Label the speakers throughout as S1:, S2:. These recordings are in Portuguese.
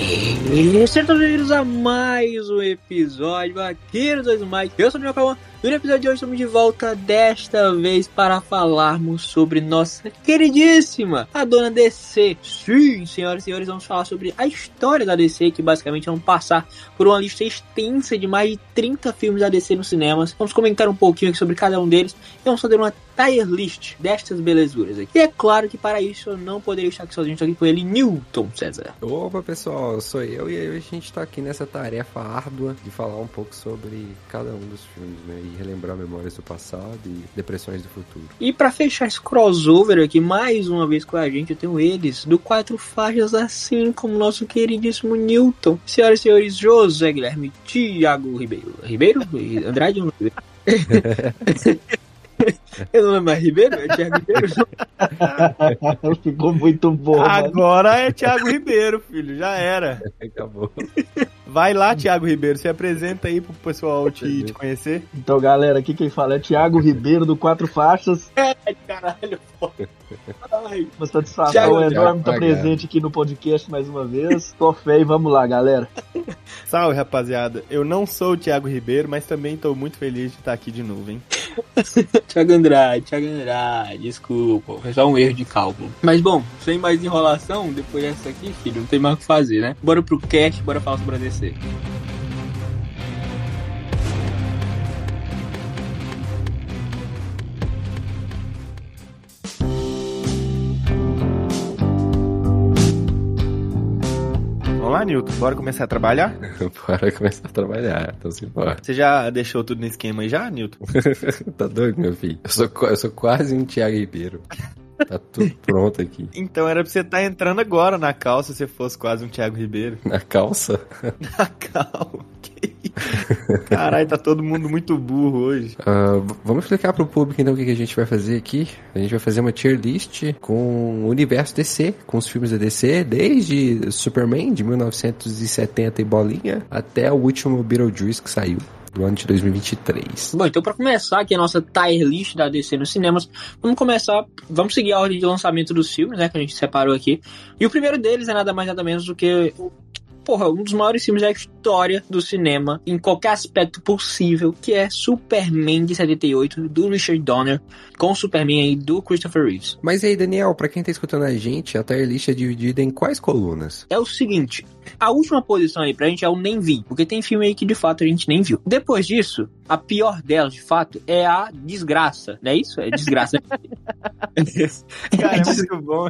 S1: E sejam bem-vindos a mais um episódio aqui no 2 Mike. Eu sou o Daniel Cauã e no episódio de hoje estamos de volta desta vez para falarmos sobre nossa queridíssima, a dona DC. Sim, senhoras e senhores, vamos falar sobre a história da DC, que basicamente vamos passar por uma lista extensa de mais de 30 filmes da DC nos cinemas. Vamos comentar um pouquinho aqui sobre cada um deles e vamos fazer uma tier list destas belezuras aqui. E é claro que para isso eu não poderia estar aqui sozinho, estou aqui com ele, Newton César.
S2: Opa pessoal, sou eu e aí hoje a gente tá aqui nessa tarefa árdua de falar um pouco sobre cada um dos filmes, né? E relembrar memórias do passado e depressões do futuro.
S1: E pra fechar esse crossover aqui mais uma vez com a gente, eu tenho eles do Quatro Faixas, assim como nosso queridíssimo Newton. Senhoras e senhores, José Guilherme Tiago Ribeiro. Ribeiro? Andrade? Não, Ribeiro. Eu não lembro mais Ribeiro? É Tiago Ribeiro?
S3: Ficou muito bom. né? mano.
S4: Agora é Thiago Ribeiro, filho, já era.
S2: Acabou.
S4: Vai lá, Thiago Ribeiro, se apresenta aí pro pessoal te, te conhecer.
S3: Então, galera, aqui quem fala é Thiago Ribeiro do Quatro Faixas.
S1: Ai, caralho, pô. Ai,
S3: Uma satisfação é
S1: Thiago,
S3: enorme estar
S2: Thiago,
S3: presente aqui no podcast mais uma vez. Tô fé e vamos lá, galera.
S4: Salve, rapaziada. Eu não sou o Thiago Ribeiro, mas também tô muito feliz de estar aqui de novo, hein?
S1: Thiago Andrade, Thiago Andrade, desculpa, foi só um erro de cálculo. Mas bom, sem mais enrolação, depois dessa aqui, filho, não tem mais o que fazer, né? Bora pro cast, bora falar sobre a DC.
S4: Vamos lá, Nilton, bora começar a trabalhar?
S2: Bora começar a trabalhar, então se bora.
S4: Você já deixou tudo no esquema aí já, Nilton?
S2: Tá doido, meu filho? Eu sou, qua- eu sou quase um Thiago Ribeiro. Tá tudo pronto aqui.
S4: Então era pra você estar entrando agora na calça se você fosse quase um Thiago Ribeiro.
S2: Na calça?
S4: Na calça. que isso? Caralho, tá todo mundo muito burro hoje.
S2: Ah, v- vamos explicar pro público então o que que a gente vai fazer aqui. A gente vai fazer uma tier list com o universo DC, com os filmes da DC, desde Superman de 1970 e bolinha, até o último Beetlejuice que saiu, do ano de 2023.
S1: Bom, então pra começar aqui a nossa tier list da DC nos cinemas, vamos começar, vamos seguir a ordem de lançamento dos filmes, né, que a gente separou aqui. E o primeiro deles é nada mais nada menos do que porra, um dos maiores filmes da história do cinema, em qualquer aspecto possível, que é Superman de 78 do Richard Donner com o Superman aí do Christopher Reeves.
S2: Mas aí, Daniel, pra quem tá escutando a gente, a tier list é dividida em quais colunas?
S1: é o seguinte: a última posição aí pra gente é o Nem Vi, porque tem filme aí que de fato a gente nem viu. Depois disso, a pior delas, de fato, é a desgraça. Não é isso? É desgraça.
S4: Cara, é muito bom.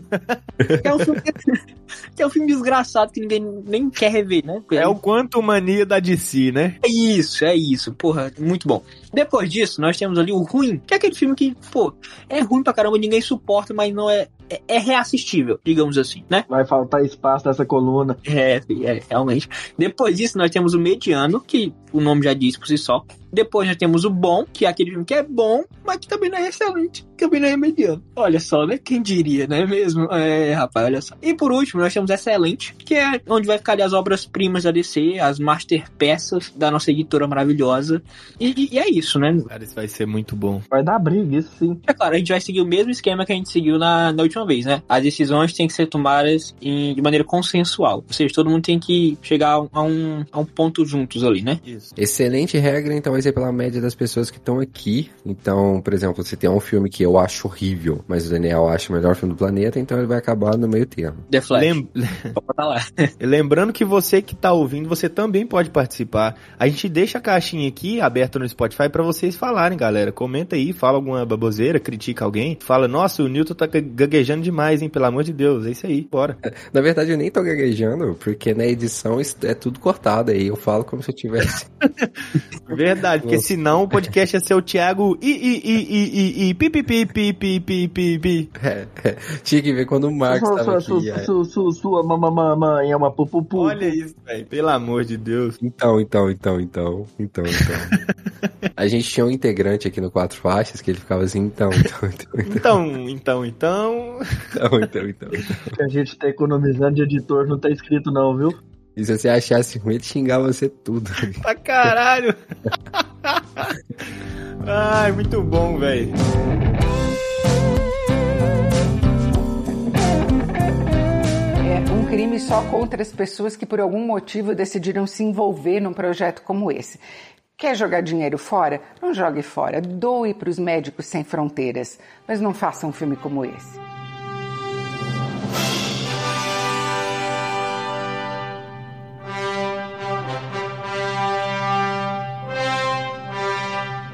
S1: que, é um filme, que é um filme desgraçado que ninguém nem quer rever, né?
S4: É o quanto mania da DC, né?
S1: É isso, é isso, porra, muito bom. Depois disso, nós temos ali o ruim, que é aquele filme que, pô, é ruim pra caramba, ninguém suporta, mas não é. É, é reassistível, digamos assim, né?
S3: Vai faltar espaço nessa coluna.
S1: É, é, realmente. Depois disso, nós temos o mediano, que o nome já diz por si só. Depois nós temos o bom, que é aquele filme que é bom, mas que também não é excelente, que também não é mediano. Olha só, né? Quem diria, não é mesmo? É, rapaz, olha só. E por último, nós temos excelente, que é onde vai ficar ali as obras-primas da DC, as masterpeças da nossa editora maravilhosa. E, e- e é isso, né?
S4: Cara, isso vai ser muito bom.
S3: Vai dar briga, isso sim.
S1: É claro, a gente vai seguir o mesmo esquema que a gente seguiu na, na última vez, né? As decisões têm que ser tomadas em- de maneira consensual. Ou seja, todo mundo tem que chegar a um, a um ponto juntos ali, né?
S4: Isso.
S2: Excelente regra, então vai ser pela média das pessoas que estão aqui. Então, por exemplo, se tem um filme que eu acho horrível, mas o Daniel acha o melhor filme do planeta, então ele vai acabar no meio termo.
S1: The Flash.
S4: Lem
S1: Pode botar lá.
S4: Lembrando que você que tá ouvindo, você também pode participar. A gente deixa a caixinha aqui aberta no Spotify pra vocês falarem, galera. Comenta aí, fala alguma baboseira, critica alguém. Fala, nossa, o Newton tá ga- gaguejando demais, hein? Pelo amor de Deus, é isso aí, bora.
S2: Na verdade, eu nem tô gaguejando, porque na edição isso é tudo cortado, aí eu falo como se eu tivesse.
S4: É Verdade, porque senão o podcast ia ser o Thiago e i i i i pi pi pi pi pi pi pi pi.
S2: Tinha que ver quando o Max
S3: Sua-
S2: tava
S3: sua-
S2: aqui.
S3: sua-
S2: é.
S3: sua- sua- Sua mamãe é uma pupupu.
S4: Olha isso, velho. Pelo amor de Deus.
S2: Então, então, então, então, então, então. A gente tinha um integrante aqui no Quatro Faixas que ele ficava assim, então, então, então,
S4: Então, então, então.
S2: então, então, então.
S3: que a gente tá economizando de editor, não tá escrito não, viu?
S2: E se você achasse ruim, ele xingava você tudo.
S4: Pra caralho. Ai, muito bom, velho.
S5: É um crime só contra as pessoas que por algum motivo decidiram se envolver num projeto como esse. Quer jogar dinheiro fora? Não jogue fora. Doe para os médicos sem fronteiras. Mas não faça um filme como esse.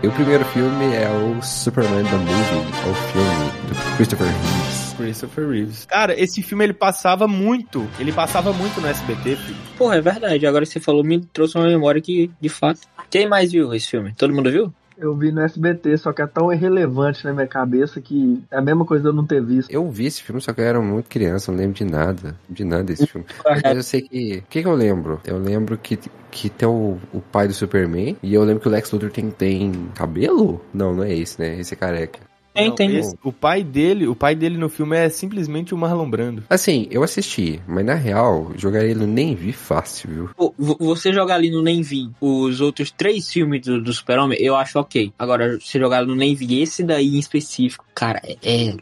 S2: E o primeiro filme é o Superman the Movie, o filme do Christopher Reeves.
S4: Christopher Reeves. Cara, esse filme ele passava muito. Ele passava muito no SBT, filho.
S1: Porra, é verdade. Agora que você falou, me trouxe uma memória que, de fato. Quem mais viu esse filme? Todo mundo viu?
S3: Eu vi no SBT, só que é tão irrelevante na minha cabeça que é a mesma coisa de eu não ter visto.
S2: Eu vi esse filme, só que eu era muito criança, não lembro de nada. De nada desse filme. Mas É, eu sei que. O que, que eu lembro? Eu lembro que, que tem o, o pai do Superman. E eu lembro que o Lex Luthor tem, tem cabelo? Não, não é esse, né? Esse é careca.
S1: Tem,
S4: Não,
S1: tem.
S4: esse- o pai dele, o pai dele no filme é simplesmente o Marlon Brando.
S2: Assim, eu assisti, mas na real, jogar ele nem vi fácil, viu?
S1: Pô, vo- Você jogar ali no Nem Vi os outros três filmes do, do Super-Homem, eu acho ok. Agora, você jogar no Nem Vi esse daí em específico, cara, é- é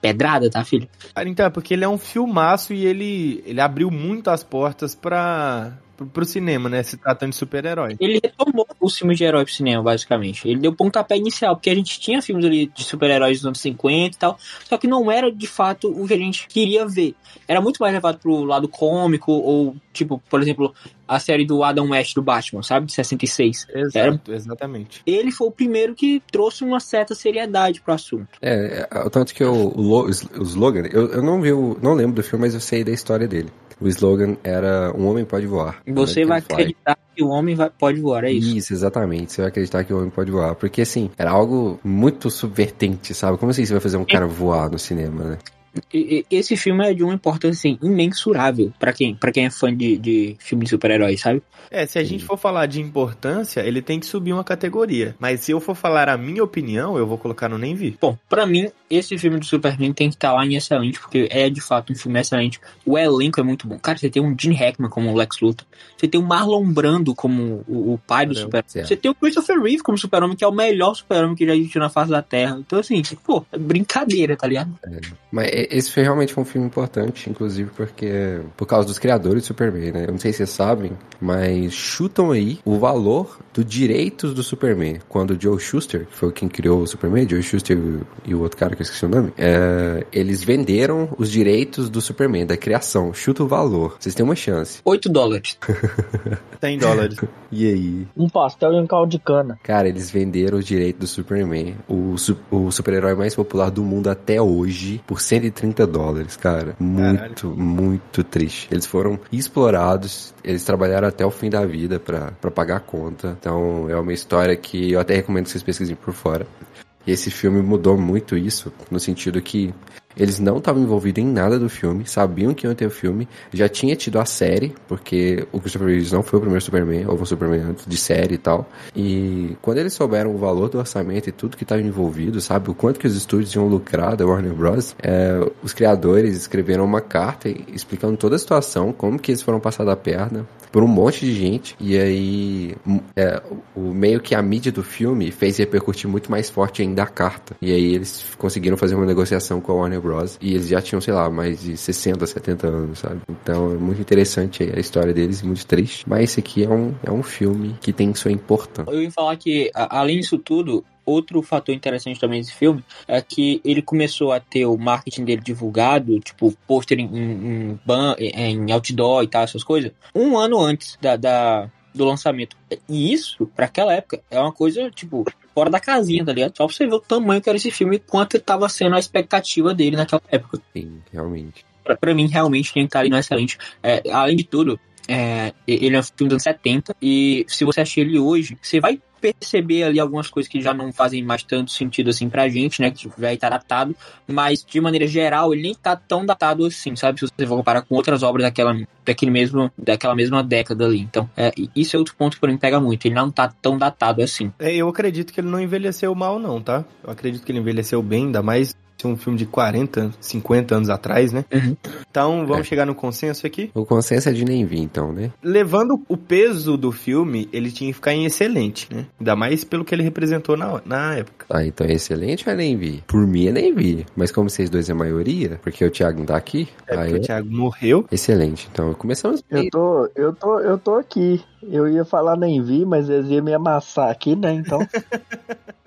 S1: pedrada, tá, filho?
S4: Cara, Então, é porque ele é um filmaço e ele, ele abriu muito as portas pra, pro, pro cinema, né? Se tratando de super-herói.
S1: Ele retomou os filmes de herói pro cinema, basicamente. Ele deu pontapé inicial, porque a gente tinha filmes ali de super-heróis dos anos 50 e tal, só que não era de fato o que a gente queria ver. Era muito mais levado pro lado cômico, ou tipo, por exemplo, a série do Adam West do Batman, sabe? De 66.
S4: Exato, É. exatamente.
S1: Ele foi o primeiro que trouxe uma certa seriedade pro assunto.
S2: É, é, o tanto que eu, o, lo- o sl- o slogan, eu, eu não vi o, não lembro do filme, mas eu sei da história dele. O slogan era Um Homem Pode Voar.
S1: Você vai
S2: American Fly.
S1: acreditar é que o homem vai- pode voar, é isso.
S2: exatamente. Você vai acreditar que o homem pode voar. Porque, assim, era algo muito subvertente, sabe? Como assim você vai fazer um cara voar no cinema, né?
S1: E- e- Esse filme é de uma importância assim, imensurável pra quem, pra quem é fã de, de filme de super-heróis, sabe?
S4: É, se a gente for falar de importância, ele tem que subir uma categoria. Mas se eu for falar a minha opinião, eu vou colocar no Nem Vi.
S1: Bom, pra mim, esse filme do Superman tem que estar lá em excelente, porque é de fato um filme excelente. O elenco é muito bom. Cara, você tem um Gene Hackman como o Lex Luthor, você tem o Marlon Brando como o, o pai do
S2: Caramba,
S1: Superman,
S2: certo.
S1: você tem o Christopher Reeve como Super-Homem, que é o melhor Super-Homem que já existiu na face da Terra. Então, assim, pô, é brincadeira, tá ligado?
S2: Mas e- esse foi realmente um filme importante, inclusive porque é por causa dos criadores do Superman, né? Eu não sei se vocês sabem, mas chutam aí o valor dos direitos do Superman. Quando o Joe Schuster, que foi quem criou o Superman, Joe Schuster e o- e o outro cara que eu esqueci o nome, é, eles venderam os direitos do Superman, da criação. Chuta o valor. Vocês têm uma chance.
S1: 8 dólares.
S4: 100 dólares.
S2: E aí?
S3: Um pastel e um caldo de cana.
S2: Cara, eles venderam o direito do Superman, o, su- o super-herói mais popular do mundo até hoje, por 130 dólares, cara. Muito, muito triste. Eles foram explorados, eles trabalharam até o fim da vida pra pra pagar a conta. Então, é uma história que eu até recomendo que vocês pesquisem por fora. E esse filme mudou muito isso, no sentido que eles não estavam envolvidos em nada do filme, sabiam que ia ter o filme, já tinha tido a série, porque o Christopher Reeves não foi o primeiro Superman, houve um Superman antes de série e tal. E quando eles souberam o valor do orçamento e tudo que estava envolvido, sabe, o quanto que os estúdios iam lucrar da Warner Bros., é, os criadores escreveram uma carta explicando toda a situação, como que eles foram passar da perna por um monte de gente, e aí m- é, o meio que a mídia do filme fez repercutir muito mais forte ainda a carta. E aí eles conseguiram fazer uma negociação com a Warner Bros. E eles já tinham, sei lá, mais de 60, 70 anos, sabe? Então é muito interessante a história deles, muito triste. Mas esse aqui é um, é um filme que tem sua importância.
S1: Eu ia falar que, a- além disso tudo, outro fator interessante também desse filme é que ele começou a ter o marketing dele divulgado, tipo, pôster em, em, em ban- em outdoor e tal, essas coisas, um ano antes da, da- do lançamento. E isso, pra aquela época, é uma coisa, tipo, fora da casinha, tá ligado? Só pra você ver o tamanho que era esse filme e quanto tava sendo a expectativa dele naquela época.
S2: Sim, realmente.
S1: Pra, pra mim, realmente, tem um que estar ali no excelente. É, além de tudo, é, ele é um filme dos anos 70, e se você assistir ele hoje, você vai perceber ali algumas coisas que já não fazem mais tanto sentido assim pra gente, né? Que vai estar datado, mas de maneira geral, ele nem tá tão datado assim, sabe? Se você for comparar com outras obras daquela, daquele mesmo, daquela mesma década ali. Então, é, isso é outro ponto que pra mim pega muito. Ele não tá tão datado assim.
S4: É, eu acredito que ele não envelheceu mal, não, tá? Eu acredito que ele envelheceu bem, ainda mais ser um filme de 40, 50 anos atrás, né? Então, vamos
S2: É.
S4: chegar no consenso aqui.
S2: O consenso é de nem vir, então, né?
S4: Levando o peso do filme, ele tinha que ficar em excelente, né? Ainda mais pelo que ele representou na, na época.
S2: Ah, então é excelente ou é nem vi? Por mim é nem vi. Mas como vocês dois é maioria, porque o Thiago não tá aqui,
S4: É
S2: aí
S4: porque o Thiago morreu.
S2: excelente. Então começamos.
S3: Eu tô, eu tô, eu tô aqui. Eu ia falar nem vi, mas eles iam me amassar aqui, né? Então.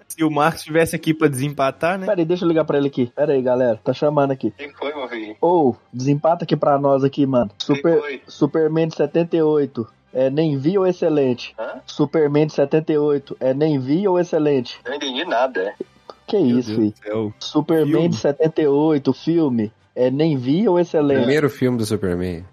S4: Se o Marcos estivesse aqui pra desempatar, né?
S3: Peraí, deixa eu ligar pra ele aqui. Peraí, galera. Tá chamando aqui.
S6: Quem foi, meu filho?
S3: Ô, desempata aqui pra nós aqui, mano.
S6: Quem
S3: Super,
S6: foi?
S3: Superman de 78. É nem vi ou excelente?
S6: Hã?
S3: Superman de 78. É nem vi ou excelente?
S6: Eu não entendi nada. é.
S3: Que
S4: Meu
S3: isso,
S4: Deus
S3: filho.
S4: do céu.
S3: Superman
S4: Filme.
S3: de 78, filme. É nem vi ou excelente? Primeiro,
S2: Primeiro filme do Superman.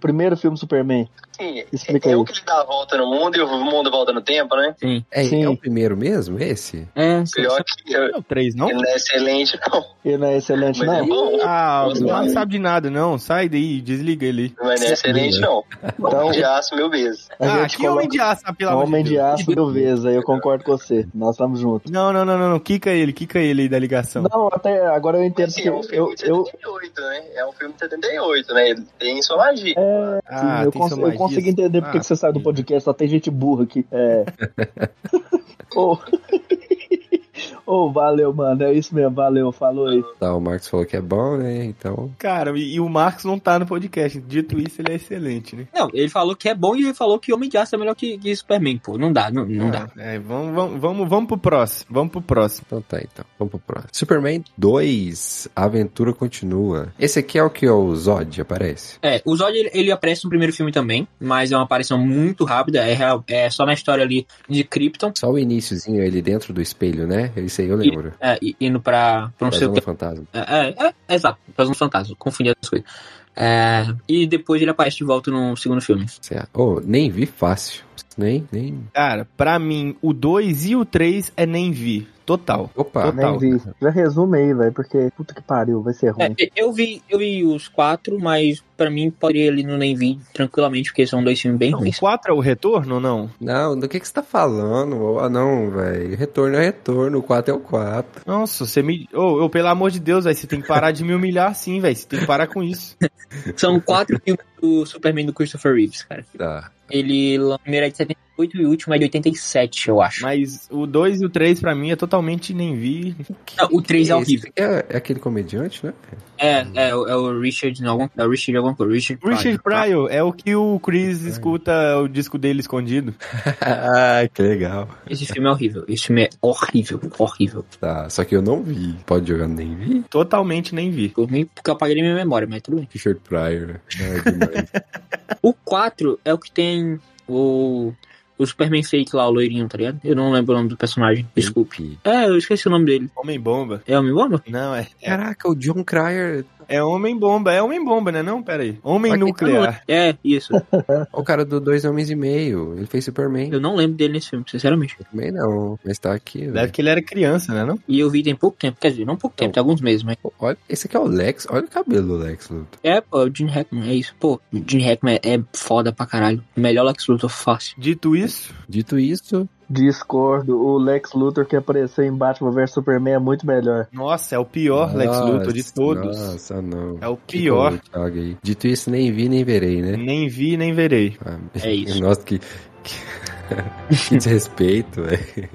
S3: filme Superman.
S6: Sim,
S3: Explica
S6: é
S3: aí.
S6: o que ele dá a volta no mundo e o mundo volta no tempo, né?
S2: É,
S3: Sim.
S2: é o primeiro mesmo, esse?
S1: É,
S6: Pior que eu-
S4: Não, três, não?
S6: ele não é excelente, não.
S3: Ele não é excelente,
S6: Mas é
S3: não?
S6: bom,
S4: Ah,
S6: Nossa,
S4: não
S6: mano.
S4: sabe de nada, não. Sai daí, desliga ele.
S6: mas não é excelente, não.
S3: Então,
S6: Já assumiu mil vezes.
S3: a
S4: ah,
S3: gente
S4: que homem
S3: coloca um
S4: de aço, ah, pelo amor
S3: homem
S4: de
S3: de
S4: Deus.
S3: aço mil vezes. Aí eu concordo com você. Nós estamos juntos.
S4: Não, não, não, não, não. Kika é ele, kika ele aí da ligação.
S3: Não, até agora eu entendo
S6: Assim,
S3: que
S6: é um
S3: eu,
S6: filme
S3: eu,
S6: de
S3: eu,
S6: 78, né? É um filme de 78, né? Ele tem sua magia.
S3: É,
S4: Ah,
S3: sim, eu,
S4: tem
S3: cons
S4: sua
S3: eu
S4: magia.
S3: consigo entender porque
S4: Ah,
S3: que você sai do
S4: sim.
S3: podcast, só tem gente burra aqui. É. Ô, Ô, valeu, mano. É isso mesmo, valeu. Falou aí.
S2: Tá, o Marcos falou que é bom, né? Então.
S4: Cara, e, e o Marcos não tá no podcast. Dito isso, ele é excelente, né?
S1: Não, ele falou que é bom e ele falou que Homem de Aço é melhor que, que Superman, pô. Não dá, não, não dá.
S4: Ah, é, vamos, vamos, vamos, vamos pro próximo. Vamos pro próximo.
S2: Então tá, então. Vamos pro próximo. Superman 2, a aventura continua. Esse aqui é o que o Zod aparece.
S1: É, o Zod ele, ele aparece no primeiro filme também, mas é uma aparição muito rápida, é, real- é só na história ali de Krypton,
S2: Só o iníciozinho, ele dentro do espelho, né? Isso aí eu lembro.
S1: é, i- indo pra, pra um
S2: Fazendo
S1: seu
S2: um fantasma.
S1: É, é, é, exato, faz um fantasma, confundir as coisas. É, e depois ele aparece de volta no segundo filme.
S2: Certo. Oh, nem vi fácil. Nem, nem.
S4: Cara, pra mim, o 2 e o 3 é nem vi. Total.
S2: Opa,
S4: Total.
S3: Nem vi. Já resume aí, velho, porque puta que pariu, vai ser
S1: É,
S3: ruim.
S1: e- eu vi, eu vi os quatro, mas pra mim poderia ali no Nem Vi tranquilamente, porque são dois filmes bem
S4: Não,
S1: ruins.
S4: o 4 é o retorno ou não?
S2: Não, do que, que você tá falando? Ah, não, velho. Retorno é retorno, o 4 é o 4.
S4: Nossa, você me. Ô, ô, pelo amor de Deus, velho, você tem que parar de me humilhar assim, velho. Você tem que parar com isso.
S1: São quatro filmes do Superman do Christopher Reeves, cara.
S2: Tá.
S1: Ele, o primeiro é de 78 e o último é de 87, eu acho.
S4: Mas o 2 e o 3 pra mim é totalmente nem vi.
S1: Não, o 3 é
S2: Esse
S1: horrível.
S2: É, é aquele comediante, né?
S1: É, é, o- é o Richard, não, algum- é o Richard alguma coisa, Richard Pryor.
S4: Richard Pryor é o que o Chris escuta o disco dele escondido.
S2: ah, que legal.
S1: Esse filme é horrível, esse filme é horrível, horrível.
S2: Tá, só que eu não vi. Pode jogar no nem vi?
S4: Totalmente nem vi.
S1: Por mim, porque eu apaguei minha memória, mas tudo bem.
S2: Richard Pryor. É demais.
S1: O 4 é o que tem o, o Superman fake lá, o loirinho, tá ligado? Eu não lembro o nome do personagem, desculpe. É, eu esqueci o nome dele.
S4: Homem bomba.
S1: É o Mibomba?
S4: Não, é. É,
S2: Caraca, o John Cryer
S4: é homem bomba. É homem bomba, né? Não, pera aí. Homem
S1: Mas
S4: nuclear.
S1: É, isso.
S2: é o cara do Dois Homens e Meio. Ele fez Superman.
S1: Eu não lembro dele nesse filme, sinceramente.
S2: Superman não, mas tá aqui.
S4: Deve
S2: velho.
S4: que ele era criança, né? Não?
S1: E eu vi tem pouco tempo, quer dizer, não pouco tempo, tem alguns meses, mas.
S2: Olha, esse aqui é o Lex. Olha o cabelo do Lex Luthor.
S1: É, pô, o Jim Hackman, é isso. Pô, o Jim Hackman é, é foda pra caralho. Melhor Lex Luthor fácil.
S4: Dito isso,
S2: Dito isso,
S3: Discordo, o Lex Luthor que apareceu em Batman vs Superman é muito melhor.
S4: nossa, é o pior Lex Luthor de
S2: Nossa,
S4: todos.
S2: Nossa, não.
S4: É o pior.
S2: Que coloca aí. Dito isso, nem vi nem verei, né?
S4: Nem vi, nem verei.
S2: Ah,
S1: É isso.
S2: Nossa, que, que- que desrespeito, velho.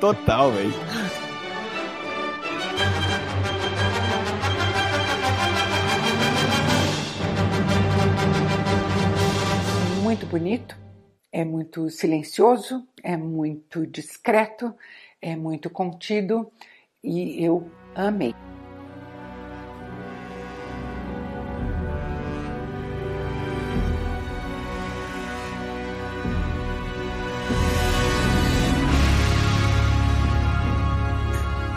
S4: Total, velho.
S5: muito bonito, é muito silencioso, é muito discreto, é muito contido e eu amei.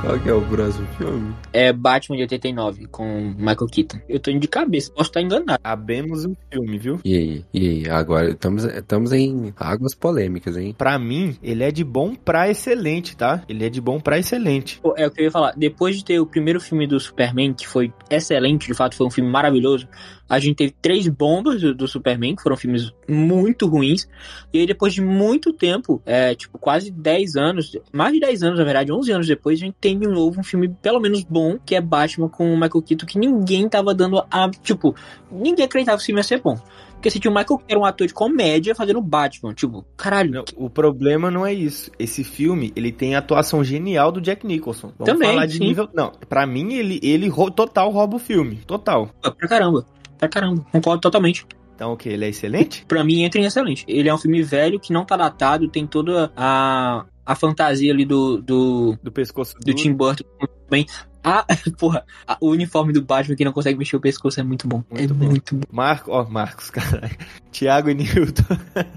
S2: Qual que é o próximo filme?
S1: É Batman de 89, com Michael Keaton. Eu tô indo de cabeça, posso estar enganado.
S4: Abemos o filme, viu?
S2: E aí? E aí? Agora, estamos, estamos em águas polêmicas, hein?
S4: Pra mim, ele é de bom pra excelente, tá? Ele é de bom pra excelente.
S1: Pô, É o que eu ia falar. Depois de ter o primeiro filme do Superman, que foi excelente, de fato foi um filme maravilhoso, a gente teve três bombas do, do Superman, que foram filmes muito ruins. E aí, depois de muito tempo, é, tipo, quase 10 anos, mais de 10 anos, na verdade, 11 anos depois, a gente tem tem de novo um filme pelo menos bom, que é Batman com o Michael Keaton, que ninguém tava dando a. Tipo, ninguém acreditava que esse filme ia ser bom. Porque se tinha o Michael que era um ator de comédia fazendo Batman, tipo, caralho.
S4: Não, o problema não é isso. Esse filme, ele tem a atuação genial do Jack Nicholson. Vamos
S1: Também,
S4: falar de
S1: sim.
S4: nível. Não, pra mim ele, ele rou- total rouba o filme. Total.
S1: é Pra caramba. Pra caramba. Concordo totalmente.
S4: Então, o que? Ele é excelente?
S1: Pra mim entra em excelente. Ele é um filme velho que não tá datado, tem toda a, a fantasia ali do, do,
S4: Do pescoço
S1: do
S4: duro.
S1: Tim Burton muito bem. Ah, porra, a- o uniforme do Batman que não consegue mexer o pescoço é muito bom.
S4: Muito
S1: é
S4: bom.
S1: muito bom.
S4: Marco, ó, Marcos, caralho. Tiago e Newton.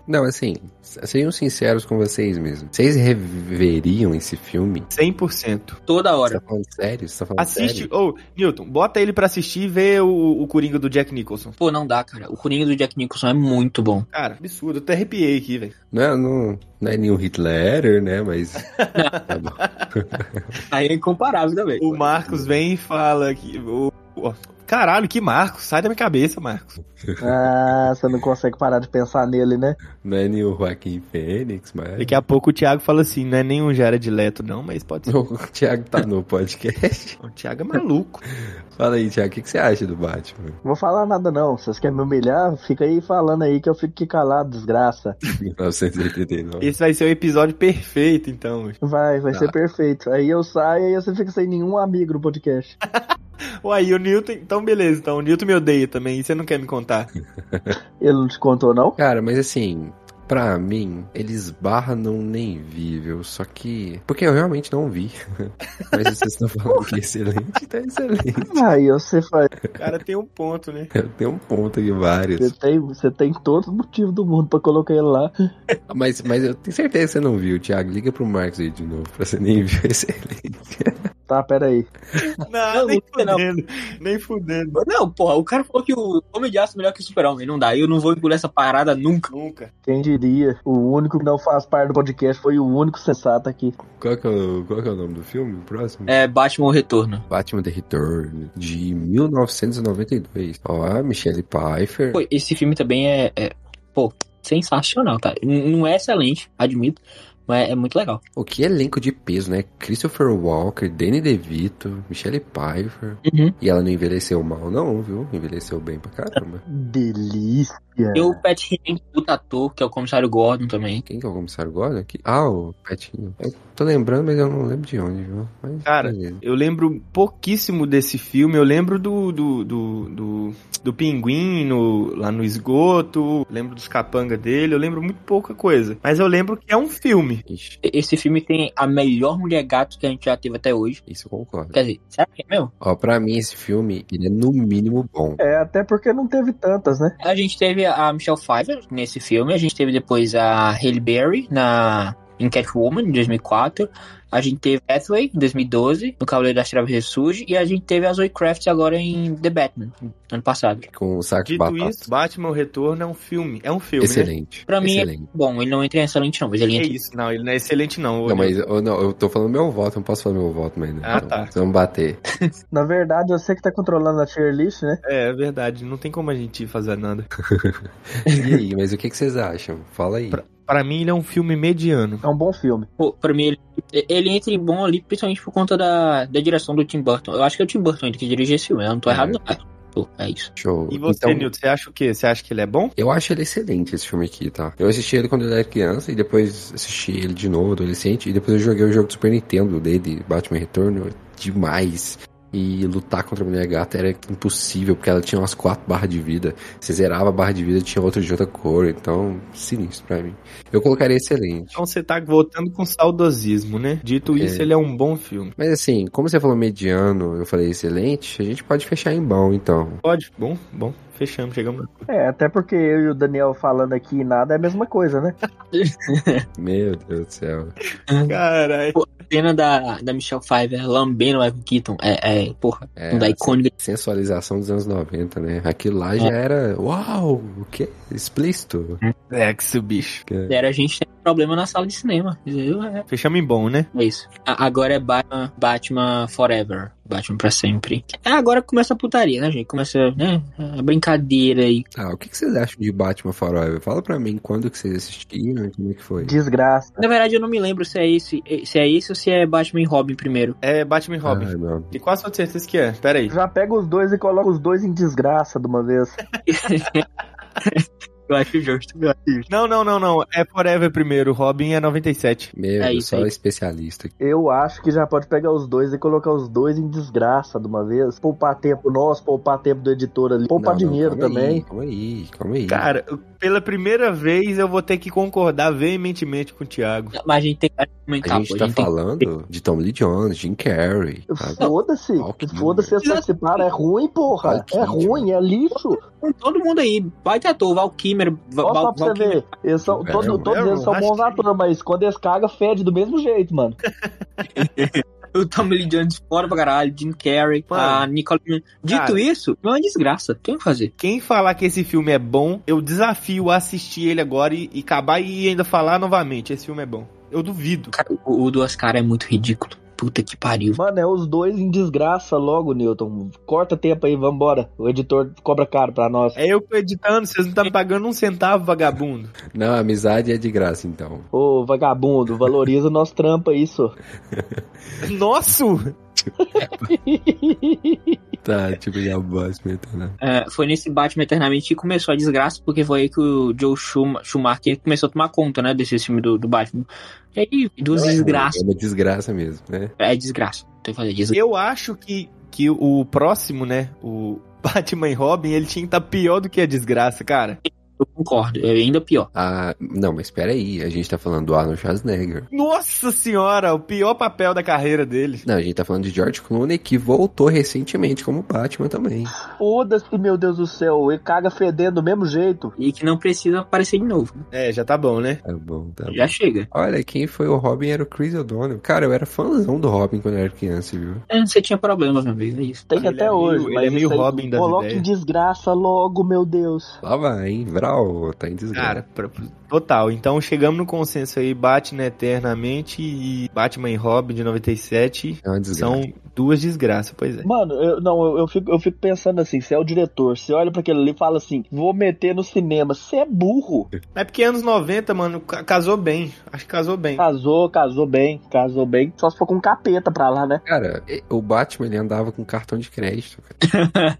S2: Não, assim, sejam sinceros com vocês mesmo. Vocês reveriam esse filme?
S4: 100%.
S1: Toda
S2: Você
S1: hora.
S2: tá falando sério? Você tá falando
S4: Assiste.
S2: sério?
S4: Ô, Newton, bota ele pra assistir e vê o, o Coringa do Jack Nicholson.
S1: Pô, não dá, cara. O Coringa do Jack Nicholson é muito bom.
S4: Cara, absurdo. Eu até arrepiei aqui, velho.
S2: Não, não, não é nenhum Hitler, né? Mas. tá bom.
S1: Aí é incomparável também.
S4: O Marcos vem e fala que. o- ó, caralho, que Marcos? Sai da minha cabeça, Marcos.
S3: Ah, você não consegue parar de pensar nele, né?
S2: Não é nenhum Joaquim Fênix, mas.
S4: Daqui a pouco o Thiago fala assim: não é nenhum Jared Leto, não, mas pode ser.
S2: O Thiago tá no podcast.
S4: O Thiago é maluco.
S2: Fala aí, Thiago, o que, que você acha do Batman?
S3: Não vou falar nada, não. Vocês querem me humilhar? Fica aí falando aí que eu fico aqui calado, desgraça.
S2: 1989.
S4: Esse vai ser o episódio perfeito, então. bicho.
S3: Vai, vai ser
S2: Ah.
S3: perfeito. Aí eu saio e aí você fica sem nenhum amigo no podcast.
S4: Uai, e o Newton. Então, beleza. Então, o Newton me odeia também. E você não quer me contar?
S3: Ele não te contou, não?
S2: Cara, mas assim, pra mim, eles barra não nem vi, viu? Só que. Porque eu realmente não vi. mas vocês estão falando que é excelente, tá excelente.
S3: Aí você faz.
S4: O cara tem um ponto, né?
S2: Tem um ponto aqui,
S3: Você
S2: vários.
S3: tem, você tem todo o motivo do mundo pra colocar ele lá.
S2: Mas, mas eu tenho certeza que você não viu, Thiago. Liga pro Marcos aí de novo, pra você nem viu excelente.
S3: Tá, pera aí.
S4: Não, nem
S1: Não, não.
S4: fudendo. Nem fudendo.
S1: Não, porra, o cara falou que o Homem de Aço é melhor que o Super-Homem. Não dá. Eu não vou engolir essa parada nunca.
S4: Nunca.
S3: Quem diria? O único que não faz parte do podcast foi o único sensato aqui.
S2: Qual que é o, qual que é o nome do filme? O próximo?
S1: É Batman o Retorno.
S2: Batman The Return, de 1992. Ó, a Michelle Pfeiffer.
S1: Pô, esse filme também é, é, pô, sensacional, cara. N- Não é excelente, admito, mas é muito legal.
S2: O que elenco de peso, né? Christopher Walker, Danny DeVito, Michelle Pfeiffer.
S1: Uhum.
S2: E ela não envelheceu mal, não, viu? Envelheceu bem pra caramba.
S3: Delícia.
S1: Tem o Pat Hinton, puta ator, que é o comissário Gordon também.
S2: Quem que é o comissário agora? Que... Ah, o Petinho. Eu tô lembrando, mas eu não lembro de onde, viu? Mas,
S4: Cara,
S2: beleza.
S4: Eu lembro pouquíssimo desse filme. Eu lembro do do, do, do, do pinguim no- lá no esgoto. Lembro dos capanga dele. Eu lembro muito pouca coisa. Mas eu lembro que é um filme.
S2: Ixi,
S1: E- Esse filme tem a melhor mulher gato que a gente já teve até hoje.
S2: isso eu concordo.
S1: Quer dizer, será que é mesmo?
S2: Ó, pra mim, esse filme, ele é no mínimo bom.
S3: É, até porque não teve tantas, né?
S1: A gente teve a Michelle Pfeiffer nesse filme, a gente teve depois a Halle Berry na em Catwoman, em 2004. A gente teve Hathaway, em 2012, no Cavaleiro das Trevas Ressurge. E a gente teve a Zoe Kravitz agora em The Batman, ano passado.
S2: Com o saco de
S4: Dito
S2: batata.
S4: isso, Batman O Retorno é um filme. É um filme, né?
S2: Excelente.
S1: Pra mim é-
S2: excelente.
S1: Bom, ele não entra em excelente não, mas ele
S4: É
S1: entra
S4: isso, não, ele não é excelente não. ô,
S2: Não, mas eu, não, eu tô falando meu voto, eu não posso falar meu voto, mas não.
S4: Ah, tá.
S2: Vamos bater.
S3: Na verdade, você que tá controlando a tier list, né?
S4: É, é verdade, não tem como a gente fazer nada.
S2: E aí, mas o que, que vocês acham? Fala aí.
S4: Pra mim ele é um filme mediano.
S3: É um bom filme.
S1: Pô, pra mim, ele, ele entra em bom ali, principalmente por conta da, da direção do Tim Burton. Eu acho que é o Tim Burton ainda que dirige esse filme, eu não tô
S2: É.
S1: errado, não. cara. Pô, é isso.
S2: Show.
S4: E você,
S2: Então,
S4: Nilton, você acha o quê? Você acha que ele é bom?
S2: Eu acho ele excelente, esse filme aqui, tá? Eu assisti ele quando eu era criança e depois assisti ele de novo, adolescente, e depois eu joguei o jogo do Super Nintendo dele, Batman Retorno, demais. E lutar contra a mulher gata era impossível, porque ela tinha umas quatro barras de vida. Você zerava a barra de vida, tinha outra de outra cor, então, sinistro pra mim. Eu colocaria excelente.
S4: Então você tá voltando com saudosismo, né? Dito
S2: É.
S4: isso, ele é um bom filme.
S2: Mas assim, como você falou mediano, eu falei excelente, a gente pode fechar em bom, então.
S4: Pode? Bom, bom. Fechamos, chegamos. lá.
S3: É, até porque eu e o Daniel falando aqui nada é a mesma coisa, né?
S2: Meu Deus do céu.
S4: Caralho.
S1: A cena da, da Michelle Pfeiffer lambendo o Michael Keaton é, é porra,
S2: É,
S1: não dá icônica.
S2: sensualização dos anos 90, né? Aquilo lá já era, uau, o que? Explícito.
S4: Sexo, bicho.
S1: Era a gente tem problema na sala de cinema. entendeu? É,
S4: Fechamos em bom, né?
S1: é isso. A- agora é Batman, Batman Forever. Batman pra sempre. É, agora começa a putaria, né, gente? Começa, né, a brincadeira aí.
S2: Ah, o que, que vocês acham de Batman Forever? Fala pra mim quando que vocês assistiram, como é que foi?
S3: Desgraça.
S1: Na verdade, eu não me lembro se é esse, se é esse ou se é Batman e Robin primeiro.
S4: É Batman e Robin.
S2: Ai, Ah, meu.
S4: Tem quase toda certeza que é. Pera aí.
S3: Já pega os dois e coloca os dois em desgraça de uma vez.
S1: Eu acho justo, eu acho justo.
S4: Não, não, não, não. É Forever primeiro. Robin é 97.
S2: Meu,
S1: É
S2: eu
S1: isso
S2: sou
S1: aí.
S2: especialista aqui.
S3: Eu acho que já pode pegar os dois e colocar os dois em desgraça de uma vez. Poupar tempo nosso, poupar tempo do editor ali, poupar
S2: Não, não,
S3: dinheiro
S2: calma
S3: também.
S2: Aí, calma aí, calma aí.
S4: Cara, eu- pela primeira vez eu vou ter que concordar veementemente com o Thiago.
S1: Mas a gente tem que
S2: a
S1: comentar,
S2: gente
S1: pô.
S2: tá
S1: a gente tem-
S2: falando de Tom Lee Jones, Jim Carrey. sabe?
S3: Foda-se,
S2: Não, que
S3: foda-se
S2: número.
S3: eles participaram, é ruim, porra,
S2: Olha que
S3: é
S2: vídeo,
S3: ruim, é lixo.
S1: com todo mundo aí. Vai ter ator, Valkymer,
S3: Ó, só
S1: Val,
S3: pra você
S1: Valkymer.
S3: ver, eles são,
S2: É,
S3: todo-
S2: é um-
S3: todos
S4: é um
S3: eles são bons
S4: rastreio.
S3: atores, mas quando eles cagam, fede do mesmo jeito, mano.
S1: O Tommy Lee Jones fora pra caralho, Jim Carrey,
S4: Mano.
S1: a Nicole. Kidman. Dito
S4: Cara.
S1: isso, não é uma desgraça. Tem o que fazer.
S4: Quem falar que esse filme é bom, eu desafio a assistir ele agora e, e acabar e ainda falar novamente. Esse filme é bom. Eu duvido.
S1: Cara, o, o Duas Caras é muito ridículo. Puta que pariu.
S3: Mano, é os dois em desgraça logo, Newton. Corta tempo aí, vambora. O editor cobra caro pra nós.
S4: É eu que tô editando, vocês não estão me pagando um centavo, vagabundo.
S2: Não, a amizade é de graça, então.
S3: Ô, vagabundo, valoriza o nosso trampo aí, isso.
S4: Nosso!
S2: Tá, tipo, já basta, né?
S1: É, foi nesse Batman Eternamente que começou a desgraça, porque foi aí que o Joe Schum- Schumacher começou a tomar conta, né, desse filme do, do Batman. E aí, duas
S2: É
S1: desgraças.
S2: uma desgraça mesmo, né?
S1: É desgraça. Tem que fazer desgraça.
S4: Eu acho que, que o próximo, né? O Batman e Robin, ele tinha que estar pior do que a desgraça, cara.
S1: Eu concordo. É ainda pior.
S2: Ah, não, mas espera aí, a gente tá falando do Arnold Schwarzenegger.
S4: Nossa senhora, o pior papel da carreira dele.
S2: Não, a gente tá falando de George Clooney, que voltou recentemente como Batman também.
S3: Foda-se, meu Deus do céu, ele caga fedendo do mesmo jeito.
S1: E que não precisa aparecer de novo. né?
S4: É, já tá bom, né?
S2: Tá bom, tá bom.
S1: Já chega.
S2: Olha, quem foi o Robin era o Chris O'Donnell. Cara, eu era fãzão do Robin quando eu era criança, viu?
S1: É, Você tinha problemas, meu amigo. É isso.
S3: Tem
S4: Ele
S3: até
S4: é meio-
S3: hoje,
S4: ele
S3: mas
S4: é meio
S3: isso aí,
S4: Robin das
S3: Coloca
S4: ideias.
S3: em desgraça logo, meu Deus.
S2: Lá vai, hein? Vral, tá em desgraça.
S4: Cara, pra- total. Então chegamos no consenso aí, Batman Eternamente e Batman e Robin de 97
S2: é uma desgraça.
S4: são duas desgraças, pois é.
S3: Mano, eu, não, eu, eu fico, eu fico pensando assim, você é o diretor, você olha pra aquele ali e fala assim, vou meter no cinema, você é burro.
S4: Mas porque anos 90, mano, ca- casou bem. Acho que casou
S3: Ah.
S4: bem.
S3: Casou, casou bem, casou bem, só se for com um capeta pra lá, né?
S2: Cara, e- o Batman ele andava com cartão de crédito. Cara.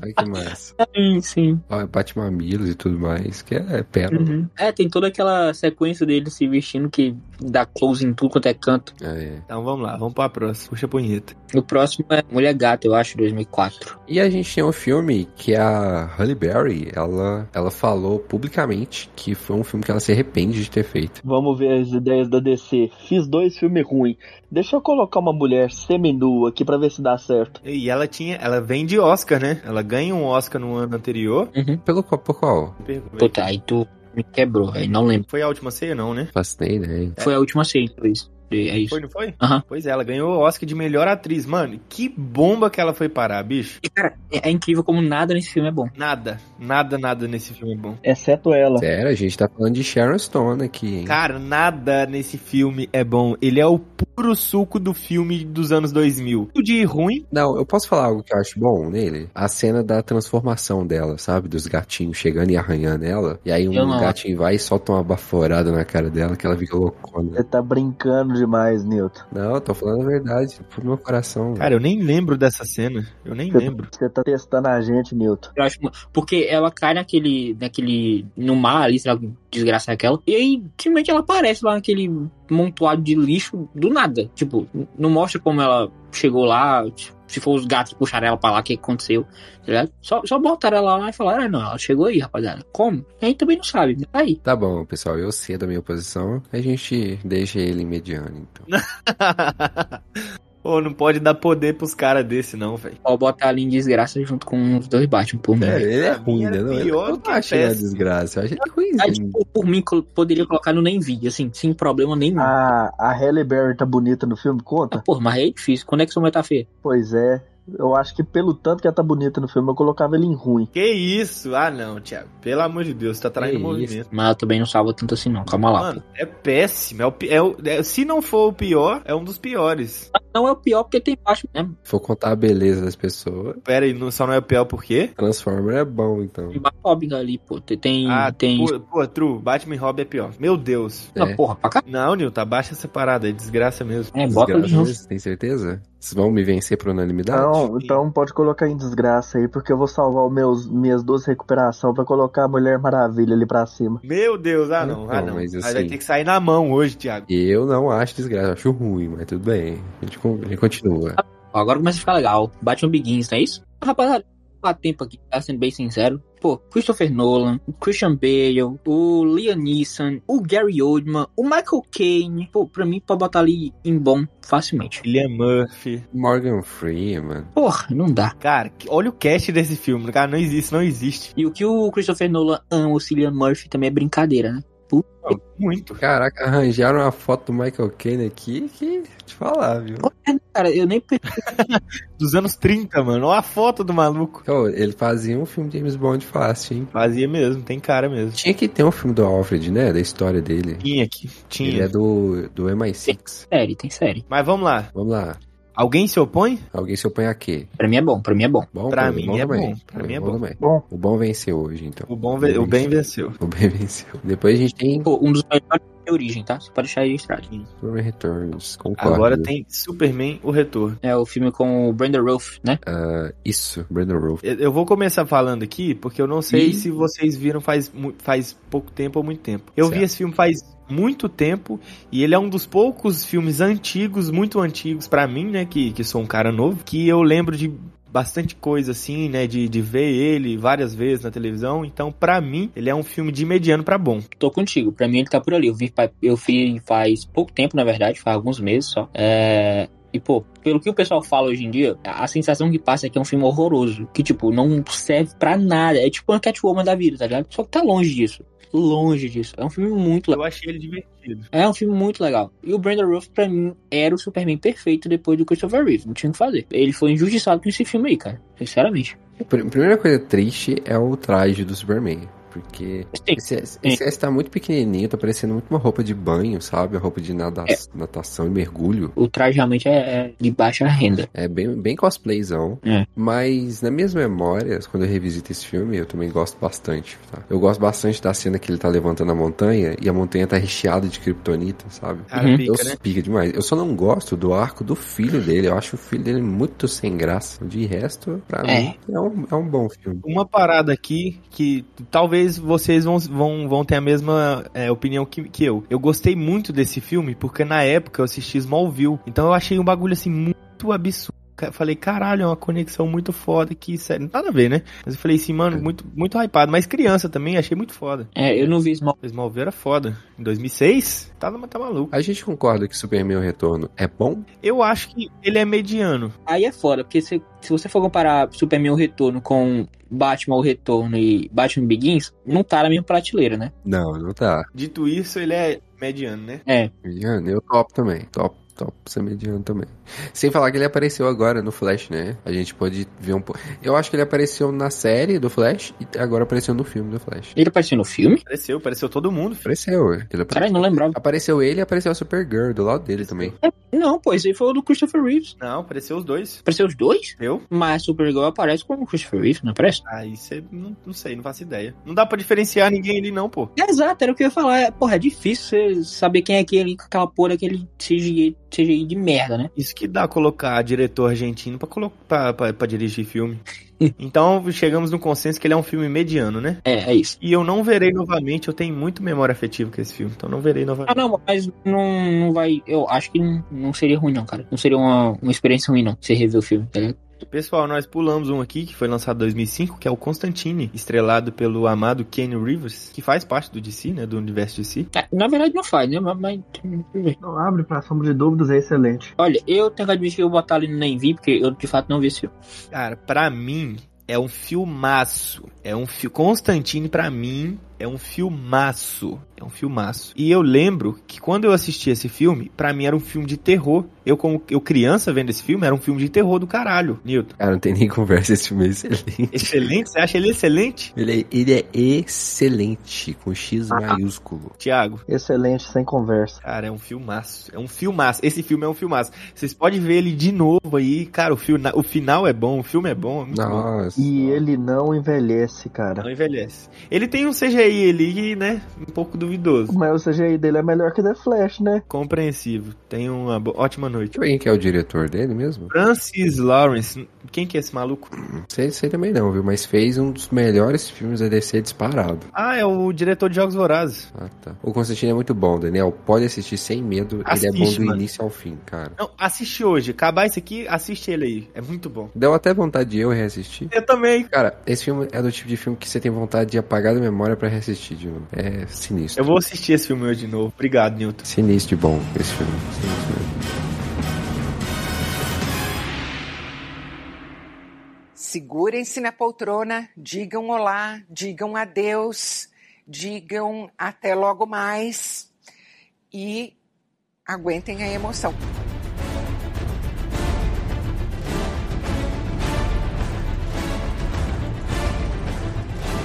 S2: Olha que massa.
S1: Sim, sim.
S2: Olha, Batman Milos e tudo mais, que é pérola.
S1: Uhum. É, tem toda aquela sequência dele se vestindo que dá close em tudo quanto é canto.
S2: É.
S4: Então vamos lá, vamos pra próxima. Puxa a punheta.
S1: O próximo é Mulher Gata, eu acho, 2004.
S2: E a gente tem um filme que a Halle Berry, ela, ela falou publicamente que foi um filme que ela se arrepende de ter feito.
S3: Vamos ver as ideias da DC. Fiz dois filmes ruins. Deixa eu colocar uma mulher seminua aqui pra ver se dá certo.
S4: E ela tinha. Ela vem de Oscar, né? Ela ganha um Oscar no ano anterior.
S2: Pelo qual? Por qual?
S1: Puta, aí tu me quebrou, velho. Não lembro.
S4: Foi a última ceia, não, né?
S2: Fascinei, né?
S1: Foi a última cena, então, isso. É isso.
S4: Foi, não foi?
S1: Aham.
S4: Pois é, ela ganhou o Oscar de melhor atriz. Mano, que bomba que ela foi parar, bicho.
S1: E, cara, é, é incrível como nada nesse filme é bom.
S4: Nada, nada, nada nesse filme é bom.
S3: Exceto ela.
S2: Sério, a gente tá falando de Sharon Stone aqui, hein?
S4: Cara, nada nesse filme é bom. Ele é o puro suco do filme dos anos 2000. Tudo de ruim.
S2: Não, eu posso falar algo que eu acho bom nele? A cena da transformação dela, sabe? Dos gatinhos chegando e arranhando ela. E aí um
S1: Eu não.
S2: gatinho vai e solta uma baforada na cara dela que ela fica loucona.
S3: Você tá brincando demais, Newton.
S2: Não, eu tô falando a verdade. Pro meu coração.
S4: Cara, eu nem lembro dessa cena. Eu nem lembro.
S3: Você tá testando a gente, Newton.
S1: Eu acho mu- porque ela cai naquele, naquele, no mar ali, sei lá, desgraça aquela. E aí, simplesmente ela aparece lá naquele montuado de lixo do nada. Tipo, n- não mostra como ela chegou lá, tipo, se for os gatos puxaram ela pra lá, o que que aconteceu, tá ligado? Só, só botaram ela lá e falaram, ah, não, ela chegou aí, rapaziada. Como? A gente também não sabe, né? Tá aí.
S2: Tá bom, pessoal, eu cedo a minha posição. A gente deixa ele em mediano, então.
S4: Pô, não pode dar poder pros caras desse, não, velho.
S1: Ó, botar ali em desgraça junto com os dois Batman, por mim.
S2: É, ele é
S4: pra mim
S2: ruim,
S4: era
S2: né? Não, eu
S4: pior
S2: não
S4: do
S2: tô
S4: que
S2: achando
S4: a
S2: a desgraça. Eu achei ele
S1: Ah,
S2: ruimzinho.
S1: tipo, por mim, col- poderia colocar no nem vídeo, assim, sem problema nenhum.
S3: Ah, A, a Halle Berry tá bonita no filme, conta?
S1: Porra, mas aí é difícil. Quando é que sua mãe tá feia?
S3: Pois é. Eu acho que pelo tanto que ela tá bonita no filme, eu colocava ele em ruim.
S4: Que isso? Ah, não, Thiago. Pelo amor de Deus, tá traindo
S2: Que
S4: o movimento.
S1: Mas eu também não salvo tanto assim, não. Calma lá.
S4: Mano, é péssimo. É o, pi- é o- é- se não for o pior, é um dos piores.
S1: pô. Não é o pior porque tem baixo mesmo.
S2: Vou contar a beleza das pessoas.
S4: Pera aí, não- só não é o pior por quê?
S2: Transformer é bom, então.
S1: Tem Batman e Robin ali, pô. Tem. tem,
S4: ah,
S1: tem...
S4: Pô, pô, True, Batman e Robin é pior. Meu Deus.
S1: Não,
S2: é.
S1: porra, pra cá.
S4: Não, Nilton, abaixa essa parada, é desgraça mesmo.
S1: É, bota o de novo.
S2: Desgraças, Tem certeza? Vocês vão me vencer por unanimidade?
S3: Então, então pode colocar em desgraça aí, porque eu vou salvar os meus, minhas duas recuperações pra colocar a Mulher Maravilha ali pra cima.
S4: Meu Deus, ah não, ah
S2: Então,
S4: não.
S2: mas
S4: Mas
S2: assim-
S4: vai ter que sair na mão hoje, Thiago.
S2: Eu não acho desgraça, eu acho ruim, mas tudo bem. A gente, con- a gente continua.
S1: Ó, Agora começa a ficar legal. Batman Begins, não é isso? Rapaziada, há tempo aqui, tá sendo bem sincero. Pô, Christopher Nolan, o Christian Bale, o Liam Neeson, o Gary Oldman, o Michael Caine. Pô, pra mim, pode botar ali em bom facilmente.
S4: William Murphy.
S2: Morgan Freeman.
S1: Porra, não dá.
S4: Cara, que- olha o cast desse filme. Cara, não existe, isso não existe.
S1: E o que o Christopher Nolan ama, o Cillian Murphy também é brincadeira, né?
S4: Muito.
S2: Caraca, arranjaram uma foto do Michael Caine aqui que te falar, viu?
S1: Oh. É, Cara, eu nem percebi.
S4: Dos anos 30, mano. Olha a foto do maluco.
S2: Ô, ele fazia um filme de James Bond fácil, hein?
S4: Fazia mesmo, tem cara mesmo.
S2: Tinha que ter um filme do Alfred, né? Da história dele.
S4: Tinha aqui,
S2: Ele
S4: tinha.
S2: é do, do MI6.
S1: Série, tem série.
S4: Mas vamos lá.
S2: Vamos lá.
S4: Alguém se opõe?
S2: Alguém se opõe a quê?
S1: Pra mim é bom, pra mim é bom.
S2: Bom,
S4: Pra
S2: mim
S4: mim é bom. Pra mim é bom.
S2: também.
S3: Bom.
S2: O bom venceu hoje, então.
S4: O, bom ve- o bem venceu.
S2: O bem venceu. Depois a gente tem
S1: Pô, um dos melhores de origem, tá? Só pra deixar registrado.
S2: Superman Returns. Concordo.
S4: Agora tem Superman, o retorno.
S1: É o filme com o Brandon Rolf, né?
S2: Ah, isso, Brandon Rolf.
S4: Eu- Eu vou começar falando aqui, porque eu não sei
S1: Ih.
S4: se vocês viram faz, mu- faz pouco tempo ou muito tempo. Eu vi
S2: Certo.
S4: esse filme faz muito tempo, e ele é um dos poucos filmes antigos, muito antigos pra mim, né, que, que sou um cara novo, que eu lembro de bastante coisa assim, né, de, de ver ele várias vezes na televisão. Então, pra mim, ele é um filme de mediano pra bom.
S1: Tô contigo. Pra mim ele tá por ali. Eu vi, fa- eu vi faz pouco tempo, na verdade, faz alguns meses só. É. E, pô, pelo que o pessoal fala hoje em dia, a a sensação que passa é que é um filme horroroso. Que, tipo, não serve pra nada. É tipo uma Catwoman da vida, tá ligado? Só que tá longe disso. Longe disso. É um filme muito legal.
S4: Eu achei ele divertido.
S1: É um filme muito legal. E o Brandon Ruff, pra mim, era o Superman perfeito depois do Christopher Reeve. Não tinha o que fazer. Ele foi injustiçado com esse filme aí, cara. Sinceramente.
S2: Pr- Primeira coisa triste é o traje do Superman. Porque
S1: Sim,
S2: esse, esse S tá muito pequenininho, tá parecendo muito uma roupa de banho, sabe? A roupa de nada-
S1: É.
S2: natação e mergulho.
S1: o traje realmente é, é de baixa renda.
S2: É bem, bem cosplayzão.
S1: É.
S2: Mas, na minhas memórias, quando eu revisito esse filme, eu também gosto bastante, tá? Eu gosto bastante da cena que ele tá levantando a montanha e a montanha tá recheada de kryptonita, sabe?
S4: Cara,
S1: Uhum.
S4: pica,
S2: eu
S4: né?
S2: pica demais. Eu só não gosto do arco do filho dele. Eu acho o filho dele muito sem graça. De resto, pra
S1: É.
S2: mim, é um, é um bom filme.
S4: Uma parada aqui que talvez vocês vão, vão, vão ter a mesma é, opinião que, que eu. Eu gostei muito desse filme porque na época eu assisti Smallville. Então eu achei um bagulho assim muito absurdo. Ca- Falei, caralho, é uma conexão muito foda aqui, sério. Não tem nada a ver, né? Mas eu falei assim, mano, muito, muito hypado. Mas criança também, achei muito foda.
S1: É, eu não vi Small
S4: Smallville era foda. Em 2006, tá, tá maluco.
S2: A gente concorda que Superman o Retorno é bom?
S4: Eu acho que ele é mediano.
S1: Aí é foda, porque se, se você for comparar Superman o Retorno com Batman o Retorno e Batman Begins, não tá na mesma prateleira, né?
S2: Não, não tá.
S4: Dito isso, ele é mediano, né?
S1: É,
S2: Mediano, eu top também. Top, top. Você é mediano também. Sem falar que ele apareceu agora no Flash, né? A gente pode ver um pouco. Eu acho que ele apareceu na série do Flash e agora apareceu no filme do Flash.
S1: ele apareceu no filme?
S4: Pareceu, pareceu todo mundo. filho.
S2: Apareceu, é. ele apare...
S1: Caralho, não lembrava.
S2: apareceu ele e apareceu a Supergirl do lado dele também.
S1: Não, pô, esse aí foi o do Christopher Reeves.
S4: Não, pareceu os dois.
S1: Apareceu os dois?
S4: Eu?
S1: Mas Supergirl aparece com o Christopher Reeves, não aparece?
S4: Aí você não, não sei, não faço ideia. Não dá pra diferenciar ninguém ali, não, pô.
S1: É, Exato, era o que eu ia falar. É, Porra, é difícil você saber quem é aquele com aquela porra, aquele CGI, CGI de merda, né?
S4: Isso que dá colocar diretor argentino pra, colo- pra, pra- pra dirigir filme. então chegamos no consenso que ele é um filme mediano, né?
S1: É, é isso.
S4: E eu não verei novamente, eu tenho muito memória afetiva com esse filme, então não verei
S1: Ah,
S4: novamente.
S1: não, mas não, não vai. Eu acho que não, não seria ruim, não, cara. Não seria uma, uma experiência ruim, não, você rever o filme, tá ligado?
S4: Pessoal, nós pulamos um aqui que foi lançado em 2005, que é o Constantine, estrelado pelo amado Kenny Rivers, que faz parte do DC, né? Do universo DC.
S1: É, Na verdade, não faz, né? Mas. mas tudo bem.
S3: Não abre pra sombra de dúvidas, é excelente.
S1: Olha, eu tenho que admitir que eu vou botar ali no Nem Vi, porque eu de fato não vi esse filme.
S4: Cara, pra mim é um filmaço. É um fi... Constantine pra mim É um filmaço. É um filmaço. E eu lembro que quando eu assisti esse filme, pra mim era um filme de terror. Eu, como eu criança vendo esse filme, era um filme de terror do caralho, Newton.
S2: Cara, não tem nem conversa esse filme, é excelente.
S4: Excelente? Você acha ele excelente?
S2: Ele é, ele é excelente, com X maiúsculo.
S4: Tiago,
S3: Excelente, sem conversa.
S4: cara, é um filmaço. É um filmaço. Esse filme é um filmaço. Vocês podem ver ele de novo aí. Cara, o, fina- o final é bom, o filme é bom. É muito bom.
S2: Nossa.
S3: E ele não envelhece, cara.
S4: Não envelhece. Ele tem um CGI ali, né? Um pouco duvidoso.
S3: Mas o CGI dele é melhor que The Flash, né?
S4: Compreensível. Tem uma bo- ótima noite.
S2: Deixa eu ver quem que é o diretor dele mesmo.
S4: Francis Lawrence. Quem que é esse maluco?
S2: Não sei, sei também não, viu? Mas fez um dos melhores filmes da DC disparado.
S4: Ah, é o diretor de Jogos Vorazes.
S2: Ah, tá. O Constantino é muito bom, Daniel. Pode assistir sem medo. ele é bom
S4: Assiste,
S2: do
S4: mano.
S2: início ao fim, cara.
S4: Não, assiste hoje. Acabar isso aqui, assiste ele aí. É muito bom.
S2: Deu até vontade de eu reassistir.
S4: Eu também.
S2: Cara, esse filme é do tipo de filme que você tem vontade de apagar da memória pra reassistir de novo. É sinistro.
S4: Eu vou assistir esse filme hoje de novo. Obrigado, Newton.
S2: Sinistro de bom esse filme. Sinistro mesmo.
S5: Segurem-se na poltrona, digam olá, digam adeus, digam até logo mais e aguentem a emoção.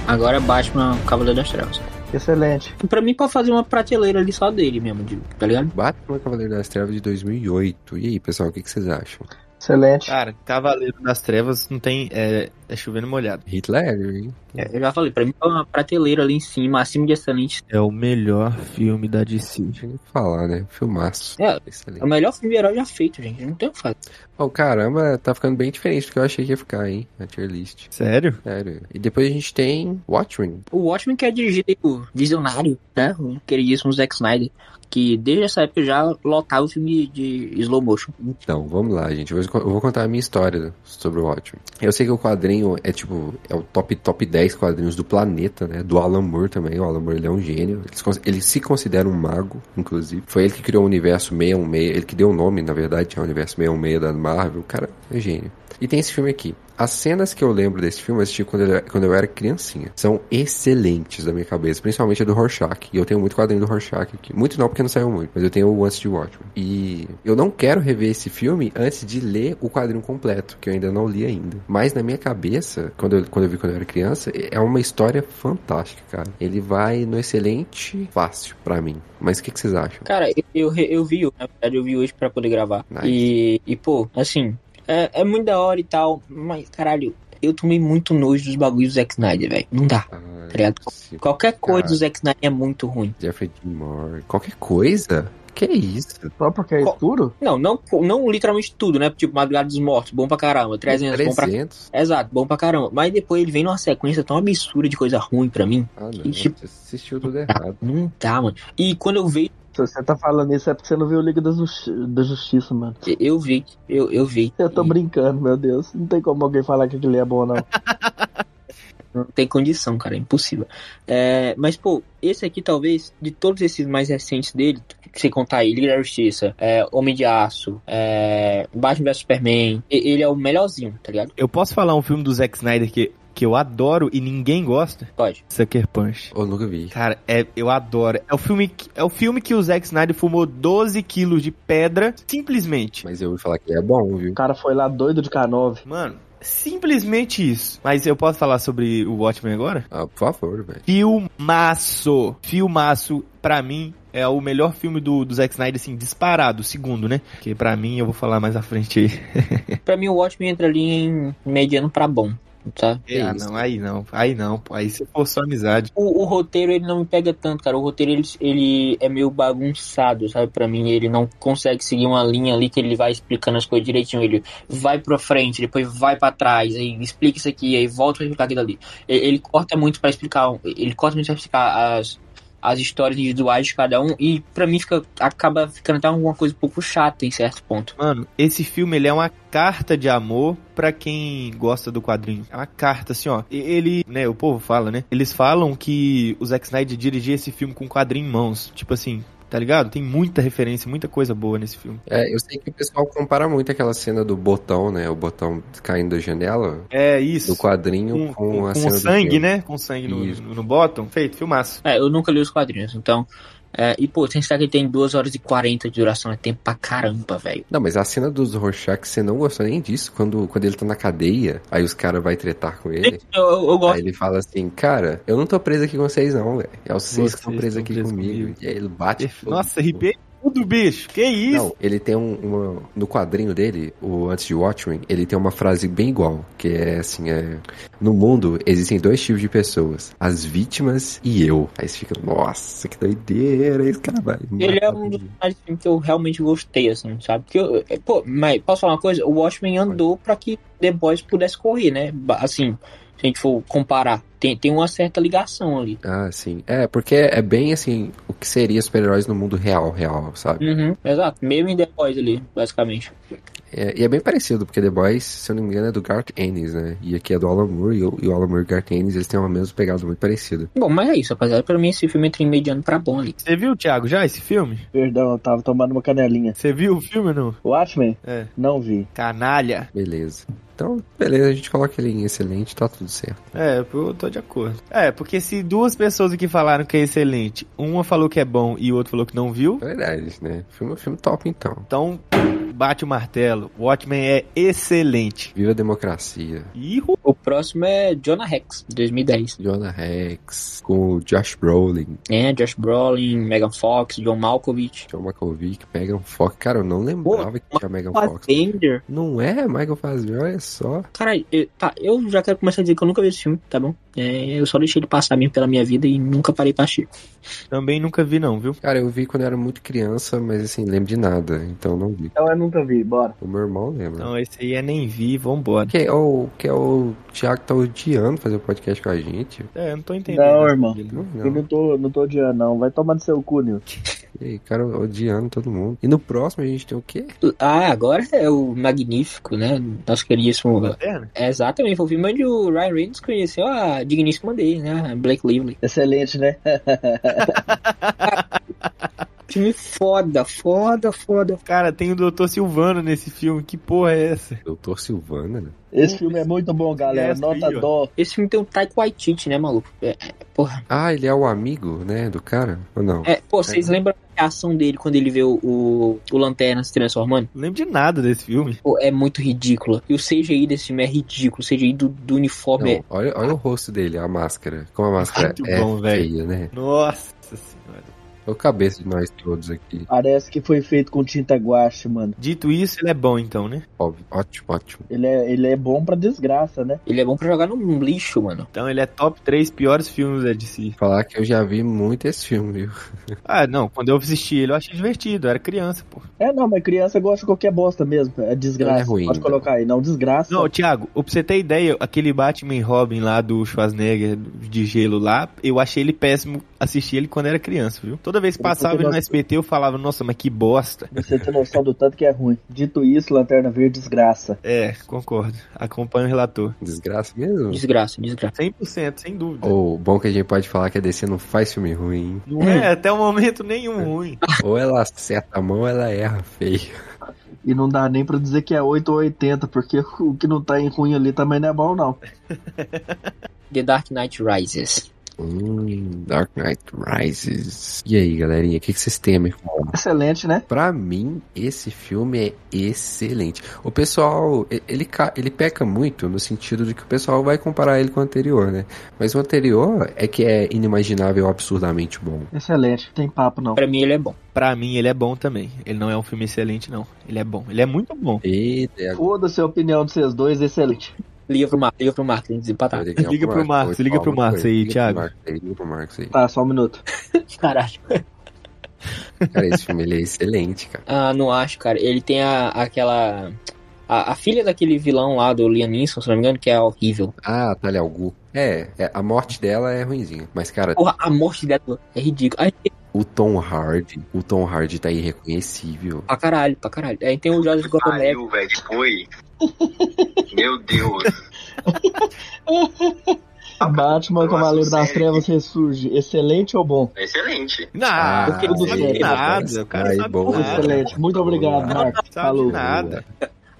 S1: Agora Batman Cavaleiro das Trevas.
S3: Excelente.
S1: Pra mim, pode fazer uma prateleira ali só dele mesmo, de- tá ligado?
S2: Batman Cavaleiro das Trevas de 2008. E aí, pessoal, o que, que vocês acham?
S3: Excelente.
S4: Cara, Cavaleiro das Trevas não tem. É, é chovendo molhado.
S2: Hitler, hein?
S1: É, eu já falei, pra mim foi uma prateleira ali em cima, acima de excelente.
S4: É o melhor filme da DC.
S2: Tinha que falar, né? Filmaço.
S1: É. É o
S2: Excelente.
S1: melhor filme de herói já feito, gente. Não tem o que fazer.
S2: Oh, caramba, tá ficando bem diferente do que eu achei que ia ficar, hein? A tier list.
S4: Sério?
S2: Sério. E depois a gente tem Watchmen.
S1: O Watchmen que é dirigido pelo visionário, né? O queridíssimo Zack Snyder. Que desde essa época já lotava o filme de de slow motion.
S2: Então, vamos lá, gente. Eu vou, eu vou contar a minha história sobre o Watchmen. Eu sei que o quadrinho é tipo, é o top, top 10 quadrinhos do planeta, né? Do Alan Moore também. O Alan Moore ele é um gênio. Eles cons- Ele, se considera um mago, inclusive. Foi ele que criou o universo 616. Ele que deu o nome, na verdade, ao universo 616 da Marvel. O cara é gênio. E tem esse filme aqui. As cenas que eu lembro desse filme, eu assisti quando eu, quando eu era criancinha. São excelentes da minha cabeça, principalmente a do Rorschach. E eu tenho muito quadrinho do Rorschach aqui. Muito não, porque não saiu muito, mas eu tenho o Once de Watchmen. E eu não quero rever esse filme antes de ler o quadrinho completo, que eu ainda não li ainda. Mas na minha cabeça, quando eu, quando eu vi quando eu era criança, é uma história fantástica, cara. Ele vai no excelente fácil pra mim. Mas o que, que vocês acham?
S1: Cara, eu, eu, re- eu vi, na verdade, eu vi hoje pra poder gravar.
S2: Nice.
S1: E, e, pô, assim, é, é muito da hora e tal, mas, caralho, eu tomei muito nojo dos bagulhos do Zack Snyder, velho. Não dá,
S2: Ah,
S1: tá ligado?
S2: esse
S1: Qualquer coisa
S2: Cara.
S1: do Zack Snyder é muito ruim.
S2: Jeffrey Dean Moore. Qualquer coisa? Que isso?
S3: Só porque é
S1: Co-
S3: escuro?
S1: Não, não, não literalmente tudo, né? Tipo, Madrugada dos Mortos, bom pra caramba. 300, bom pra...
S2: 300?
S1: Exato, bom pra caramba. Mas depois ele vem numa sequência tão absurda de coisa ruim pra mim.
S2: Ah, não.
S1: E, tipo-
S2: Você assistiu tudo errado.
S1: Não dá, mano. E quando eu vejo,
S3: Se você tá falando isso é porque você não viu o Liga da, Justi- da Justiça, mano.
S1: eu vi, eu, eu vi.
S3: Eu tô
S1: E
S3: brincando, meu Deus. Não tem como alguém falar que aquilo é bom, não.
S1: Não tem condição, cara, é impossível. É, mas, pô, esse aqui talvez, de todos esses mais recentes dele, sem contar aí, Liga da Justiça, é, Homem de Aço, é, Batman vs Superman, e- ele é o melhorzinho, tá ligado?
S4: Eu posso falar um filme do Zack Snyder que, que eu adoro e ninguém gosta?
S1: Pode.
S4: Sucker Punch.
S2: Eu nunca vi.
S4: Cara, é, eu adoro. É o, filme, que- é o filme que o Zack Snyder fumou 12 quilos de pedra, simplesmente.
S2: Mas eu ouvi falar que ele é bom, viu?
S3: O cara foi lá doido de K9.
S4: Mano, simplesmente isso. Mas eu posso falar sobre o Watchmen agora?
S2: Ah, por favor, velho.
S4: Filmaço. Filmaço, pra mim, é o melhor filme do, do Zack Snyder, assim, disparado. o Segundo, né? Que pra mim, eu vou falar mais à frente aí.
S1: Pra mim, o Watchmen entra ali em mediano pra bom, tá?
S2: Que
S4: ah,
S2: isso.
S4: não, aí não. Aí não, pô. Aí você forçou a amizade.
S1: O, o roteiro, ele não me pega tanto, cara. O roteiro, ele, ele é meio bagunçado, sabe? Pra mim, ele não consegue seguir uma linha ali que ele vai explicando as coisas direitinho. Ele vai pra frente, depois vai pra trás, aí explica isso aqui, aí volta pra explicar aquilo ali. E- Ele, corta muito pra explicar, ele corta muito pra explicar as, as histórias individuais de cada um. E pra mim, fica, acaba ficando até alguma coisa um pouco chata em certo ponto.
S4: Mano, esse filme ele é uma carta de amor pra quem gosta do quadrinho. É uma carta assim, ó. E- Ele, né, o povo fala, né? Eles falam que o Zack Snyder dirigia esse filme com o quadrinho em um mãos. Tipo assim, tá ligado? Tem muita referência, muita coisa boa nesse filme.
S2: É, eu sei que o pessoal compara muito aquela cena do botão, né? O botão caindo da janela,
S4: É isso.
S2: do quadrinho, com, a
S4: com
S2: cena do
S4: sangue,
S2: filme.
S4: né? Com sangue no,
S2: Isso.
S4: no, no bottom. Feito, filmaço.
S1: É, eu nunca li os quadrinhos, então. é, e, pô, sem estar que tem 2 horas e 40 de duração, é tempo pra caramba, velho.
S2: Não, mas a cena dos Rorschach, você não gostou nem disso, quando, quando ele tá na cadeia, aí os caras vão tretar com ele.
S1: Eu, eu- eu
S2: Aí
S1: gosto.
S2: ele fala assim, cara, eu não tô preso aqui com vocês não, velho. É os vocês que estão
S4: Vocês
S2: presos
S4: estão
S2: aqui
S4: presos
S2: comigo.
S4: comigo.
S2: E aí ele bate.
S4: Nossa, arrepiei tudo, bicho. Que isso?
S2: Não, ele tem um, uma- No quadrinho dele, o Antes de Watchmen, ele tem uma frase bem igual, que é assim, é... No mundo, existem dois tipos de pessoas. As vítimas e eu. Aí você fica, nossa, que doideira, esse cara vai...
S1: Ele é
S2: matar
S1: um dos
S2: tudo."
S1: personagens assim, que eu realmente gostei, assim, sabe? Porque eu, é, pô, mas posso falar uma coisa? O Watchmen andou pra que The Boys pudesse correr, né? Ba- Assim, se a gente for comparar, tem, tem uma certa ligação ali.
S2: Ah, sim. É, porque é bem assim, o que seria super-heróis no mundo real, real, sabe?
S1: Uhum, exato. Mesmo em The Boys ali, basicamente.
S2: É, e é bem parecido, porque The Boys, se eu não me engano, é do Garth Ennis, né? E aqui é do Alan Moore, e o, e o Alan Moore e o Garth Ennis, eles têm uma mesma pegada muito parecida.
S1: Bom, mas é isso, rapaziada. Pra mim, esse filme entra em mediano pra bom ali.
S4: Você viu, Thiago, já esse filme?
S3: Perdão, eu tava tomando uma canelinha.
S4: Você viu o filme ou não?
S3: Watchmen?
S4: É.
S3: Não vi.
S4: Canalha.
S2: Beleza. Então, beleza, a gente coloca ele em excelente, tá tudo certo.
S4: É, eu tô de acordo. É, porque se duas pessoas aqui falaram que é excelente, uma falou que é bom e o outro falou que não viu,
S2: Verdade, né? Filme, filme top, então.
S4: então bate o martelo. Watchmen é excelente.
S2: Viva a democracia.
S4: Ih,
S1: O próximo é Jonah Rex, 2010.
S2: Jonah Rex, com o Josh Brolin,
S1: É, Josh Brolin, Megan Fox, John Malkovich.
S2: John Malkovich, Megan Fox. Cara, eu não lembrava que tinha Megan Fox.
S1: Fassbender.
S2: Não é Michael Fassbender, olha só.
S1: Cara, eu, tá, eu já quero começar a dizer que eu nunca vi esse filme, tá bom? É, eu só deixei ele passar mesmo pela minha vida e nunca parei pra assistir.
S4: também nunca vi não, viu?
S2: Cara, eu vi quando eu era muito criança, mas assim, lembro de nada, então não vi.
S3: Então eu nunca vi, bora.
S2: O meu irmão lembra.
S4: Não, esse aí é nem vi, vambora.
S2: Que é o, que é o Thiago tá odiando fazer o podcast com a gente.
S4: É, eu não tô entendendo.
S3: Não, irmão.
S2: Não,
S3: Eu
S2: não.
S3: não tô, não tô odiando, não. Vai tomar no seu cu, Nilton.
S2: E, cara, odiando todo mundo. E no próximo a gente tem o quê?
S1: Ah, agora é o Magnífico, né? Nosso queridíssimo.
S4: Moderna?
S1: É, exatamente, foi o filme onde o Ryan Reynolds conheceu a digníssima dele, né? A Blake Lively.
S3: Excelente, né?
S1: Filme foda, foda, foda.
S4: Cara, tem o Dr. Silvano nesse filme, que porra é essa?
S2: Doutor Silvana, né?
S3: Esse filme é muito bom, galera.
S4: Esse
S3: Nota
S4: aí, ó.
S3: dó.
S1: Esse filme tem um Taika Waititi, né, maluco? É, é, porra.
S2: Ah, ele é o amigo, né, do cara? Ou não?
S1: É, pô, vocês
S2: É.
S1: lembram a reação dele quando ele vê o, o, o Lanterna se transformando?
S4: Não lembro de nada desse filme.
S1: Pô, é muito ridícula. E o CGI desse filme é ridículo. O CGI do, do
S2: Não,
S1: uniforme é.
S2: olha, olha o rosto dele, a máscara. Como a máscara
S4: Muito
S2: é
S4: bom, velho.
S2: feia, né?
S4: Nossa senhora.
S2: É o cabeça de nós todos aqui.
S3: Parece que foi feito com tinta guache, mano.
S4: Dito isso, ele é bom então, né?
S2: Óbvio, ótimo, ótimo.
S3: Ele é, ele é bom pra desgraça, né?
S1: Ele é bom pra jogar num lixo, mano.
S4: Então ele é top 3 piores filmes da DC.
S2: Falar que eu já vi muito esse filme, viu?
S4: Ah, não, quando eu assisti ele eu achei divertido, eu era criança, pô.
S3: É, não, mas criança gosta de qualquer bosta mesmo. É desgraça.
S2: Não é ruim,
S3: Pode
S2: não.
S3: colocar aí. Não, desgraça.
S4: Não, Thiago, pra você ter ideia, aquele Batman e Robin lá do Schwarzenegger de gelo lá, eu achei ele péssimo assistir ele quando era criança, viu? Toda vez que passava ele no SBT eu falava, nossa, mas que bosta.
S3: Você tem noção do tanto que é ruim. Dito isso, Lanterna Verde, desgraça.
S4: É, concordo. Acompanho o relator.
S2: Desgraça mesmo.
S1: Desgraça, desgraça.
S4: 100%, sem dúvida.
S2: Ou bom que a gente pode falar que a DC não faz filme ruim.
S4: Não é até o momento nenhum ruim.
S2: ou ela acerta a mão ou ela erra feio.
S3: E não dá nem pra dizer que é 8 ou 80, porque o que não tá em ruim ali também não é bom, não.
S1: The Dark Knight Rises.
S2: Hum, Dark Knight Rises. E aí, galerinha, o que, que vocês têm a me falar?
S3: Excelente, né?
S2: Pra mim, esse filme é excelente. O pessoal, e- ele, ca- ele peca muito no sentido de que o pessoal vai comparar ele com o anterior, né? Mas o anterior é que é inimaginável, absurdamente bom.
S3: Excelente. Tem papo, não.
S1: Pra mim, ele é bom.
S4: Pra mim ele é bom também. Ele não é um filme excelente não. Ele é bom. Ele é muito bom.
S2: Eita, e agora
S3: Foda-se a opinião de vocês dois, excelente.
S1: Liga pro, Mar liga pro Marco, tem que desempatar.
S2: eu vou ligar
S4: Tá. Liga pro Marcos,
S2: Oi,
S4: liga pro
S2: fala uma
S4: Marcos
S2: coisa.
S4: aí,
S2: Liga pro
S4: Thiago.
S2: Marcos aí, Liga pro Marcos aí.
S3: Tá, só um minuto.
S2: É.
S1: Caralho.
S2: Cara, esse filme ele é excelente, cara.
S1: Ah, não acho, cara. Ele tem a, aquela. A, a filha daquele vilão lá do Liam Neeson, se não me engano, que é horrível.
S2: Ah, Talia al Ghul. É, é, a morte dela é ruinzinha. Mas, cara,
S1: Porra, a morte dela é ridícula. Aí,
S2: O Tom Hardy, o Tom Hardy tá irreconhecível.
S1: pra caralho, pra caralho. Aí tem o Jorge Gordon
S6: Pariu, velho, foi. Meu Deus.
S3: Batman,
S6: Eu
S3: Cavaleiro
S6: acho
S3: das
S6: sério
S3: Trevas ressurge. Excelente ou bom?
S6: Excelente.
S4: Não,
S3: Ah, tudo
S4: sabe
S3: certo.
S4: nada. O cara
S2: Aí,
S4: sabe
S2: boa.
S4: nada.
S3: Excelente. Muito obrigado,
S4: Não
S3: Marcos.
S4: sabe
S3: Falou.
S4: nada.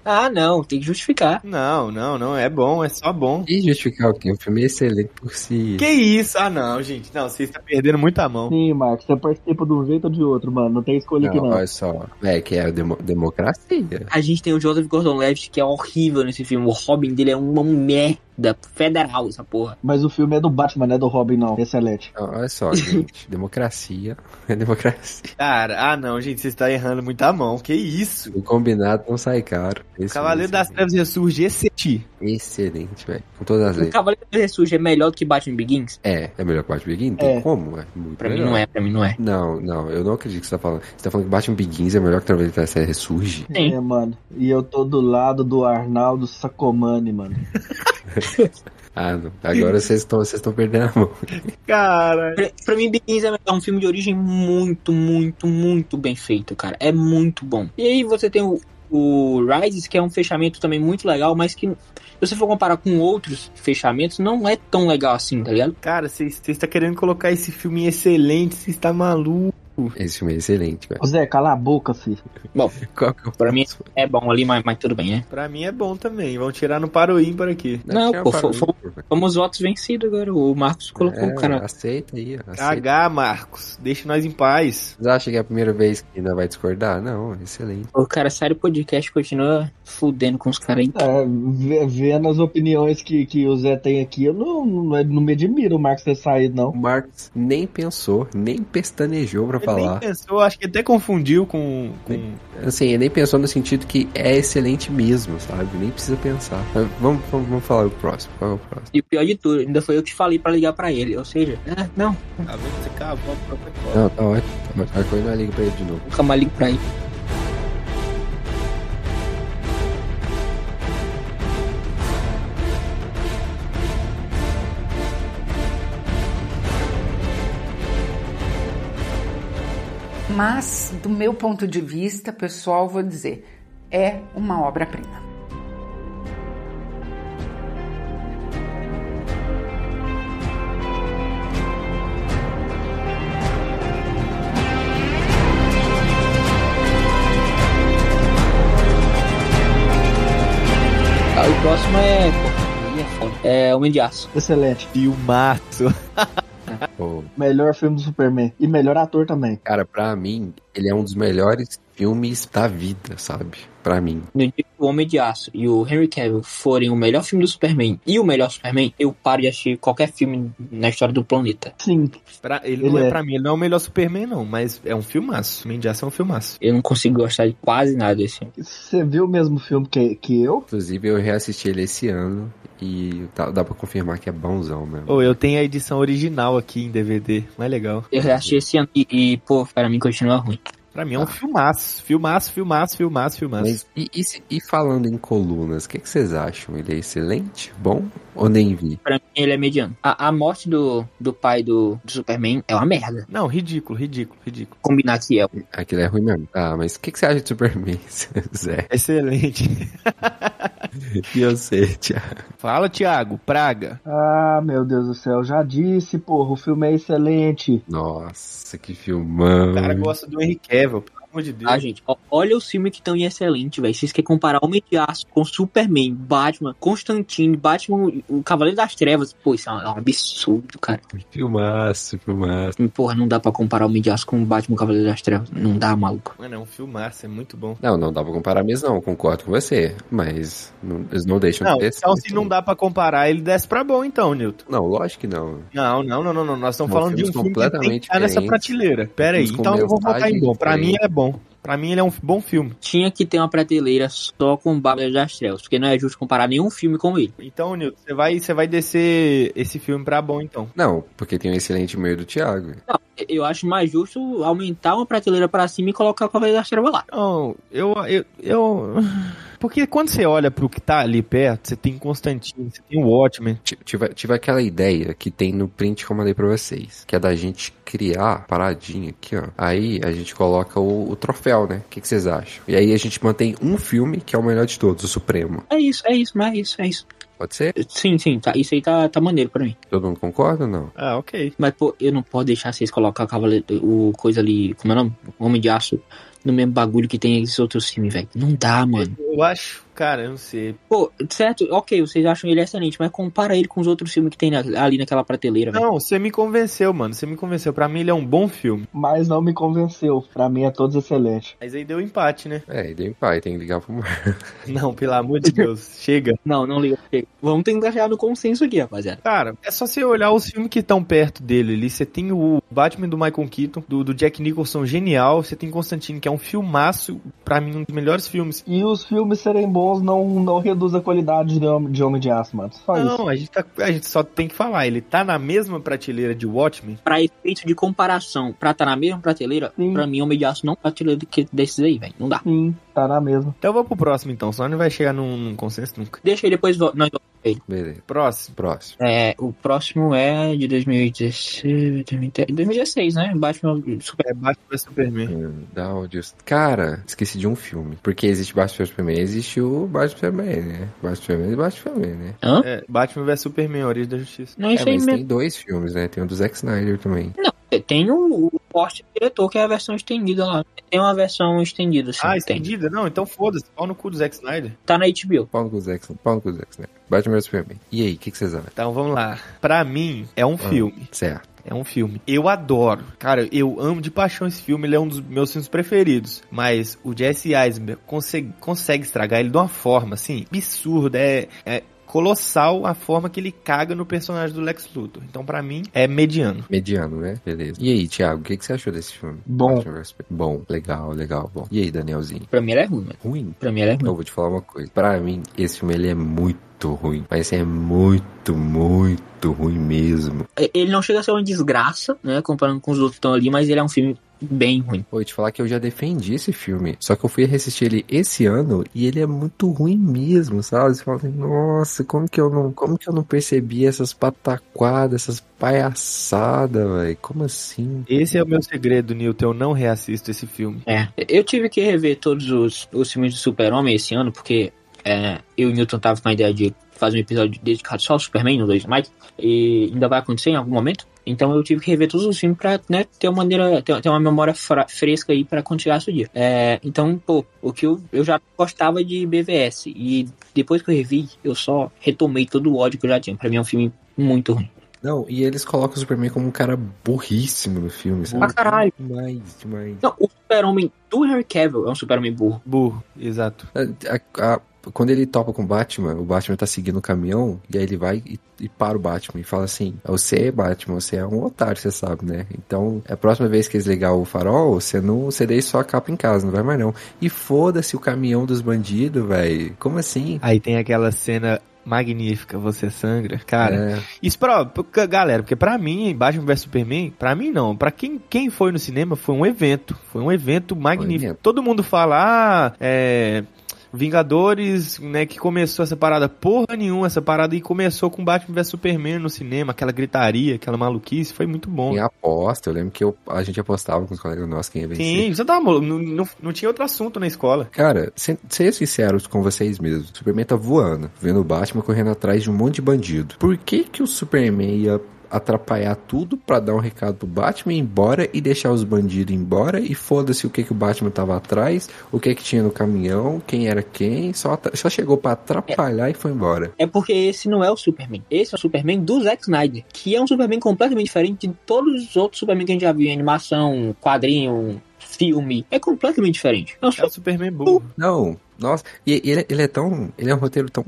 S1: Ah, não, tem que justificar.
S4: Não, não, não. É bom, é só bom.
S2: E justificar o quê? O filme é excelente por si.
S4: Que isso? Ah, não, gente. Não, vocês estão perdendo muita mão.
S3: Sim, Marcos, você participa de um jeito ou de outro, mano. Não tem escolha aqui,
S2: Não,
S3: não.
S2: olha só. É que é a demo- democracia.
S1: A gente tem o Joseph Gordon-Levitt, que é horrível nesse filme. O Robin dele é uma merda federal, essa porra.
S3: Mas o filme é do Batman, não é do Robin, não. Excelente.
S2: Não, olha só, gente. democracia é democracia.
S4: Cara, ah, não, gente. Vocês estão errando muita mão. Que isso?
S2: O combinado não sai caro. Esse
S4: Cavaleiro
S2: filme é
S4: das Trevas ressurge excelente.
S2: Excelente, velho. Com todas as
S1: O
S2: letras.
S1: Cavaleiro Ressurge é melhor do que Batman Begins?
S2: É, é melhor que Batman Begins? Tem
S3: É.
S2: como? É muito
S1: Pra mim
S2: melhor.
S1: não é, pra mim não é.
S2: Não, não, eu não acredito que você tá falando. Você tá falando que Batman Begins é melhor que Cavaleiro das Trevas ressurge?
S1: Sim.
S3: É, mano. E eu tô do lado do Arnaldo Sacomani, mano.
S2: Ah, não. Agora vocês estão vocês estão perdendo a mão.
S4: Cara.
S1: Pra, pra mim, Begins é melhor. É um filme de origem muito, muito, muito bem feito, cara. É muito bom. E aí você tem o, o Rises, que é um fechamento também muito legal, mas que, se você for comparar com outros fechamentos, não é tão legal assim, tá ligado?
S4: Cara, vocês estão querendo colocar esse filme em excelente. Vocês estão maluco.
S2: Esse filme é excelente, velho.
S3: Zé, cala a boca, filho.
S2: Qual que é o
S1: Pra mim
S2: próximo?
S1: é bom ali, mas, mas tudo bem, né?
S4: Pra mim é bom também. Vão tirar no paroim por aqui.
S1: Não,
S2: tinha
S1: pô,
S2: pra
S1: foi-
S2: mim,
S1: foi-
S2: pô, velho.
S1: Fomos votos vencidos agora. O Marcos colocou
S2: É,
S1: o cara.
S2: Aceita aí, aceita.
S4: Cagar, Marcos. Deixa nós em paz.
S2: Vocês acham que é a primeira vez que ainda vai discordar? Não, excelente.
S1: O cara sai do podcast e continua fudendo com os caras aí.
S3: É, vê- vendo as opiniões que, que o Zé tem aqui, eu não, não, não me admiro o Marcos ter saído, não.
S2: O Marcos nem pensou, nem pestanejou pra
S4: Ele nem
S2: falar.
S4: pensou, acho que até confundiu com. com...
S2: Assim, ele nem pensou no sentido que é excelente mesmo, sabe? Nem precisa pensar. Mas Vamos, vamos, vamos falar o próximo. Qual é o próximo?
S1: E o pior de tudo, ainda foi eu que falei pra ligar pra ele. Ou seja, ah, não,
S4: Tá vendo? Você cavou a própria cova.
S2: Não, tá ótimo. Tá ótimo. Agora não liga pra ele de novo.
S1: nunca mais ligo pra ele.
S5: Mas, do meu ponto de vista pessoal, vou dizer, é uma obra-prima.
S1: Ah, o próximo é. pô, aí é foda. É Homem de Aço.
S3: Excelente.
S4: Filmaço.
S2: Pô,
S3: Melhor filme do Superman. E melhor ator também.
S2: Cara, pra mim, ele é um dos melhores filmes da vida, sabe? Pra mim.
S1: No dia que o Homem de Aço e o Henry Cavill forem o melhor filme do Superman e o melhor Superman, eu paro de assistir qualquer filme na história do planeta.
S3: Sim.
S4: Pra- ele,
S3: Ele
S4: não é,
S3: é.
S4: pra mim, ele não é o melhor Superman, não, mas é um filmaço. Homem de Aço é um filmaço.
S1: Eu não consigo gostar de quase nada desse filme.
S3: Você viu o mesmo filme que, que eu?
S2: Inclusive, eu reassisti ele esse ano e tá- dá pra confirmar que é bonzão mesmo.
S4: Ô, eu tenho a edição original aqui em DVD, mais é legal.
S1: Eu reassisti esse ano e, e, pô, pra mim continua ruim.
S4: Pra mim é um
S2: Ah.
S4: filmaço. Filmaço, filmaço, filmaço, filmaço.
S2: Mas, e, e se- e falando em colunas, o que, que vocês acham? Ele é excelente? Bom? Ou nem vi?
S1: Pra mim ele é mediano. A, a morte do, do pai do, do Superman é uma merda.
S4: Não, ridículo, ridículo, ridículo.
S1: Combinar que é
S2: Aquilo é ruim mesmo. Ah, mas o que, que você acha de Superman, Zé?
S4: Excelente.
S2: E eu sei, Thiago.
S4: Fala, Thiago, Praga.
S3: Ah, meu Deus do céu. Já disse, porra. O filme é excelente.
S2: Nossa, que
S4: O
S2: filmão.
S4: cara gosta do Henry Cavill, pelo amor de Deus.
S1: Ah, gente, ó, olha os filmes que estão em excelente, velho. Vocês querem comparar Homem de Aço com Superman, Batman, Constantine, Batman, o Cavaleiro das Trevas. Pô, isso é um, é um absurdo, cara.
S2: Filmaço, filmaço.
S1: Porra, não dá pra comparar Homem de Aço com Batman, o Cavaleiro das Trevas. Não dá, maluco.
S4: Mano, é um filmaço, é muito bom.
S2: Não, não dá pra comparar mesmo, não. Concordo com você. Mas não- eles não deixam
S4: Não,
S2: de ter
S4: então se
S2: certo.
S4: não dá pra comparar, ele desce pra bom então, Newton.
S2: Não, lógico que não.
S4: Não, não, não, não, não. Nós estamos
S2: São
S4: falando de um
S2: filmes
S4: filme que tem que
S2: completamente
S4: estar nessa
S2: diferentes.
S4: prateleira. Pera aí,
S2: Filmes com
S4: então eu vou votar em
S2: mensagens
S4: bom. Pra mim
S2: diferentes.
S4: ele é bom. Pra mim ele é um bom filme.
S1: Tinha que ter uma prateleira só com o Cavaleiro das Trevas, porque não é justo comparar nenhum filme com ele.
S4: Então, Newton, você vai, você vai descer esse filme pra bom então.
S2: Não, porque tem um excelente meio do Thiago.
S1: Eu acho mais justo aumentar uma prateleira pra cima e colocar o Cavaleiro das Trevas lá.
S4: Não, eu, eu, eu... Porque quando você olha pro que tá ali perto, você tem Constantino, você tem o Watchmen.
S2: Ti- Tive, tive aquela ideia que tem no print que eu mandei pra vocês, que é da gente criar a paradinha aqui, ó. Aí a gente coloca o, o troféu, né? O que, que vocês acham? E aí a gente mantém um filme que é o melhor de todos, o Supremo.
S1: É isso, é isso, mas é isso, é isso.
S2: Pode ser?
S1: Sim, sim, tá, isso aí tá, tá maneiro pra mim.
S2: Todo mundo concorda ou não?
S4: Ah, ok.
S1: Mas, pô, eu não posso deixar vocês colocar o cavaleiro, o coisa ali, como é o nome? Homem de Aço, no mesmo bagulho que tem esses outros filmes, velho. Não dá, mano.
S4: Eu acho, cara, eu não sei.
S1: Pô, certo, ok, vocês acham ele excelente, mas compara ele com os outros filmes que tem na- ali naquela prateleira, velho.
S4: Não, você me convenceu, mano. Você me convenceu. Pra mim ele é um bom filme.
S3: Mas não me convenceu. Pra mim é todos excelente.
S4: Mas aí deu empate, né?
S2: É, e deu pai, tem que ligar pro Marcos.
S4: Não, pelo amor de Deus. Chega.
S1: Não, não liga. Vamos tentar chegar no consenso aqui, rapaziada.
S4: Cara, é só você olhar os filmes que estão perto dele ali. Você tem o Batman do Michael Keaton, do, do Jack Nicholson, genial. Você tem Constantine, que é um filmaço, pra mim, um dos melhores filmes.
S3: E os filmes serem bons não, não reduz a qualidade de, Hom- de Homem de Aço, mano. Só isso.
S4: Não, a gente, tá- a gente só tem que falar. Ele tá na mesma prateleira de Watchmen.
S1: Pra efeito de comparação, pra tá na mesma prateleira,
S3: Sim.
S1: pra mim, Homem de Aço não é prateleira do que desses aí, velho. Não dá.
S3: Sim, tá na mesma.
S4: Então vamos pro próximo, então. Senão não vai chegar num, num consenso nunca.
S1: Deixa aí depois vo- nós voltamos pra ele.
S2: Beleza.
S4: Próximo.
S2: Próximo.
S1: É, o próximo é de 2016, 2016, né? Batman Super.
S4: É Batman vs Superman.
S2: Hum, Da Audios. Cara, esqueci de um filme. Porque existe Batman vs Superman, existe o Batman vs Superman, né? Batman vs Superman e Batman vs Superman, né?
S1: Hã?
S4: É, Batman vs Superman, Origem da Justiça.
S1: Não, é
S2: É,
S1: isso aí
S2: mas
S1: mesmo.
S2: tem dois filmes, né? Tem o do Zack Snyder também.
S1: Tem, um, o, o forte diretor, que é a versão estendida lá. Tem uma versão estendida, sim.
S4: Ah,
S1: tem.
S4: estendida? Não, então foda-se. Pau no cu do Zack Snyder.
S1: Tá na HBO.
S2: Paulo com o Zack, Paulo com o Zack Snyder. Batman vs Superman. E aí, o que, que vocês acham?
S4: Então vamos lá. Pra mim, é um filme.
S2: Certo.
S4: É um filme. Eu adoro. Cara, eu amo de paixão esse filme. Ele é um dos meus filmes preferidos. Mas o Jesse Eisenberg consegue, consegue estragar ele de uma forma, assim, absurda. É, é colossal a forma que ele caga no personagem do Lex Luthor. Então, pra mim, é mediano.
S2: Mediano, né? Beleza. E aí, Thiago, o que, que você achou desse filme?
S3: Bom.
S2: Batman vs Superman. Bom, legal, legal, bom. E aí, Danielzinho?
S1: Pra mim ela é ruim, mano.
S2: Ruim?
S1: Pra mim ela é ruim.
S2: Eu vou te falar uma coisa. Pra mim, esse filme ele é muito ruim. Mas é muito, muito ruim mesmo.
S1: É, Ele não chega a ser uma desgraça, né? Comparando com os outros que estão ali, mas ele é um filme bem ruim.
S2: Vou te falar que eu já defendi esse filme. Só que eu fui assistir ele esse ano e ele é muito ruim mesmo, sabe? Você fala assim, nossa, como que eu não, como que eu não percebi essas pataquadas, essas palhaçadas, velho? Como assim?
S4: Esse é o meu segredo, Newton. Eu não reassisto esse filme.
S1: É. Eu tive que rever todos os, os filmes do Super-Homem esse ano, porque é, eu e o Newton tava com a ideia de fazer um episódio dedicado só ao Superman no 2 de Mike, e ainda vai acontecer em algum momento. Então eu tive que rever todos os filmes pra né, ter uma maneira, ter, ter uma memória fra- fresca aí pra quando chegasse o dia. É, então, pô, o que eu, eu já gostava de BVS. E depois que eu revi, eu só retomei todo o ódio que eu já tinha. Pra mim é um filme muito ruim.
S2: Não, e eles colocam o Superman como um cara burríssimo no filme, sabe?
S1: Pra caralho.
S2: Demais, demais.
S1: Não, o Super-Homem do Henry Cavill é um Super-Homem burro.
S4: Burro, exato.
S2: A- a- a- quando ele topa com o Batman, o Batman tá seguindo o caminhão, e aí ele vai e, e para o Batman e fala assim: Você é Batman, você é um otário, você sabe, né? Então, a próxima vez que eles ligar o farol, você não você deixa sua capa em casa, não vai mais não. E foda-se o caminhão dos bandidos, velho. Como assim?
S4: Aí tem aquela cena magnífica. Você sangra. Cara,
S2: É,
S4: Isso pra, pra- galera, porque pra mim, Batman vs Superman, pra mim não, pra quem, quem foi no cinema foi um evento, foi um evento magnífico.
S2: evento.
S4: Todo mundo fala, ah, é, Vingadores, né, que começou essa parada, porra nenhuma essa parada, e começou com Batman vs Superman no cinema, aquela gritaria, aquela maluquice, foi muito bom.
S2: tem aposta, eu lembro que eu- a gente apostava com os colegas nossos quem ia vencer.
S4: Sim, você tá maluco, não, não, não tinha outro assunto na escola.
S2: Cara, se- ser sinceros com vocês mesmos, o Superman tá voando, vendo o Batman correndo atrás de um monte de bandido. Por que que o Superman ia atrapalhar tudo pra dar um recado pro Batman ir embora e deixar os bandidos embora e foda-se o que que o Batman tava atrás, o que que tinha no caminhão, quem era quem, só, atra- só chegou pra atrapalhar e foi embora.
S1: É porque esse não é o Superman. Esse é o Superman do Zack Snyder, que é um Superman completamente diferente de todos os outros Superman que a gente já viu em animação, quadrinho, filme. É completamente diferente. É um
S4: É o
S1: Superman
S4: Superman burro.
S2: Não, nossa, e e ele, ele é tão, ele é um roteiro tão,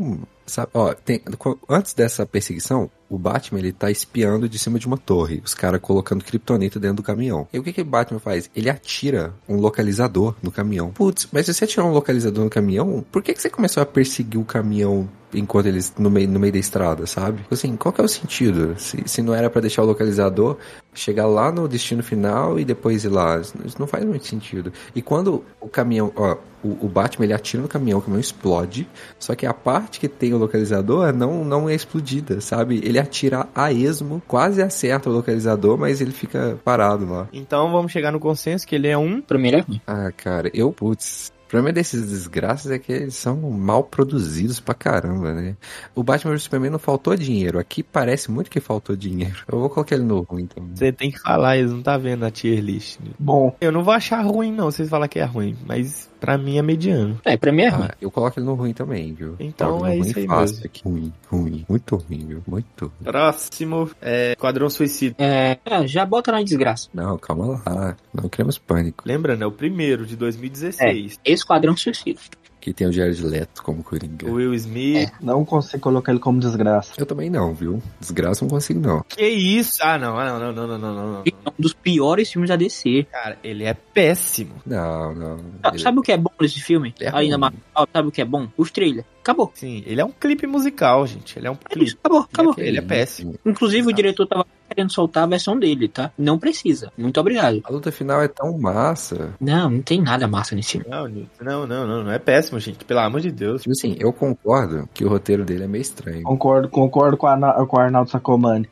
S2: sabe, ó, tem- co- antes dessa perseguição, o Batman, ele tá espiando de cima de uma torre, os caras colocando kryptonita dentro do caminhão. E o que que o Batman faz? Ele atira um localizador no caminhão. Putz, mas se você atirar um localizador no caminhão, por que que você começou a perseguir o caminhão enquanto eles, no meio, no meio da estrada, sabe? Assim, qual que é o sentido? Se, se não era pra deixar o localizador, chegar lá no destino final e depois ir lá. Isso isso não faz muito sentido. E quando o caminhão, ó, o, o Batman ele atira no caminhão, o caminhão explode, só que a parte que tem o localizador não, não é explodida, sabe? Ele atira a esmo, quase acerta o localizador, mas ele fica parado lá.
S4: Então vamos chegar no consenso que ele é um
S1: pra mim ele é ruim.
S2: Ah, cara, eu, putz, O problema desses desgraças é que eles são mal produzidos pra caramba, né? O Batman vs Superman não faltou dinheiro. Aqui parece muito que faltou dinheiro. Eu vou colocar ele no ruim, então.
S4: Você tem que falar, eles não tá vendo a tier list.
S3: Bom,
S4: Eu não vou achar ruim, não, vocês falam que é ruim, mas pra mim é mediano.
S1: É, pra mim é ruim.
S2: Ah, eu coloco ele no ruim também, viu?
S4: Então
S2: Coloco no
S4: é
S2: ruim
S4: isso aí
S2: fácil
S4: mesmo.
S2: aqui. Ruim, ruim. Muito ruim, viu? Muito ruim.
S4: Próximo é Esquadrão Suicida.
S1: É, é, já bota na desgraça.
S2: Não, calma lá. Não criamos pânico.
S4: Lembrando, é o primeiro de 2016.
S1: Esquadrão Suicida.
S2: Que tem o Jared Leto como Coringa.
S4: O Will Smith.
S3: não consigo colocar ele como desgraça.
S2: Eu também não, viu? Desgraça eu não consigo, não.
S4: Que isso? Ah, não, ah, não, não, não, não,
S2: Uhum.
S4: não, não.
S1: É um dos piores filmes da DC.
S4: Cara, ele é péssimo.
S2: Não, não.
S1: Ah,
S2: Ele-
S1: Sabe o que é bom nesse filme?
S2: Ele é
S1: Ainda
S2: ruim.
S1: mais. Sabe o que é bom? Os trailers. Acabou.
S4: Sim, ele é um clipe musical, gente. Ele é um
S1: É
S4: clipe.
S1: isso, acabou, acabou.
S4: Ele é péssimo.
S1: Inclusive, o diretor tava querendo soltar a versão dele, tá? Não precisa. Muito obrigado.
S2: A luta final é tão massa.
S1: Não, não tem nada massa nesse filme.
S4: Não, Nilton, não, não, não, não é péssimo, gente. Pelo amor de Deus.
S2: Tipo assim, eu concordo que o roteiro dele é meio estranho.
S3: Concordo, concordo com, a, Ana- com o Arnaldo Sacomani.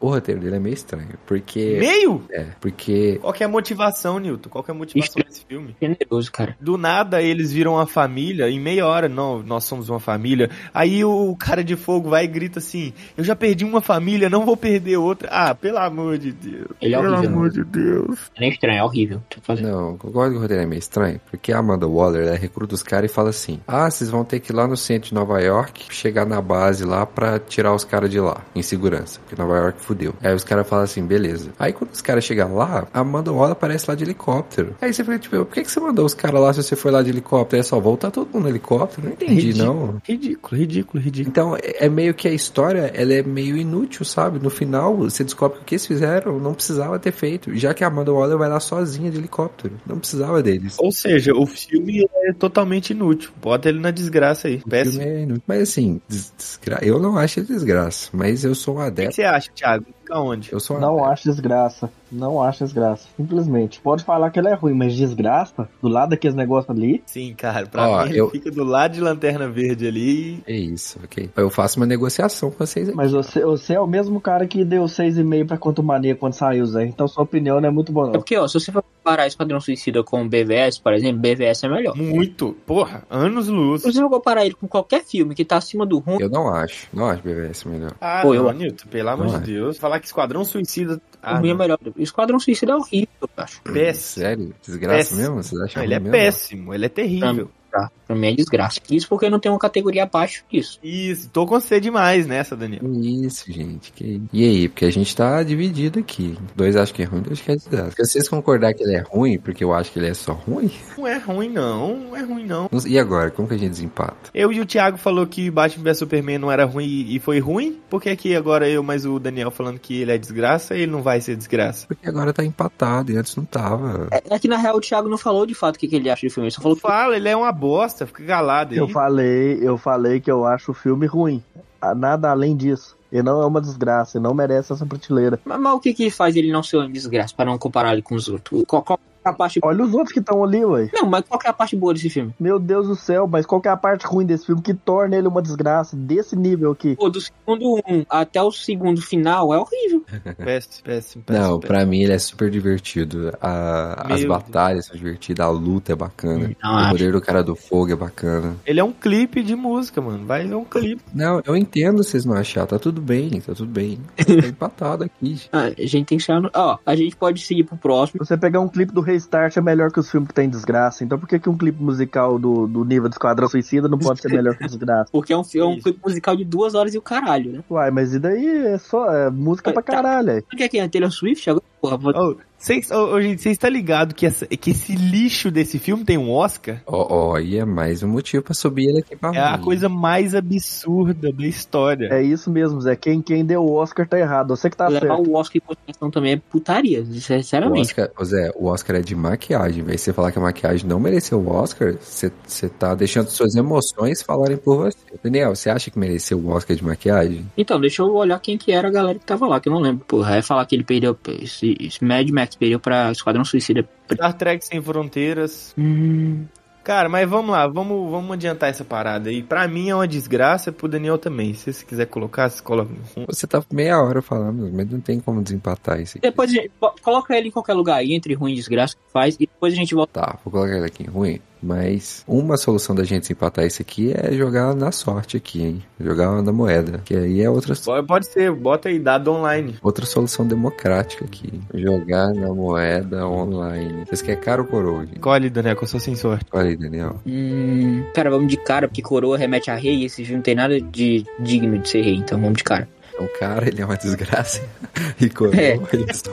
S2: O roteiro dele é meio estranho. Porque.
S4: Meio?
S2: É, porque.
S4: Qual que é a motivação, Nilton? Qual que é a motivação desse filme?
S1: Generoso, cara.
S4: Do nada eles viram uma família, em meia hora, não, nós somos uma família. Aí o cara de fogo vai e grita assim: Eu já perdi uma família, não vou perder outra. Ah, pelo amor de Deus.
S1: Ele é
S4: pelo
S1: horrível,
S4: amor de Deus.
S1: É nem estranho, é horrível. Tô fazendo.
S2: Não, concordo que o roteiro é meio estranho. Porque a Amanda Waller, ela recruta os caras e fala assim: Ah, vocês vão ter que ir lá no centro de Nova York, chegar na base lá pra tirar os caras de lá, em segurança. Porque Nova York fudeu. Aí os caras falam assim: Beleza. Aí quando os caras chegam lá, a Amanda Waller aparece lá de helicóptero. Aí você fica tipo: Por que, que você mandou os caras lá se você foi lá de helicóptero? É só voltar todo mundo no helicóptero? Não entendi, não.
S4: Ridículo, ridículo, ridículo.
S2: Então, é é meio que a história, ela é meio inútil, sabe? No final, você descobre que o que eles fizeram não precisava ter feito, já que a Amanda Waller vai lá sozinha de helicóptero. Não precisava deles.
S4: Ou seja, o filme é totalmente inútil. Bota ele na desgraça aí.
S2: O
S4: Péssimo.
S2: filme é inútil. Mas assim, des- desgra- eu não acho desgraça, mas eu sou um
S4: O que que
S2: adepto.
S4: você acha, Thiago? Fica onde?
S2: Eu sou um
S3: Não
S2: adepto.
S3: acho desgraça. Não acho desgraça. Simplesmente. Pode falar que ele é ruim, mas desgraça, do lado daqueles negócios ali,
S4: Sim, cara, pra
S2: Ó,
S4: mim ele
S2: eu-
S4: fica do lado de Lanterna Verde ali.
S2: É isso, ok. Eu faço uma negociação com vocês aqui.
S3: mas você, você é o mesmo cara que deu 6,5 pra Quanto Mania quando saiu, Zé. Então sua opinião não é muito boa,
S1: É
S3: não.
S1: porque, ó, se você for comparar Esquadrão Suicida com o BVS, por exemplo, BVS é melhor.
S4: Muito. Porra, anos luz.
S1: Se você for comparar ele com qualquer filme que tá acima do ruim,
S2: Eu não acho. Não acho BVS melhor.
S4: Ah,
S1: Pô,
S4: não,
S1: eu-
S4: Nilton, pelo amor
S2: Vai.
S4: de Deus. Falar que Esquadrão Suicida.
S1: o
S4: Ah,
S1: ruim é
S4: não.
S1: melhor. Esquadrão Suicida é horrível, eu acho.
S4: péssimo.
S2: Sério? Desgraça
S4: Péssimo.
S2: mesmo? Vocês acham
S4: Não, ele é
S2: ruim mesmo?
S4: péssimo, ele é terrível.
S1: Pra, pra mim é desgraça. Isso porque não tem uma categoria abaixo disso.
S4: Isso, tô com você demais nessa, Daniel.
S2: Que Isso, gente. Que isso. E aí? Porque a gente tá dividido aqui. Dois acham que é ruim, dois que é desgraça. Se vocês concordarem que ele é ruim, porque eu acho que ele é só ruim.
S4: Não é ruim, não, não é ruim, não.
S2: não sei- E agora? Como que a gente desempata?
S4: Eu e o Thiago falou que Batman vs Superman não era ruim e e foi ruim. Por que que agora eu mais o Daniel falando que ele é desgraça ele não vai ser desgraça?
S2: Porque agora tá empatado e antes não tava.
S1: É, é que na real o Thiago não falou de fato o que, que ele acha de filme, ele só falou que
S4: Fala, ele é uma bosta, fica calado aí.
S3: Eu falei, eu falei que eu acho o filme ruim. Ah, Nada além disso. Ele não é uma desgraça, ele não merece essa prateleira.
S1: Mas, mas o que que faz ele não ser uma desgraça, pra não comparar ele com os outros? Qual, qual é a parte...
S3: Olha os outros que estão ali, ué.
S1: Não, mas qual que é a parte boa desse filme?
S3: Meu Deus do céu, mas qual que é a parte ruim desse filme que torna ele uma desgraça desse nível aqui?
S1: Pô, do segundo um até o segundo final é horrível.
S4: Péssimo, péssimo, péssimo.
S2: Não,
S4: péssimo.
S2: pra mim ele é super divertido. A-
S4: Meu
S2: as
S4: Deus.
S2: batalhas são divertidas, a luta é bacana.
S1: Não,
S2: o
S1: acho.
S2: poder do cara do fogo é bacana.
S4: Ele é um clipe de música, mano. Vai ver um clipe.
S2: Não, eu entendo vocês não achar. Tá tudo bem, tá tudo bem. tá empatado aqui, gente.
S1: Ah, A gente tem que chegar no... Ó, a gente pode seguir pro próximo.
S3: Você pegar um clipe do Restart é melhor que os filmes que tem desgraça. Então por que, que um clipe musical do, do nível do Esquadrão Suicida não pode ser melhor que desgraça?
S1: Porque é um, fi- é um
S4: Isso.
S1: clipe musical de duas horas e o caralho, né?
S3: Uai, mas e daí é só é música pra caralho. é.
S1: Por que é que é Taylor Swift agora? Porra, vou...
S4: Ô, Vocês, ô, ô, gente, vocês estão ligados que, essa- que esse lixo desse filme tem um Oscar?
S2: Ó, ó, e é mais um motivo pra subir ele aqui pra
S4: É a
S2: ruim.
S4: coisa mais absurda da história.
S3: É isso mesmo, Zé. Quem, quem deu o Oscar tá errado. Você que tá
S1: levar
S3: certo.
S1: o Oscar em consideração também é putaria,
S2: O
S1: sinceramente.
S2: Oscar, ô Zé, o Oscar é de maquiagem, velho. Você falar que a maquiagem não mereceu o Oscar, você você tá deixando suas emoções falarem por você. Daniel, você acha que mereceu o Oscar de maquiagem?
S1: Então, deixa eu olhar quem que era a galera que tava lá, que eu não lembro. Porra, é falar que ele perdeu... Esse, esse Mad Max perdeu pra Esquadrão Suicida.
S4: Star Trek Sem Fronteiras.
S1: Hum,
S4: Cara, mas vamos lá, vamos, vamos adiantar essa parada aí. Pra mim é uma desgraça, pro Daniel também. Se você quiser colocar, você coloca. um
S2: Você tá meia hora falando, mas não tem como desempatar isso aqui.
S1: Depois a gente- po- coloca ele em qualquer lugar aí, entre ruim e desgraça que faz, e depois a gente volta.
S2: Tá, vou colocar ele aqui em ruim. Mas uma solução da gente empatar isso aqui é jogar na sorte aqui, hein? Jogar na moeda. Que aí é outra,
S4: Pode, pode ser, bota aí, dado online.
S2: outra solução democrática aqui. Jogar na moeda online. Vocês querem cara ou coroa, gente?
S4: Escolhe, Daniel, que eu sou sem sorte.
S2: Olha aí, Daniel.
S1: Hum, cara, vamos de cara, porque coroa remete a rei e esse filme não tem nada de digno de ser rei, então vamos de cara.
S2: É um cara, ele é uma desgraça. E coroa,
S1: É.
S2: ele é só.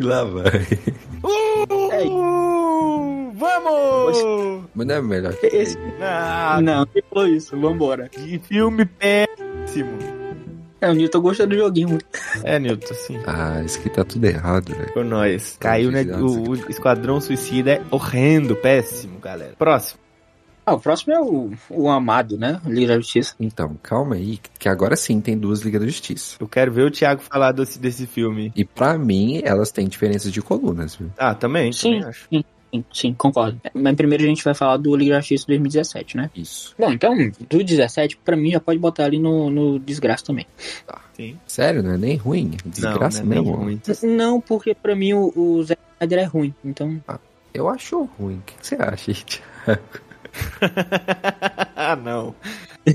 S2: Lá vai.
S4: É Uh, vamos!
S2: Mas não é melhor que
S1: Esse-
S4: Ah,
S1: não, quem falou isso? Vambora.
S4: que filme péssimo.
S1: É, o Newton gostou do joguinho muito.
S4: É, Nilton, sim.
S2: Ah, isso aqui tá tudo errado, velho.
S4: Por nós. Caiu, né? O, o Esquadrão Suicida é horrendo, péssimo, galera. Próximo.
S1: Ah, o próximo é o, o amado, né? Liga da Justiça.
S2: Então, calma aí, que agora sim tem duas Ligas da Justiça.
S4: Eu quero ver o Thiago falar desse, desse filme.
S2: E pra mim, elas têm diferenças de colunas, viu?
S4: Ah, também?
S1: Sim.
S4: também acho.
S1: Sim, sim, concordo. Mas primeiro a gente vai falar do Liga da Justiça 2017, né?
S2: Isso.
S1: Bom, então, do 17, pra mim já pode botar ali no, no desgraça também.
S4: Sim.
S2: Sério, não é nem ruim. é Desgraça
S4: não, não é nem
S2: mesmo.
S4: ruim.
S1: né? Não, porque pra mim o, o Zack Snyder é ruim, então...
S2: Eu acho ruim. O que que você acha, gente?
S4: ah, não.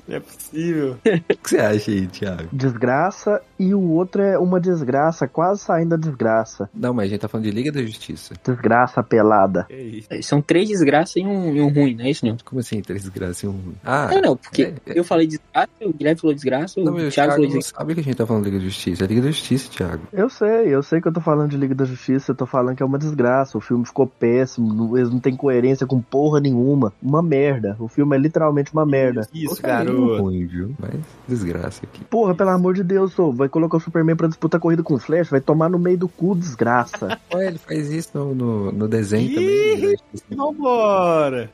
S4: Não é possível.
S2: O que você acha aí, Thiago?
S3: Desgraça e o outro é uma desgraça, quase saindo da desgraça.
S2: Não, mas a gente tá falando de Liga da Justiça.
S3: Desgraça pelada.
S4: É isso.
S1: São três desgraças e um, e um ruim, não é isso, Newton?
S2: Como assim, três desgraças e um ruim? Ah,
S1: não, não, porque
S2: é, é.
S1: eu falei desgraça, o Guilherme falou desgraça,
S2: não,
S1: o Thiago,
S2: mas o Thiago
S1: falou
S2: não
S1: desgraça.
S2: sabe que a gente tá falando de Liga da Justiça. É Liga da Justiça, Thiago.
S3: Eu sei, eu sei que eu tô falando de Liga da Justiça, eu tô falando que é uma desgraça, o filme ficou péssimo, não- eles não têm coerência com porra nenhuma, uma merda, o filme é literalmente uma merda.
S4: Isso,
S2: Coloca ele no
S4: garoto.
S2: é ruim, viu? Mas desgraça aqui.
S3: Porra, pelo amor de Deus, ô, vai colocar o Superman pra disputar corrida com o Flash, vai tomar no meio do cu, desgraça.
S2: Ué, ele faz isso no, no, no desenho
S4: Ih!
S2: também. né? Liga da Justiça.
S4: Vambora!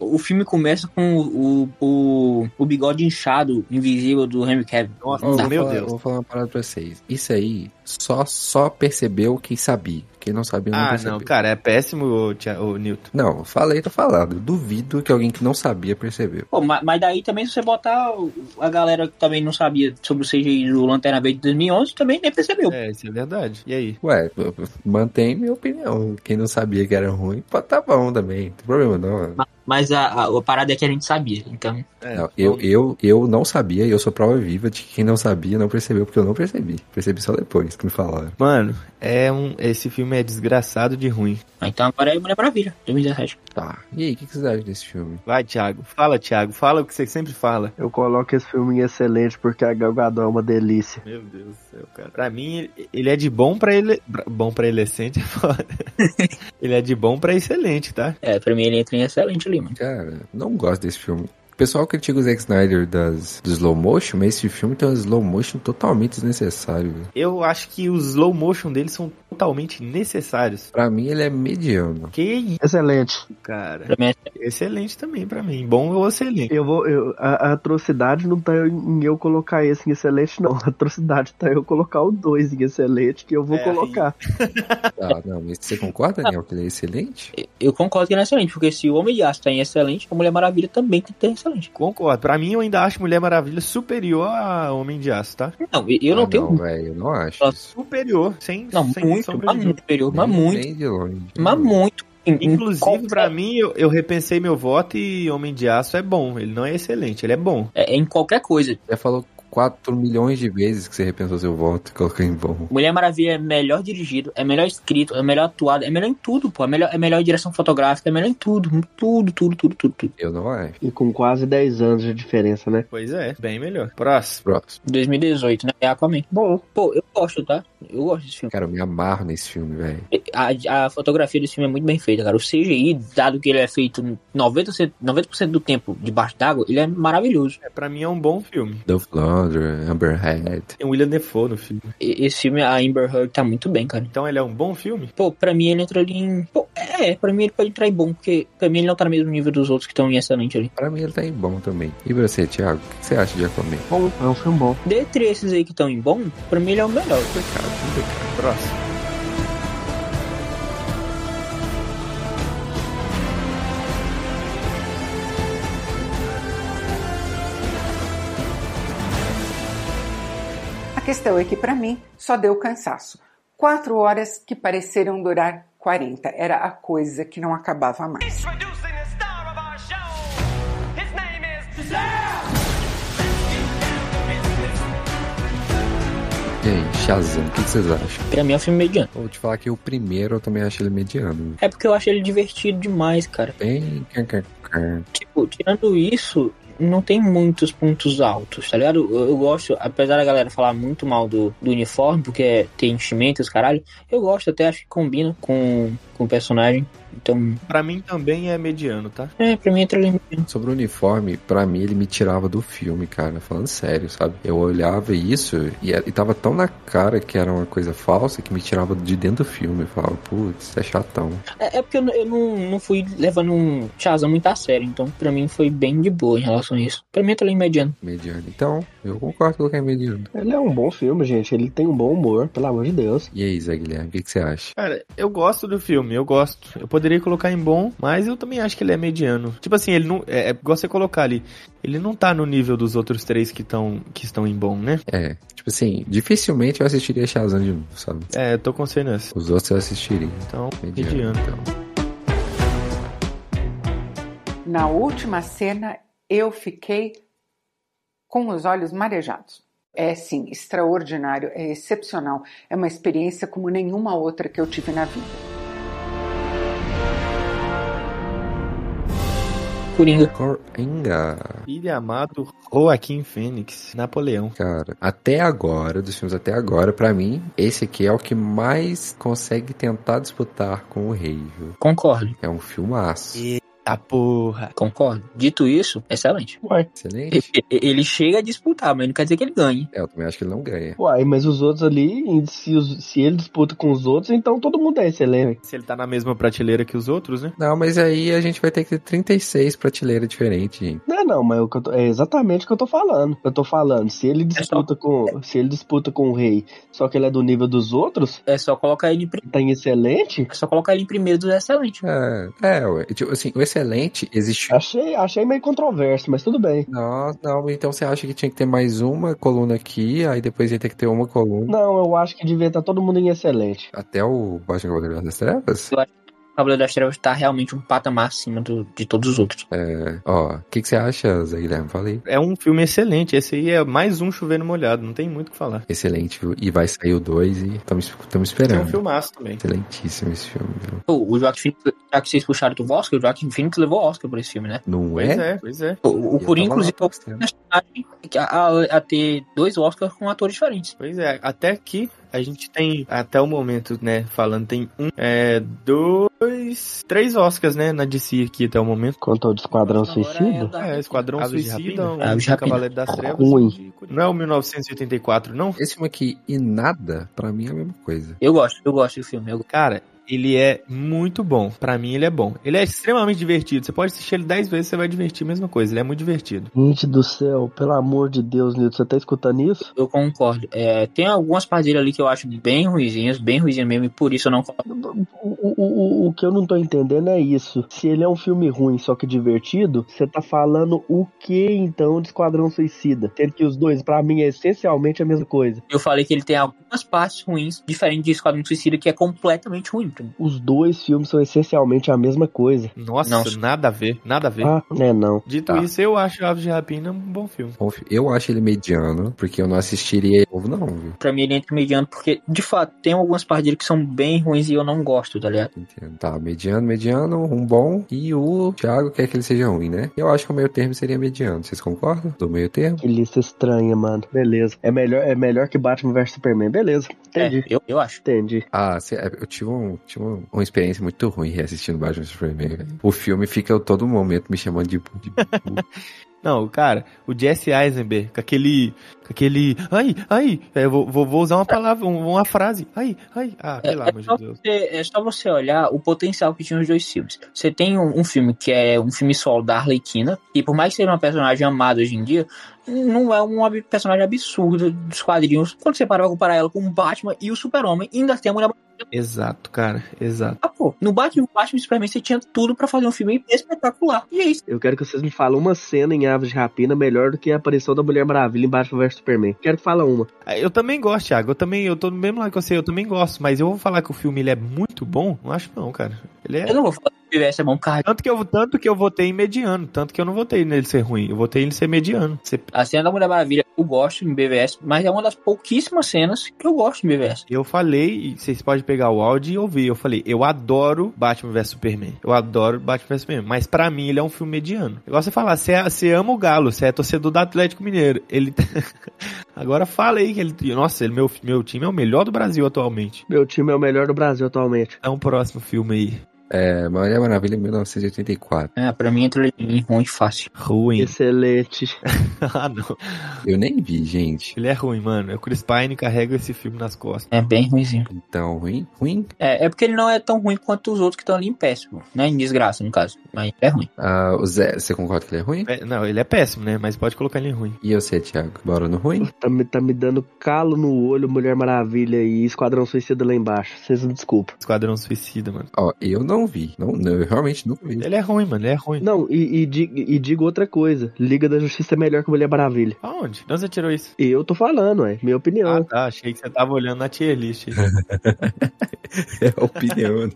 S1: O filme começa com o, o, o bigode inchado, invisível do Henry Cavill.
S4: Nossa,
S2: Ó, eu Tá, vou
S4: meu
S2: falar- eu
S4: Deus.
S2: Vou falar uma parada pra vocês. Isso aí só, só percebeu quem sabia. Quem não sabia não
S4: Ah,
S2: percebeu.
S4: não, cara, é péssimo o, Thia- o Newton.
S2: Não, falei, tá falado. Duvido que alguém que não sabia percebeu.
S1: Pô, ma- mas, daí também se você botar o- a galera que também não sabia sobre o CGI do Lanterna Verde de 2011, também nem percebeu.
S4: É, isso é verdade. E aí?
S2: Ué, eu- eu- mantém minha opinião. Quem não sabia que era ruim, pô, tá bom também. Não tem problema não.
S1: Mas a, a, a parada é que a gente sabia, então...
S4: É,
S2: Não, eu, eu, eu não sabia e eu sou prova viva de que quem não sabia não percebeu, porque eu não percebi. Percebi só depois que me falaram.
S4: Mano, é um, esse filme é desgraçado de ruim.
S1: Então agora é Mulher Maravilha, 2017.
S2: Tá. E aí, o que, que vocês acham desse filme?
S4: Vai, Thiago. Fala, Thiago. Fala o que você sempre fala.
S3: Eu coloco esse filme em excelente porque a Gal Gadot é uma delícia.
S4: Meu Deus do céu, cara. Pra mim, ele- ele é de bom pra ele... pra- Bom pra excelente é foda. ele é de bom pra excelente, tá?
S1: É, pra mim ele entra em excelente ali, mano.
S2: Cara, não gosto desse filme. O pessoal critica o Zack Snyder das, do slow motion, mas esse filme tem um slow motion totalmente desnecessário. velho.
S4: Eu acho que os slow motion deles são totalmente necessários.
S2: Pra mim, ele é mediano.
S4: Que isso,
S3: Excelente.
S4: cara.
S1: Pra mim é
S4: Excelente também pra mim. Bom ou excelente.
S3: Eu vou. eu- a, a atrocidade não tá em eu colocar esse em excelente, não. A atrocidade tá em eu colocar o 2 em excelente, que eu vou
S4: É,
S3: colocar.
S2: Tá, não, mas você concorda, Daniel, que ele é excelente?
S1: Eu concordo que ele é excelente, porque se o Homem de Aço tá em excelente, a Mulher Maravilha também tem que ter excelente.
S4: Concordo. Pra mim, eu ainda acho Mulher Maravilha superior a Homem de Aço, tá?
S1: Não, eu não
S2: Ah,
S1: tenho.
S2: Não, velho, eu não acho.
S1: Ela-
S2: isso.
S4: Superior, sem,
S1: Não,
S4: sem
S1: muito,
S4: sombra
S1: mas
S4: de
S1: muito superior, mas
S2: Nem-
S1: muito,
S2: nem de longe.
S1: mas muito. Em- em qual-
S4: Inclusive, pra mim, eu, eu repensei meu voto e Homem de Aço é bom. Ele não é excelente, ele é bom.
S1: É, em qualquer coisa.
S2: Já falou 4 milhões de vezes que você repensou seu voto e colocou em bom.
S1: Mulher Maravilha é melhor dirigido, é melhor escrito, é melhor atuado, é melhor em tudo, pô. É melhor, é melhor em direção fotográfica, é melhor em tudo. Tudo, tudo, tudo, tudo, tudo.
S2: Eu não acho.
S3: E com quase 10 anos de diferença, né?
S4: Pois é, bem melhor. Próximo.
S2: Próximo.
S1: 2018, né? É Aquaman.
S3: Bom,
S1: Pô, eu gosto, tá? Eu gosto desse filme.
S2: Cara, eu me amarro nesse filme, velho.
S1: A, a fotografia desse filme é muito bem feita, cara. O CGI, dado que ele é feito 90%, 90 do tempo debaixo d'água, ele é maravilhoso.
S4: É, pra mim é um bom filme.
S2: Dolph Lundgren, Amber Heard.
S4: Tem o William Defoe no filme.
S1: E- esse filme, a Amber Heard tá muito bem, cara.
S4: Então ele é um bom filme?
S1: Pô, pra mim ele entra ali em. Pô, é, pra mim ele pode entrar em bom, porque pra mim ele não tá no mesmo nível dos outros que estão em excelente ali.
S2: Pra mim ele tá em bom também. E você, Thiago? O que você acha de Aquaman?
S3: bom, é um filme bom.
S1: Dentre esses aí que estão em bom, pra mim ele é o melhor.
S4: Próximo.
S5: A questão é que, para mim, só deu cansaço. Quatro horas que pareceram durar 40. Era a coisa que não acabava mais.
S7: Introducing the star of our show. His name is
S2: E aí, Shazam, o que que vocês acham?
S1: Pra mim é um filme mediano.
S2: Vou te falar que o primeiro eu também acho ele mediano.
S1: É porque eu acho ele divertido demais, cara.
S2: Bem. cancancã.
S1: Tipo, tirando isso, não tem muitos pontos altos, tá ligado? Eu, eu gosto, apesar da galera falar muito mal do, do uniforme, porque tem enchimento e os caralho, eu gosto até, acho que combina com, com o personagem. Então,
S4: Pra mim também é mediano, tá?
S1: é, pra mim entra ali no meio.
S2: Sobre o uniforme, pra mim ele me tirava do filme, cara. Falando sério, sabe? Eu olhava isso e, e tava tão na cara que era uma coisa falsa que me tirava de dentro do filme. Eu falava, putz, isso é chatão.
S1: É, é porque eu, n- eu não, não fui levando um Shazam muito a sério, então pra mim foi bem de boa em relação a isso. Pra mim entra ali mediano.
S2: Mediano. Então, eu concordo com o que é mediano.
S3: Ele é um bom filme, gente. Ele tem um bom humor, pelo amor de Deus.
S2: E aí, Zé Guilherme, o que, que você acha?
S4: Cara, eu gosto do filme, eu gosto. Eu poderia colocar em bom, mas eu também acho que ele é mediano. Tipo assim, ele não. É, é igual você colocar ali. Ele não tá no nível dos outros três que, tão, que estão em bom, né?
S2: É, tipo assim, dificilmente eu assistiria Shazam de novo, sabe?
S4: É, eu tô com você nessa.
S2: Os outros eu assistiria.
S4: Então,
S2: Mediano.
S4: mediano.
S2: Então.
S5: Na última cena, eu fiquei com os olhos marejados. É sim, extraordinário, é excepcional, é uma experiência como nenhuma outra que eu tive na vida.
S1: Coringa.
S2: Coringa.
S4: Filha Amato, Joaquim Fênix, Napoleão.
S2: Cara, até agora, dos filmes até agora, pra mim, esse aqui é o que mais consegue tentar disputar com o rei, viu?
S1: Concordo,
S2: É um filmaço.
S4: Eita porra.
S1: concordo. Dito isso, excelente.
S3: Uai.
S1: E-
S2: Excelente.
S1: e- Ele chega a disputar, mas não quer dizer que ele ganhe.
S2: É, eu também acho que ele não ganha.
S3: Uai, mas os outros ali, se, os- se ele disputa com os outros, então todo mundo é excelente.
S4: Se ele tá na mesma prateleira que os outros, né?
S2: Não, mas aí a gente vai ter que ter 36 prateleiras diferentes, gente.
S3: Não, não, mas o que eu tô- é exatamente o que eu tô falando. Eu tô falando, se ele disputa com. Se ele disputa com o rei, só que ele é do nível dos outros,
S1: É só colocar ele em, pri-
S3: tá em excelente,
S1: é só colocar ele em primeiro do excelente.
S2: É, é, ué. Tipo assim, o excelente existe.
S3: achei, achei meio controverso, mas tudo bem.
S2: Não, não, então você acha que tinha que ter mais uma coluna aqui, aí depois ia ter que ter uma coluna.
S3: Não, eu acho que devia estar todo mundo em excelente.
S2: Até o Baixo Cavaleiro das Trevas?
S1: O Cavaleiro das Trevas tá realmente um patamar acima do- de todos os outros.
S2: É, ó, o que, que você acha, Zé Guilherme? Fala aí.
S4: É um filme excelente. Esse aí é mais um chovendo molhado, não tem muito o que falar.
S2: Excelente, viu? E vai sair o 2 e estamos
S4: Esse é um
S2: esperando.
S4: filmaço também.
S2: Excelentíssimo esse filme, viu?
S1: Pô, o Joaquin Phoenix, já que vocês puxaram do Oscar, o Joaquin Phoenix levou Oscar por esse filme, né?
S2: Não
S4: Pois
S2: é?
S4: é, pois é.
S1: Pô, o Coringa,
S2: Eu tava lá
S1: inclusive, foi o
S2: postando.
S1: personagem que- a, a- a ter dois Oscars com atores diferentes.
S4: Pois é, até aqui a gente tem, até o momento, né, falando, tem um, é, dois, três Oscars, né, na DC aqui até o momento.
S3: Quanto ao de Esquadrão
S1: Agora é o
S3: Suicida,
S1: da-
S4: É, Esquadrão
S1: Aves de
S4: Suicida,
S1: Rapina.
S4: um
S1: Aves de Rapina.
S4: Cavaleiro das Trevas.
S3: Ruim.
S4: e um de Coringa. Não é o 1984, não?
S2: Esse filme aqui e nada, pra mim é a mesma coisa.
S1: Eu gosto, eu gosto do filme. Eu...
S4: Cara, ele é muito bom. Pra mim, ele é bom. Ele é extremamente divertido. Você pode assistir ele 10 vezes, você vai divertir a mesma coisa. Ele é muito divertido.
S3: Gente do céu, pelo amor de Deus, Nilton, você tá escutando isso?
S1: eu concordo. É, tem algumas partes dele ali que eu acho bem ruizinhas, bem ruizinhas mesmo, e por isso eu não coloco.
S3: O, o- o, o que eu não tô entendendo é isso. Se ele é um filme ruim, só que divertido, você tá falando o que então de Esquadrão Suicida? Sendo que os dois, pra mim, é essencialmente a mesma coisa.
S1: Eu falei que ele tem algumas partes ruins, diferente de Esquadrão Suicida, que é completamente ruim. pra mim.
S3: Os dois filmes são essencialmente a mesma coisa.
S4: Nossa,
S1: Não.
S4: nada a ver. Nada a ver.
S3: Ah, né, não.
S4: Dito
S2: Tá.
S4: isso, eu acho Aves de Rapina um bom filme.
S2: Bom, Eu acho ele mediano, porque eu não assistiria de novo, não, viu?
S1: Pra mim ele entra mediano, porque, de fato, tem algumas partes dele que são bem ruins e eu não gosto, tá ligado?
S2: Entendo. Tá, mediano, mediano, um bom. E o Thiago quer que ele seja ruim, né? Eu acho que o meio termo seria mediano. Vocês concordam? Do meio termo?
S3: Que lista estranha, mano. Beleza. É melhor, é melhor que Batman vs Superman. Beleza. Entendi.
S1: É, eu, eu acho.
S3: Entendi.
S2: Ah, cê- eu tive, um, tive um- uma experiência muito ruim reassistindo Batman vs Superman. velho. O filme fica a todo momento me chamando de. bu- de bu-
S4: Não, cara, o Jesse Eisenberg, com aquele. Com aquele. Ai, ai, é, eu vou, vou, vou usar uma palavra, um- uma frase. Ai, ai. Ah, pelo
S1: é,
S4: amor de
S1: só
S4: Deus.
S1: você, é só você olhar o potencial que tinha os dois filmes. Você tem um, um filme que é um filme solo da Arlequina, e por mais que seja uma personagem amada hoje em dia, não é um ab- personagem absurdo dos quadrinhos. Quando você para pra comparar ela com o Batman e o Super-Homem, ainda tem a Mulher
S4: Exato, cara, exato.
S1: ah, pô, No Batman, Batman e Superman, você tinha tudo pra fazer um filme espetacular. E é isso.
S3: Eu quero que vocês me falem uma cena em Aves de Rapina melhor do que a aparição da Mulher Maravilha em Batman vs Superman. Quero falar uma.
S4: Ah, Eu também gosto, Thiago. Eu também, eu tô no mesmo lado que você, eu também gosto, mas eu vou falar que o filme ele é muito bom? Não acho não, cara. Ele
S1: Eu
S4: é.
S1: não vou falar que o Ivete é bom carro.
S4: Tanto que, eu, tanto que eu votei em mediano, tanto que eu não votei nele ser ruim, eu votei ele ser mediano. Você-
S1: A cena da Mulher Maravilha eu gosto em BVS, mas é uma das pouquíssimas cenas que eu gosto em BVS.
S4: Eu falei, e vocês podem pegar o áudio e ouvir, eu falei, eu adoro Batman vs Superman. Eu adoro Batman vs Superman, mas pra mim ele é um filme mediano. Igual você falar, você, você ama o Galo, você é torcedor do Atlético Mineiro. Ele. tá Agora fala aí que ele. Nossa, ele, meu, meu time é o melhor do Brasil atualmente.
S3: Meu time é o melhor do Brasil atualmente.
S4: É um próximo filme aí.
S2: É, Maria Maravilha, 1984.
S1: É, pra mim entra em ruim fácil.
S4: Ruim.
S3: Excelente.
S4: ah, não.
S2: Eu nem vi, gente.
S4: Ele é ruim, mano. O Chris Pine carrega esse filme nas costas.
S1: É bem ruimzinho.
S2: Então, ruim? Ruim?
S1: É, é porque ele não é tão ruim quanto os outros que estão ali em péssimo, né? Em desgraça, no caso. Mas é ruim.
S2: Ah, o Zé, você concorda que ele é ruim?
S4: É, não, ele é péssimo, né? Mas pode colocar ele em ruim.
S2: E você, Thiago? Bora no ruim?
S3: Tá me, tá me dando calo no olho, Mulher Maravilha e Esquadrão Suicida lá embaixo. Vocês me desculpam.
S4: Esquadrão Suicida, mano.
S2: Ó, eu não vi. Não, não, eu realmente não vi.
S4: Ele é ruim, mano. Ele é ruim.
S3: Não, e, e di- e digo outra coisa. Liga da Justiça é melhor que Mulher Maravilha.
S4: Aonde? De onde você tirou isso?
S3: E eu tô falando, é minha
S4: Ah,
S3: opinião.
S4: tá. Achei que você tava olhando na tier list. aí.
S2: É a opinião.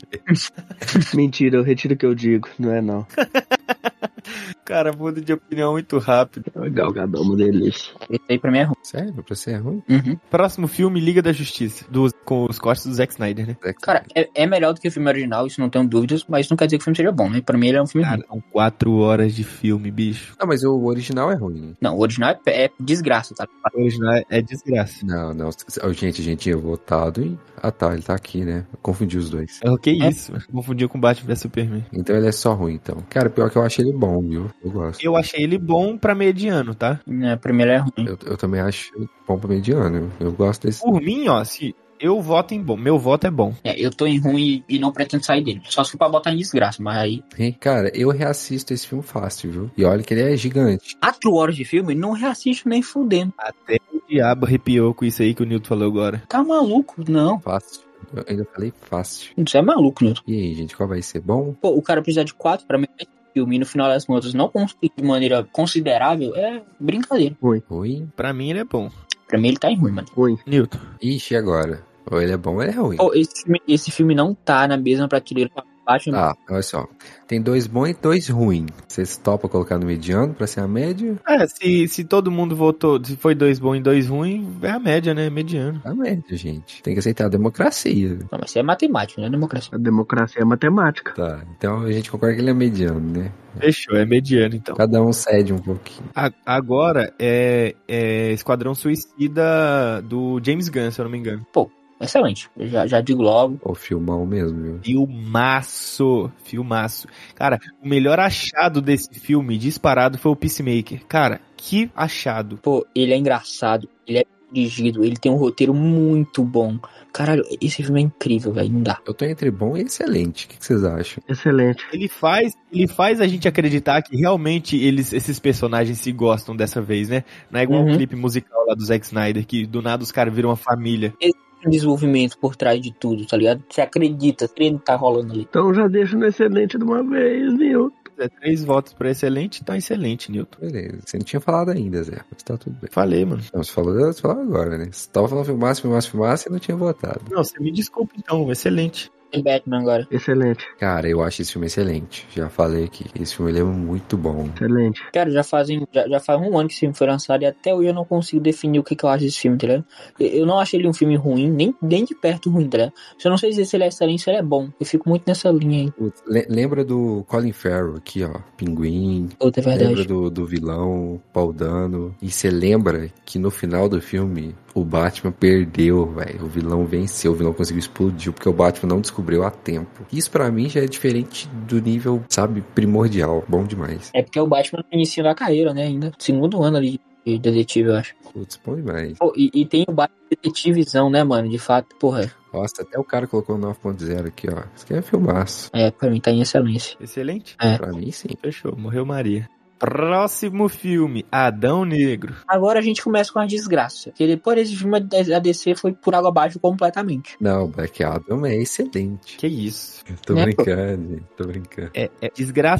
S3: Mentira, eu retiro o que eu digo. Não é não.
S4: Cara, muda de opinião muito rápido.
S3: É Galgadão, uma delícia.
S1: Esse aí pra mim é ruim.
S2: Sério? Pra você é ruim?
S1: Uhum.
S4: Próximo filme, Liga da Justiça. do- com os cortes do Zack Snyder, né?
S2: Zack
S1: Cara, é, é melhor do que o filme original, isso não tenho dúvidas, mas isso não quer dizer que o filme seja bom, né? Pra mim ele é um filme ruim.
S4: Cara, são quatro horas de filme, bicho.
S2: Não, mas o original é ruim. né?
S1: Não, o original é, pé- é desgraça, tá?
S4: O original é- é desgraça.
S2: Não, não. Ó, Gente, a gente tinha votado em. Ah, tá. Ele tá aqui, né? Eu Confundi os dois.
S4: É o que
S1: É.
S4: isso? mano. Confundiu com Batman vs Superman.
S2: Então ele é só ruim, então. Cara, pior que eu achei ele bom, viu? Eu gosto.
S4: Eu achei ele bom pra mediano, tá?
S1: É, pra mim ele é ruim.
S2: Eu, eu também acho ele bom pra mediano. Eu gosto desse.
S4: Por mim, ó, se eu voto em bom, meu voto é bom.
S1: É, eu tô em ruim e, e não pretendo sair dele. Só se for pra botar em desgraça, mas aí.
S2: Hein? Cara, eu reassisto esse filme fácil, viu? E olha que ele é gigante.
S1: Quatro horas de filme, não reassisto nem fudendo.
S4: Até o diabo arrepiou com isso aí que o Newton falou agora.
S1: Tá maluco? Não.
S2: Fácil. Eu ainda falei fácil.
S1: Isso é maluco, Nilton.
S2: E aí, gente, qual vai ser bom?
S1: Pô, o cara precisar de quatro pra meter filme e no final das contas não conseguir de maneira considerável é brincadeira.
S2: Ruim?
S4: Pra mim ele é bom.
S1: Pra mim ele tá em ruim, mano.
S3: Ruim.
S4: Newton.
S2: Ixi, e agora? Ou ele é bom ou ele é ruim.
S1: Pô, esse filme, esse filme não tá na mesma prateleira que Batman.
S2: Tá, olha só. Tem dois bons e dois ruins. Vocês topam colocar no mediano pra ser a média?
S4: É, se, se todo mundo votou, se foi dois bom e dois ruim, é a média, né? Mediano.
S2: A média, gente. Tem que aceitar a democracia.
S1: Não, mas isso é matemática, não é democracia.
S3: A democracia é matemática.
S2: Tá, então a gente concorda que ele é mediano, né?
S4: Fechou, é mediano então.
S2: Cada um cede um pouquinho.
S4: A- agora é, é Esquadrão Suicida do James Gunn, se eu não me engano.
S1: Excelente. Eu já, já digo logo.
S2: Ou filmão mesmo, viu?
S4: Filmaço, filmaço. Cara, o melhor achado desse filme disparado foi o Peacemaker. Cara, que achado.
S1: Pô, ele é engraçado, ele é dirigido, ele tem um roteiro muito bom. Caralho, esse filme é incrível, velho. Não dá.
S2: Eu tô entre bom e excelente. O que que vocês acham?
S3: Excelente.
S4: Ele faz, ele faz a gente acreditar que realmente eles, esses personagens se gostam dessa vez, né? Não é igual
S1: Uhum.
S4: um clipe musical lá do Zack Snyder, que do nada os caras viram uma família.
S1: Tem um desenvolvimento por trás de tudo, tá ligado? Você acredita, treino tá rolando ali.
S3: Então já deixa no excelente de uma vez, viu?
S4: É, três votos pra excelente, tá excelente, Newton.
S2: Beleza. Você não tinha falado ainda, Zé. Mas tá tudo bem.
S4: Falei, mano.
S2: Não, você falou, você falou agora, né? Você tava falando filmasse, filmasse, filmasse e não tinha votado.
S4: Não, você me desculpa então, excelente.
S1: Tem Batman agora.
S3: Excelente,
S2: Cara, eu acho esse filme excelente. Já falei aqui. Esse filme ele é muito bom.
S3: excelente.
S1: Cara, já, fazem, já, já faz um ano que esse filme foi lançado e até hoje eu não consigo definir o que, que eu acho desse filme, tá ligado? Eu eu não achei ele um filme ruim, nem, nem de perto ruim, tá ligado? Se eu não sei dizer se ele é excelente, se ele é bom. Eu fico muito nessa linha aí.
S2: Putz, le- Lembra do Colin Farrell aqui, ó. Pinguim.
S1: Puta, é
S2: Lembra
S1: verdade.
S2: do, do vilão, Paul Dano. E você lembra que no final do filme o Batman perdeu, velho. O vilão venceu, o vilão conseguiu explodir porque o Batman não descobriu a tempo. Isso pra mim já é diferente do nível, sabe, primordial. Bom demais.
S1: É porque o Batman no início da carreira, né, ainda. Segundo ano ali de detetive, eu acho.
S2: Putz, bom demais.
S1: Pô, e, e tem o Batman detetivizão, né, mano? De fato, porra.
S2: Nossa, até o cara colocou um 9.0 aqui, ó. Isso aqui é filmaço.
S1: É, pra mim tá em excelência.
S4: Excelente?
S2: Pra mim, sim.
S4: Fechou, morreu Maria. Próximo filme, Adão Negro.
S1: Agora a gente começa com a desgraça. Que depois esse filme a DC foi por água abaixo completamente.
S2: Não, Black Adam é excelente.
S4: Que isso?
S2: Eu tô
S1: Né, pô?
S2: brincando, gente, tô brincando.
S4: É, é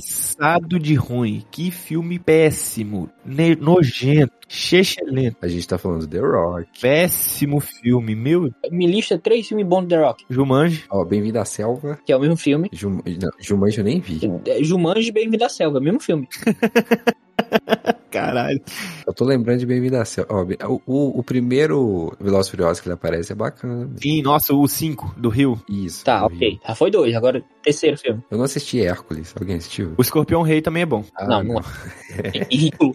S4: desgraçado de ruim. Que filme péssimo. Ne- nojento. Chechelento.
S2: A gente tá falando do The Rock.
S4: Péssimo filme. Meu
S1: Me lista três filmes bons do The Rock,
S4: Jumanji.
S2: Ó, Bem-vindo à Selva.
S1: que é o mesmo filme.
S2: Jum... Não, Jumanji eu nem vi.
S1: É, Jumanji e Bem-vindo à Selva, mesmo filme.
S4: Caralho.
S2: Eu tô lembrando de Bem-vindo à Selva. Ó, o, o- o primeiro Veloz Furiosos que ele aparece é bacana.
S4: Sim, nossa, o 5 do Rio.
S2: Isso.
S1: Tá,
S2: eu vi.
S1: ok. Já foi dois, agora é terceiro filme.
S2: Eu não assisti Hércules. Alguém assistiu?
S4: O Escorpião Rei também é bom.
S2: Ah,
S1: não, não É ridículo.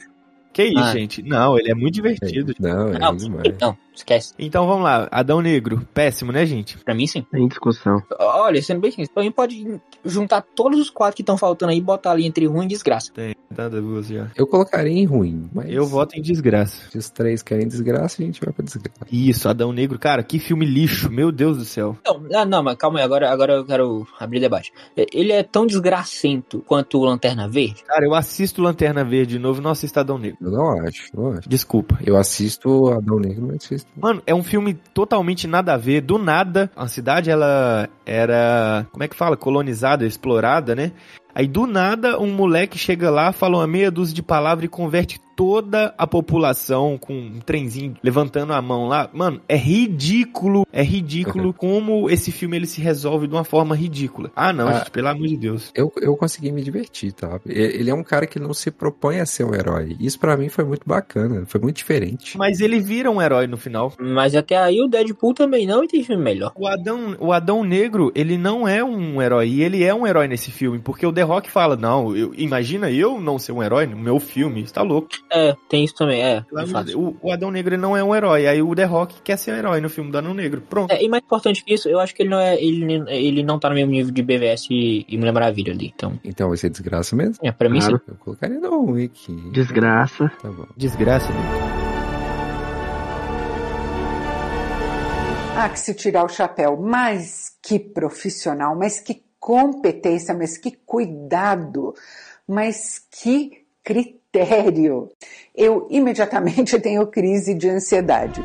S4: Que isso,
S1: Ah.
S4: gente? Não, ele é muito
S2: É,
S4: divertido.
S2: Não, é
S1: Não,
S2: ruim demais.
S1: não, esquece.
S4: Então vamos lá, Adão Negro. Péssimo, né, gente?
S1: Pra mim, sim.
S3: Em discussão.
S1: Olha, sendo bem sincero, pra mim pode juntar todos os quatro que estão faltando aí e botar ali entre ruim e desgraça.
S4: Nada duas já.
S2: Eu colocaria em ruim, mas.
S4: Eu voto em desgraça.
S2: Se os três querem desgraça, a gente vai pra desgraça.
S4: Isso, Adão Negro, cara, que filme lixo, meu Deus do céu.
S1: Não, ah, não, mas calma aí, agora, agora eu quero abrir debate. É, Ele é tão desgracento quanto o Lanterna Verde?
S4: Cara, eu assisto Lanterna Verde de novo e não assisto Adão Negro.
S2: Eu não acho, não acho.
S4: Desculpa.
S2: Eu assisto Adão Negro, mas assisto.
S4: Mano, é um filme totalmente nada a ver, do nada. A cidade, ela era, como é que fala? Colonizada, explorada, né? Aí do nada, um moleque chega lá, fala uma meia dúzia de palavras e converte toda a população com um trenzinho levantando a mão lá. Mano, é ridículo, é ridículo como esse filme ele se resolve de uma forma ridícula. Ah, não,
S2: Ah.
S4: gente, pelo amor de Deus.
S2: Eu, eu consegui me divertir, tá? E- Ele é um cara que não se propõe a ser um herói. Isso pra mim foi muito bacana, foi muito diferente.
S4: Mas ele vira um herói no final.
S1: Mas até aí o Deadpool também não e tem filme melhor.
S4: O Adão, o Adão Negro, ele não é um herói, e ele é um herói nesse filme, porque o The Rock fala, não, eu- imagina eu não ser um herói no meu filme, está louco.
S1: É, tem isso também, é.
S4: Pelo
S1: de
S4: amor de
S1: fato.
S4: Deus. O, o Adão Negro ele não é um herói, aí o The Rock quer ser um herói no filme do Adão Negro, pronto.
S1: É, e mais importante que isso, eu acho que ele não é. Ele, ele não tá no mesmo nível de BVS e, e Mulher Maravilha ali. Então,
S2: Então vai ser desgraça mesmo?
S1: é, pra mim sim.
S3: Claro.
S2: Eu colocaria no ruim aqui.
S3: Desgraça.
S2: Tá bom.
S4: Desgraça, né?
S5: Há Ah, que se tirar o chapéu, mas que profissional, mas que competência, mas que cuidado, mas que critério. Eu imediatamente tenho crise de ansiedade.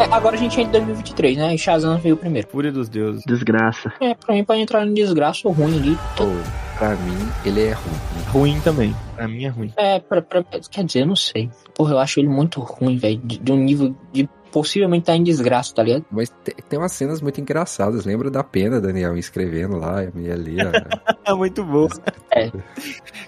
S1: É, agora a gente entra em 2023, né? E Shazam veio primeiro.
S4: Fúria dos deuses.
S3: Desgraça.
S1: É, pra mim, pra entrar no desgraça ou ruim ali.
S2: Ou, pra mim, ele é ruim.
S4: Ruim também, pra mim é ruim.
S1: É, pra, pra- quer dizer, eu não sei. Porra, eu acho ele muito ruim, velho. De, de um nível de possivelmente tá em desgraça, tá ligado?
S2: Mas te- tem umas cenas muito engraçadas. Lembra da pena, Daniel, escrevendo lá, a minha ali, ó.
S4: É muito bom.
S1: É.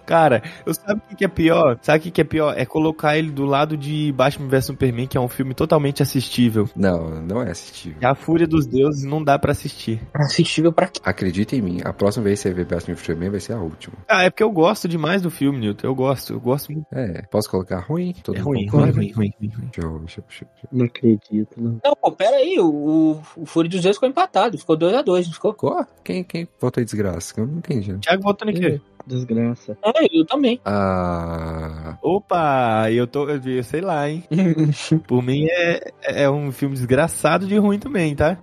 S4: Cara, eu sabe o que que é pior? Sabe o que que é pior? É colocar ele do lado de Batman vs Superman, que é um filme totalmente assistível.
S2: Não, não é assistível.
S4: A Fúria dos Deuses não dá pra assistir.
S1: É Assistível pra quê?
S2: Acredita em mim, a próxima vez que você ver Batman vs Superman vai ser a última.
S4: Ah, é porque eu gosto demais do filme, Newton. Eu gosto, eu gosto muito.
S2: É, posso colocar ruim? Todo
S4: É
S2: mundo
S4: ruim, ruim,
S2: concorda?
S4: ruim, ruim, ruim, ruim.
S2: Deixa eu- deixa eu- deixa eu- deixa eu-
S3: Não acredito, não.
S1: Não, pô, pera aí. O, o Fúria dos Deuses ficou empatado. Ficou 2x2, não ficou?
S2: Qual? Quem, quem votou em desgraça? Eu não entendi. né?
S4: Thiago voltando aqui.
S3: Desgraça.
S1: É, eu também.
S2: Ah,
S4: Opa, eu tô. Eu sei lá, hein? Por mim é, é um filme desgraçado de ruim também, tá?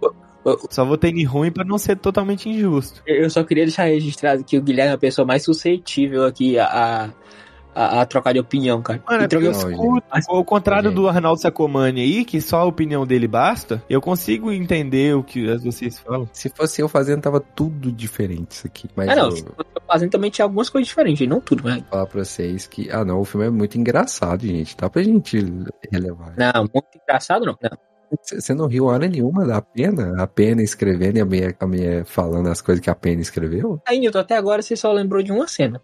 S4: Só votei em ruim pra não ser totalmente injusto.
S1: eu só queria deixar registrado que o Guilherme é a pessoa mais suscetível aqui a, a, a trocar de opinião, cara.
S4: Mano, é
S1: Então,
S4: porque eu
S1: eu-
S2: Não,
S4: escuto. Ao contrário
S2: Gente.
S4: do Arnaldo Sacomani aí, que só a opinião dele basta, eu consigo entender o que as vocês falam.
S2: se fosse eu fazendo, tava tudo diferente isso aqui. Mas
S1: Ah, não.
S2: eu vou
S1: Eu tô fazendo também tinha algumas coisas diferentes, não tudo, mas.
S2: falar pra vocês que. Ah, não, o filme é muito engraçado, gente. Dá pra gente relevar.
S1: Não, muito engraçado não. Não.
S2: C- Você não riu hora nenhuma da pena? A pena escrevendo e a minha, a minha falando as coisas que a pena escreveu?
S1: Aí, Nilton, tá até agora você só lembrou de uma cena.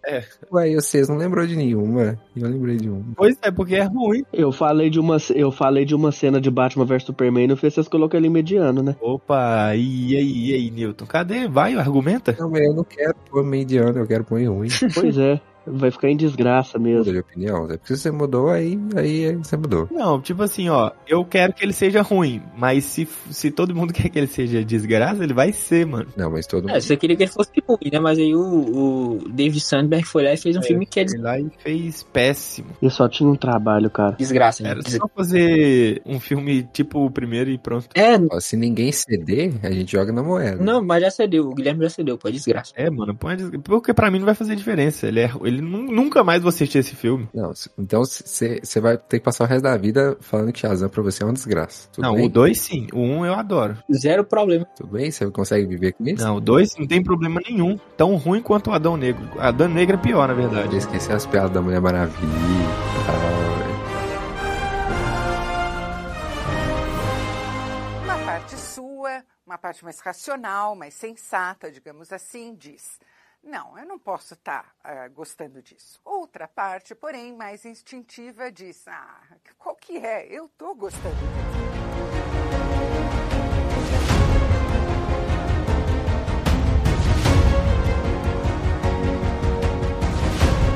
S2: Ué, vocês não lembrou de nenhuma. Eu lembrei de uma.
S4: Pois é, porque é ruim.
S3: Eu falei de uma, eu falei de uma cena de Batman vs Superman e não fez vocês colocam ele em mediano, né?
S4: Opa, e aí, e aí, Newton? Cadê? Vai, argumenta.
S2: Não, mas eu não quero pôr mediano, eu quero pôr em ruim.
S3: Pois é. Vai ficar em desgraça
S2: Muda
S3: mesmo.
S2: de opinião, né? Porque você mudou, aí, aí você mudou.
S4: Não, tipo assim, ó, eu quero que ele seja ruim, mas se, se todo mundo quer que ele seja desgraça, ele vai ser, mano.
S2: Não, mas
S4: Uhum.
S2: todo
S1: É,
S2: mundo.
S1: você queria que ele fosse ruim, né? Mas aí o, o David Sandberg foi lá e fez um filme que é des-
S4: Ele lá e fez péssimo.
S3: Ele só tinha um trabalho, cara.
S1: desgraça.
S2: É.
S1: né?
S4: Era
S1: Des-
S4: só fazer um filme tipo o primeiro e pronto.
S1: É,
S2: Ó, se ninguém ceder, a gente joga na moeda.
S1: não, mas já cedeu. O Guilherme já cedeu, pô, é desgraça.
S4: É, mano, põe a desgra- porque pra mim não vai fazer diferença. Ele, é, ele nu- nunca mais vou assistir esse filme.
S2: Não, c- então você você vai ter que passar o resto da vida falando que Shazam pra você é uma desgraça. Tudo
S4: não,
S2: bem?
S4: o 2 sim, o 1 um eu adoro.
S1: Zero problema.
S2: Tudo bem? Você consegue viver com isso?
S4: Não, o 2 não tem problema nenhum. Tão ruim quanto o Adão Negro. Adão Negro é pior, na
S2: Eu
S4: verdade.
S2: esqueci as piadas da Mulher Maravilha. Ah,
S5: Uma parte sua, uma parte mais racional, mais sensata, digamos assim, diz: Não, eu não posso estar gostando disso. Outra parte, porém, mais instintiva, diz: Ah, qual que é? Eu tô gostando disso.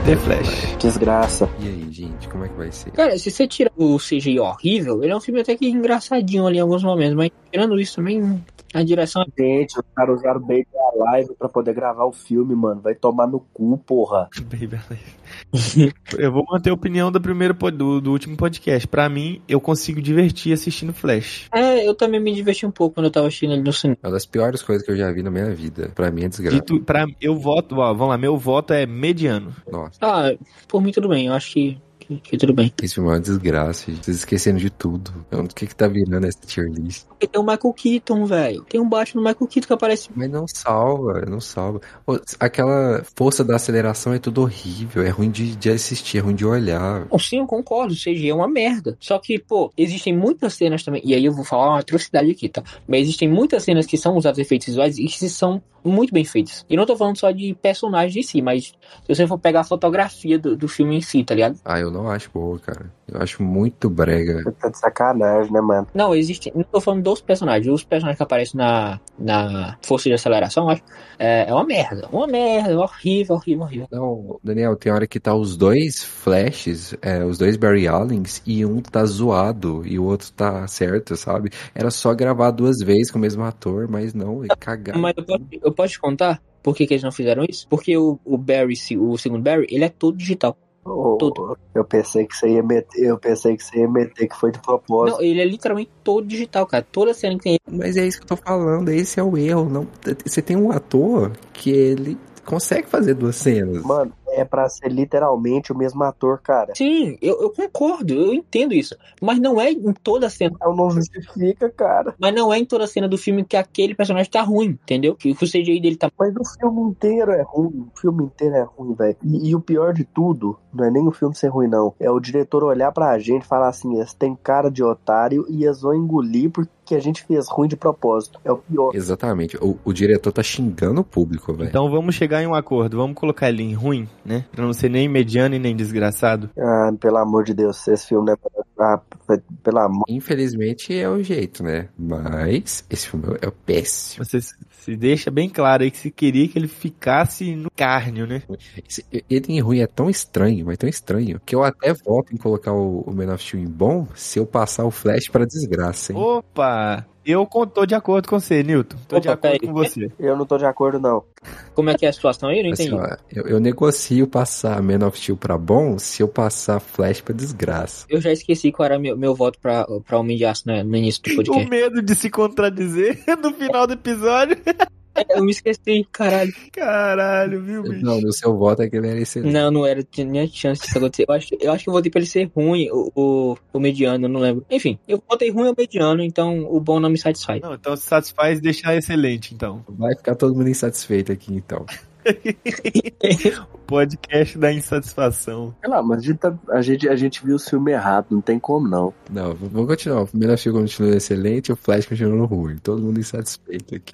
S4: The Flash.
S3: Desgraça.
S2: e aí, gente, como é que vai ser?
S1: Cara, se você tira o CGI horrível, ele é um filme até que engraçadinho ali em alguns momentos, mas tirando isso também, a direção
S3: Gente, os caras usaram Baby Alive pra poder gravar o filme, mano. Vai tomar no cu, porra.
S4: Baby Alive. eu vou manter a opinião do, primeiro, po- do, do último podcast. Pra mim, eu consigo divertir assistindo Flash.
S1: É, eu também me diverti um pouco quando eu tava assistindo ali no cinema.
S2: É uma das piores coisas que eu já vi na minha vida. Pra mim é desgraça.
S4: Dito, pra, eu voto, ó, vamos lá, meu voto é mediano.
S2: Nossa,
S1: Ah, por mim tudo bem, eu acho que, que, que tudo bem.
S2: esse filme é uma desgraça, gente. Vocês esquecendo de tudo. Então, O que que tá virando essa tier list?
S1: Porque tem o Michael Keaton, velho. Tem um baixo no Michael Keaton que aparece.
S2: Mas não salva, não salva. Ô, Aquela força da aceleração é tudo horrível. É ruim de, de assistir, é ruim de olhar.
S1: Bom, sim, eu concordo, o CGI é uma merda. Só que, pô, existem muitas cenas também. E aí eu vou falar uma atrocidade aqui, tá? Mas existem muitas cenas que são usadas efeitos visuais e que são muito bem feitas. E não tô falando só de personagens em si, mas se você for pegar a fotografia do, do filme em si, tá ligado?
S2: Ah, eu não acho boa, cara. Eu acho muito brega.
S3: Tá de sacanagem, né, mano?
S1: Não, existem. Não tô falando dos personagens. Os personagens que aparecem na, na força de aceleração, eu acho. É, é uma merda. Uma merda, é horrível, horrível, horrível.
S2: Não, Daniel, tem hora que tá os dois flashes, é, os dois Barry Allens, e um tá zoado e o outro tá certo, sabe? Era só gravar duas vezes com o mesmo ator, mas não, e cagar.
S1: Mas eu posso, eu posso te contar por que, que eles não fizeram isso? Porque o, o Barry, se- o segundo Barry, ele é todo digital.
S3: Ô,
S1: Tudo.
S3: Eu pensei que você ia meter, eu pensei que você ia meter que foi de propósito.
S1: Não, ele é literalmente todo digital, cara. Toda cena que tem ele.
S2: Mas é isso que eu tô falando, esse é o erro. Não, você tem um ator que ele consegue fazer duas cenas.
S3: Mano, é pra ser literalmente o mesmo ator, cara.
S1: Sim, eu, eu concordo, eu entendo isso. Mas não é em toda cena.
S3: Eu não justifica, cara.
S1: Mas não é em toda cena do filme que aquele personagem tá ruim, entendeu? Que o CGI dele tá.
S3: Mas o filme inteiro é ruim. O filme inteiro é ruim, velho. E, e o pior de tudo, não é nem o filme ser ruim, não. É o diretor olhar pra gente e falar assim: eles têm cara de otário e eles vão engolir porque a gente fez ruim de propósito. É o pior.
S2: Exatamente. O, o diretor tá xingando o público,
S1: É.
S2: velho.
S4: Então vamos chegar em um acordo, vamos colocar ele em ruim, né? Pra não ser nem mediano e nem desgraçado.
S1: É.
S3: Ah, pelo amor de Deus, esse filme é. Ah, pelo amor.
S2: Infelizmente é o jeito, né? Mas esse filme é péssimo.
S4: Você se- se deixa bem claro aí que você queria que ele ficasse no cárneo, né?
S2: Esse- Ele em ruim é tão estranho, mas tão estranho, que eu até volto em colocar o, o Man of Steel em bom se eu passar o Flash pra desgraça, hein?
S4: Opa! Eu con- tô de acordo com você, Newton. Tô de
S1: Opa,
S4: acordo
S1: peraí.
S4: com você.
S3: Eu não tô de acordo, não.
S1: Como é que é a situação aí? Eu não
S2: Assim,
S1: entendi.
S2: ó, eu, eu negocio passar Man of Steel pra bom se eu passar Flash pra desgraça.
S1: Eu já esqueci qual era meu, meu voto pra, pra Homem de Aço né, no início do
S4: O
S1: podcast.
S4: medo de se contradizer no final do episódio.
S1: eu me esqueci, caralho.
S4: Caralho, viu, bicho?
S2: Não, no seu voto é que ele era excelente.
S1: Não, não era. Tinha nem chance disso acontecer. Eu acho, eu acho que eu votei pra ele ser ruim, o, o, o mediano, eu não lembro. Enfim, eu votei ruim ou mediano, então o bom não me satisfaz.
S4: Não, então se satisfaz deixar excelente, então.
S2: Vai ficar todo mundo insatisfeito aqui, então.
S4: O podcast da insatisfação.
S3: Sei lá, mas a gente, tá- a gente, a gente viu o filme errado, não tem como não.
S2: Não, v- vamos continuar. O Man of Steel continua excelente, o Flash continua ruim. Todo mundo insatisfeito aqui.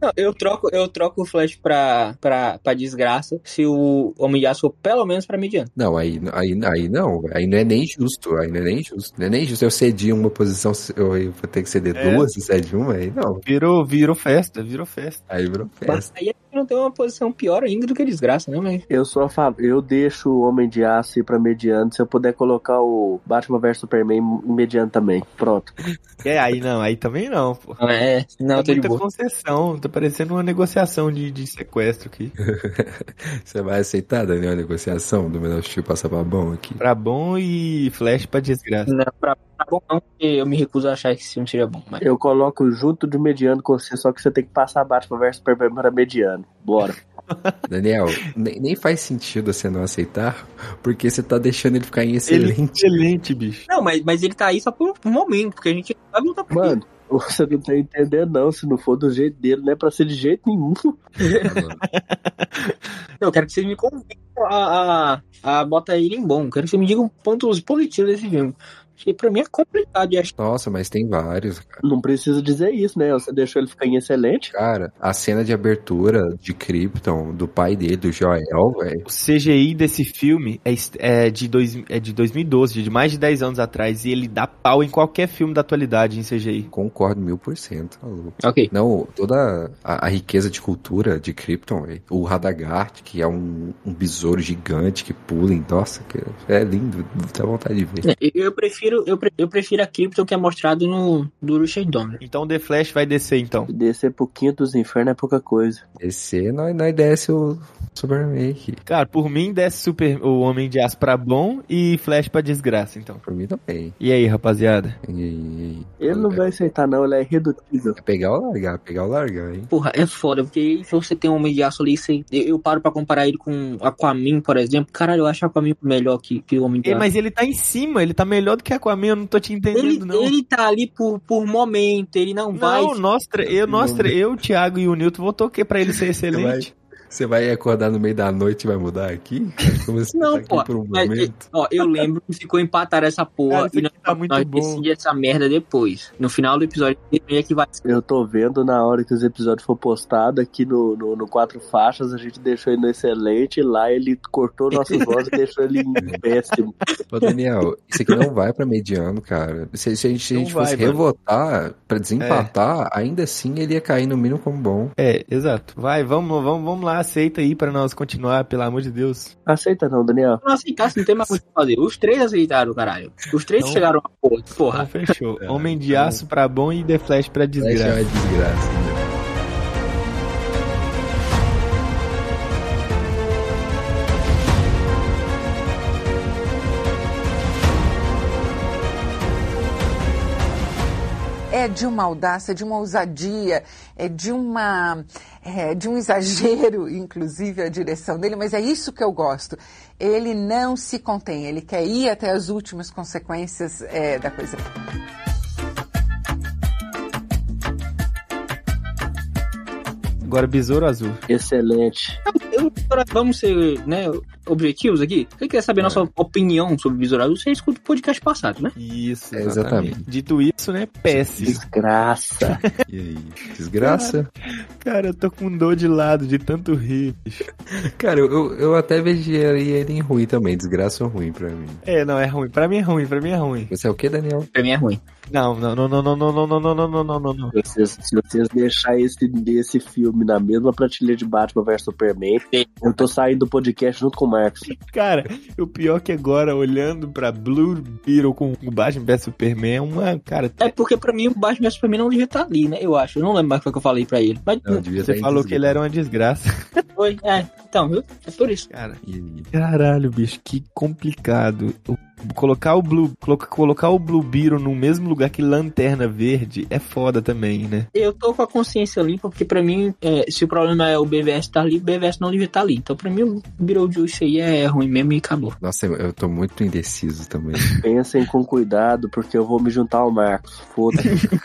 S1: Não, eu troco, eu troco o Flash pra, pra, pra desgraça se o Homem de Aço for pelo menos pra mediano.
S2: Não, aí, aí, aí não. Aí não é nem justo. Aí não é nem justo. Não é nem justo. Eu cedi uma posição, eu eu vou ter que ceder
S4: É.
S2: duas, você cede uma, aí não.
S4: Virou, virou festa, virou festa.
S2: Aí virou festa.
S1: Mas aí é que não tem uma posição pior ainda do que desgraça, né, velho?
S3: Eu só falo, eu deixo o Homem de Aço ir pra mediano se eu puder colocar o Batman vs Superman em mediano também. Pronto.
S4: É, aí não, aí também não, pô.
S1: É, não,
S4: é
S1: tô de
S4: muita
S1: boa.
S4: concessão, tá parecendo uma negociação de, de sequestro aqui.
S2: Você vai aceitar, Daniel, a negociação do Menor Steel passar pra bom aqui?
S4: Pra bom e flash pra desgraça.
S1: Não, pra, pra bom não, porque eu me recuso a achar que esse filme seja bom, mas...
S3: Eu coloco junto de mediano com você, só que você tem que passar Batman vs Superman pra é mediano. Bora.
S2: Daniel, nem, nem faz sentido você não aceitar, porque você tá deixando ele ficar em
S4: Ele-
S2: excelente.
S4: Excelente, bicho.
S1: Não, mas, mas ele tá aí só por um momento, porque a gente não vai voltar pra ele.
S3: Mano, você não tá entendendo, não. Se não for do jeito dele, não é pra ser de jeito nenhum.
S1: Eu quero que vocês me convençam a, a, a botar ele em bom. Quero que vocês me digam pontos positivos desse filme. Porque pra mim é complicado de achar.
S2: Nossa, mas tem vários, cara.
S3: Não precisa dizer isso, né? Você deixou ele ficar em excelente.
S2: Cara, a cena de abertura de Krypton, do pai dele, do Joel, velho.
S4: O CGI desse filme é, est- é, de dois, é de 2012, de mais de 10 anos atrás, e ele dá pau em qualquer filme da atualidade em CGI.
S2: Concordo mil por cento, tá louco.
S1: Ok.
S2: Não, toda a, a riqueza de cultura de Krypton, velho. o Radagast, que é um, um besouro gigante que pula em... Nossa, que é lindo, dá vontade de ver.
S1: Eu- Eu prefiro, eu, pre- eu prefiro a Krypton que é mostrado no Duro Shadow.
S4: Então The Flash vai descer, então.
S3: Descer pro quinto dos infernos é pouca coisa.
S2: Esse, nós, nós desce o Superman aqui.
S4: Cara, por mim desce super, o Homem de Aço pra bom e Flash pra desgraça, então.
S2: Por mim também.
S4: E aí, rapaziada?
S2: E, e-
S3: Ele não vai aceitar, não. Ele é irredutível.
S2: É pegar ou largar, pegar ou largar, hein?
S1: Porra, é foda, porque se você tem um Homem de Aço ali, você- eu, eu paro pra comparar ele com Aquaman, por exemplo. Caralho, eu acho Aquaman melhor que, que o Homem de
S4: É,
S1: Aço.
S4: mas ele tá em cima, ele tá melhor do que Aquaman, eu não tô te entendendo,
S1: ele,
S4: não.
S1: ele tá ali por, por momento, ele não, vai.
S4: Não, nós, tre- eu, nós, tre- eu, o Thiago e o Nilton votou o quê pra ele ser excelente?
S2: Você vai acordar no meio da noite e vai mudar aqui? Como você
S1: Não,
S2: tá aqui
S1: pô, é,
S2: por um
S1: mas-
S2: momento?
S1: Ó, eu lembro que ficou empatado essa
S4: Cara,
S1: porra
S4: isso
S1: e nós,
S4: aqui tá muito
S1: nós
S4: bom.
S1: decidimos essa merda depois. No final do episódio é que vai
S3: Eu tô vendo na hora que os episódios for postado aqui no, no, no Quatro Faixas, a gente deixou ele no excelente, lá ele cortou nossos votos e deixou ele em péssimo.
S2: Ô, Daniel, isso aqui não vai pra mediano, cara. Se, se a gente, se a
S4: Não
S2: gente fosse
S4: vai, mano.
S2: revotar pra desempatar, ainda assim ele ia cair no mínimo como bom.
S4: É, exato. Vai, vamos, vamos, vamos lá, aceita aí pra nós continuar, pelo amor de Deus.
S3: Aceita não, Daniel.
S1: não aceitasse, não tem mais muito o que fazer. Os três aceitaram, caralho. Os três
S4: Então-
S1: chegaram a porra.
S4: Então
S1: porra.
S4: fechou.
S2: É,
S4: Homem de
S2: então-
S4: aço pra bom e The Flash pra
S2: Vai ser
S4: desgraça.
S2: uma desgraça. né?
S5: é de uma audácia, de uma ousadia, é de uma é, de um exagero, inclusive a direção dele, mas é isso que eu gosto. Ele não se contém, ele quer ir até as últimas consequências é, da coisa.
S4: Agora, Besouro Azul.
S3: Excelente.
S1: Eu- agora vamos ser, né, objetivos aqui? Quem quer
S4: É.
S1: saber a nossa opinião sobre o Besouro Azul, você escuta o podcast passado, né?
S4: Isso,
S2: É, exatamente.
S4: Dito isso, né, péssimo.
S3: Desgraça.
S2: E aí? Desgraça?
S4: Cara, eu tô com dor de lado, de tanto rir. bicho.
S2: Cara, eu, eu até vejaria ele em ruim também. Desgraça ou ruim pra mim.
S4: É, não, é ruim. Pra mim é ruim, pra mim é ruim.
S2: Você é o quê, Daniel?
S1: Pra mim é ruim.
S4: Não, não, não, não, não, não, não, não, não, não, não, não, não.
S3: Vocês, se vocês deixarem esse, esse filme na mesma prateleira de Batman vs Superman, eu tô saindo do podcast junto com o Marcos.
S4: Cara, o pior é que agora, olhando pra Blue Beetle com o Batman vs Superman, é uma, cara...
S1: É porque pra mim o Batman vs Superman não devia estar ali, né? Eu acho. Eu não lembro mais o que eu falei pra ele. Mas hum,
S2: Não, devia
S4: Você
S2: estar em
S4: falou que ele era uma desgraça.
S1: foi. É, então, viu? É por isso.
S4: Cara,
S2: desgraça. E aí?
S4: caralho, bicho, que complicado. O- Colocar o Blue, coloca- colocar o Blue Beetle no mesmo lugar que Lanterna Verde é foda também, né?
S1: Eu tô com a consciência limpa, porque pra mim, é, se o problema é o BVS tá ali, o BVS não devia estar ali. Então pra mim o Beetlejuice aí é ruim mesmo e acabou.
S2: Nossa, eu- eu tô muito indeciso também.
S3: Pensem com cuidado, porque eu vou me juntar ao Marcos. Foda-se.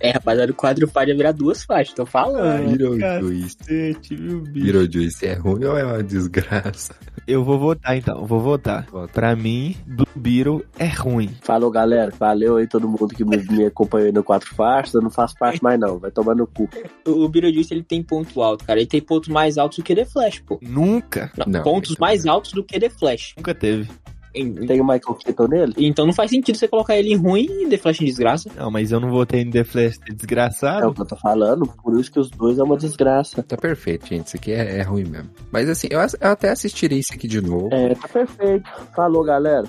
S1: É, rapaziada, o quadro pode virar duas faixas, tô falando.
S2: Beetlejuice.
S4: Cacete, viu, bicho?
S2: Beetlejuice é ruim ou é uma desgraça?
S4: Eu vou votar então, eu vou votar.
S2: Vota.
S4: Pra mim, Blue Beetle é ruim.
S3: Falou, galera. Valeu aí todo mundo que me, me acompanhou aí no Quatro Faixas. Eu não faço parte mais, não. Vai tomar no cu.
S2: É.
S1: O Beetlejuice ele tem ponto alto, cara. Ele tem pontos mais altos do que The Flash, pô.
S4: Nunca,
S1: Não,
S2: Não,
S1: pontos
S2: isso é
S1: mais
S2: não.
S1: altos do que The Flash.
S4: nunca teve.
S1: Em-
S3: Tem o Michael Keaton nele?
S1: Então não faz sentido você colocar ele em ruim e The Flash em desgraça.
S4: Não, mas eu não votei no The Flash, é
S3: É o
S4: desgraçado.
S3: que eu tô falando, por isso que os dois é uma desgraça.
S2: Tá perfeito, gente. Isso aqui é, é ruim mesmo. Mas assim, eu, as- eu até assistiria isso aqui de novo.
S3: É, tá perfeito. Falou, galera.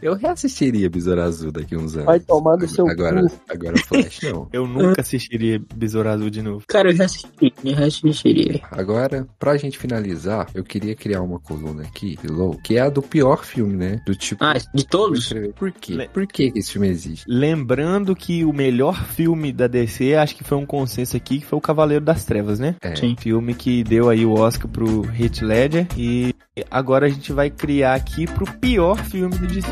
S2: Eu reassistiria Besouro Azul daqui a uns anos.
S3: Vai tomar no seu
S2: agora, agora Flash, não.
S4: Eu nunca assistiria Besouro Azul de novo.
S1: Cara, eu já assisti, eu já assistiria.
S2: Agora, pra gente finalizar, eu queria criar uma coluna aqui, Low, que é a do pior filme, né? Do tipo.
S1: Ah, de
S2: vou
S1: todos?
S2: escrever Por quê?
S4: Le-
S2: Por que que esse filme existe?
S4: Lembrando que o melhor filme da DC, acho que foi um consenso aqui, que foi o Cavaleiro das Trevas, né?
S2: É.
S1: Sim.
S4: Filme que deu aí o Oscar pro Heath Ledger e agora a gente vai criar aqui pro pior filme do DC.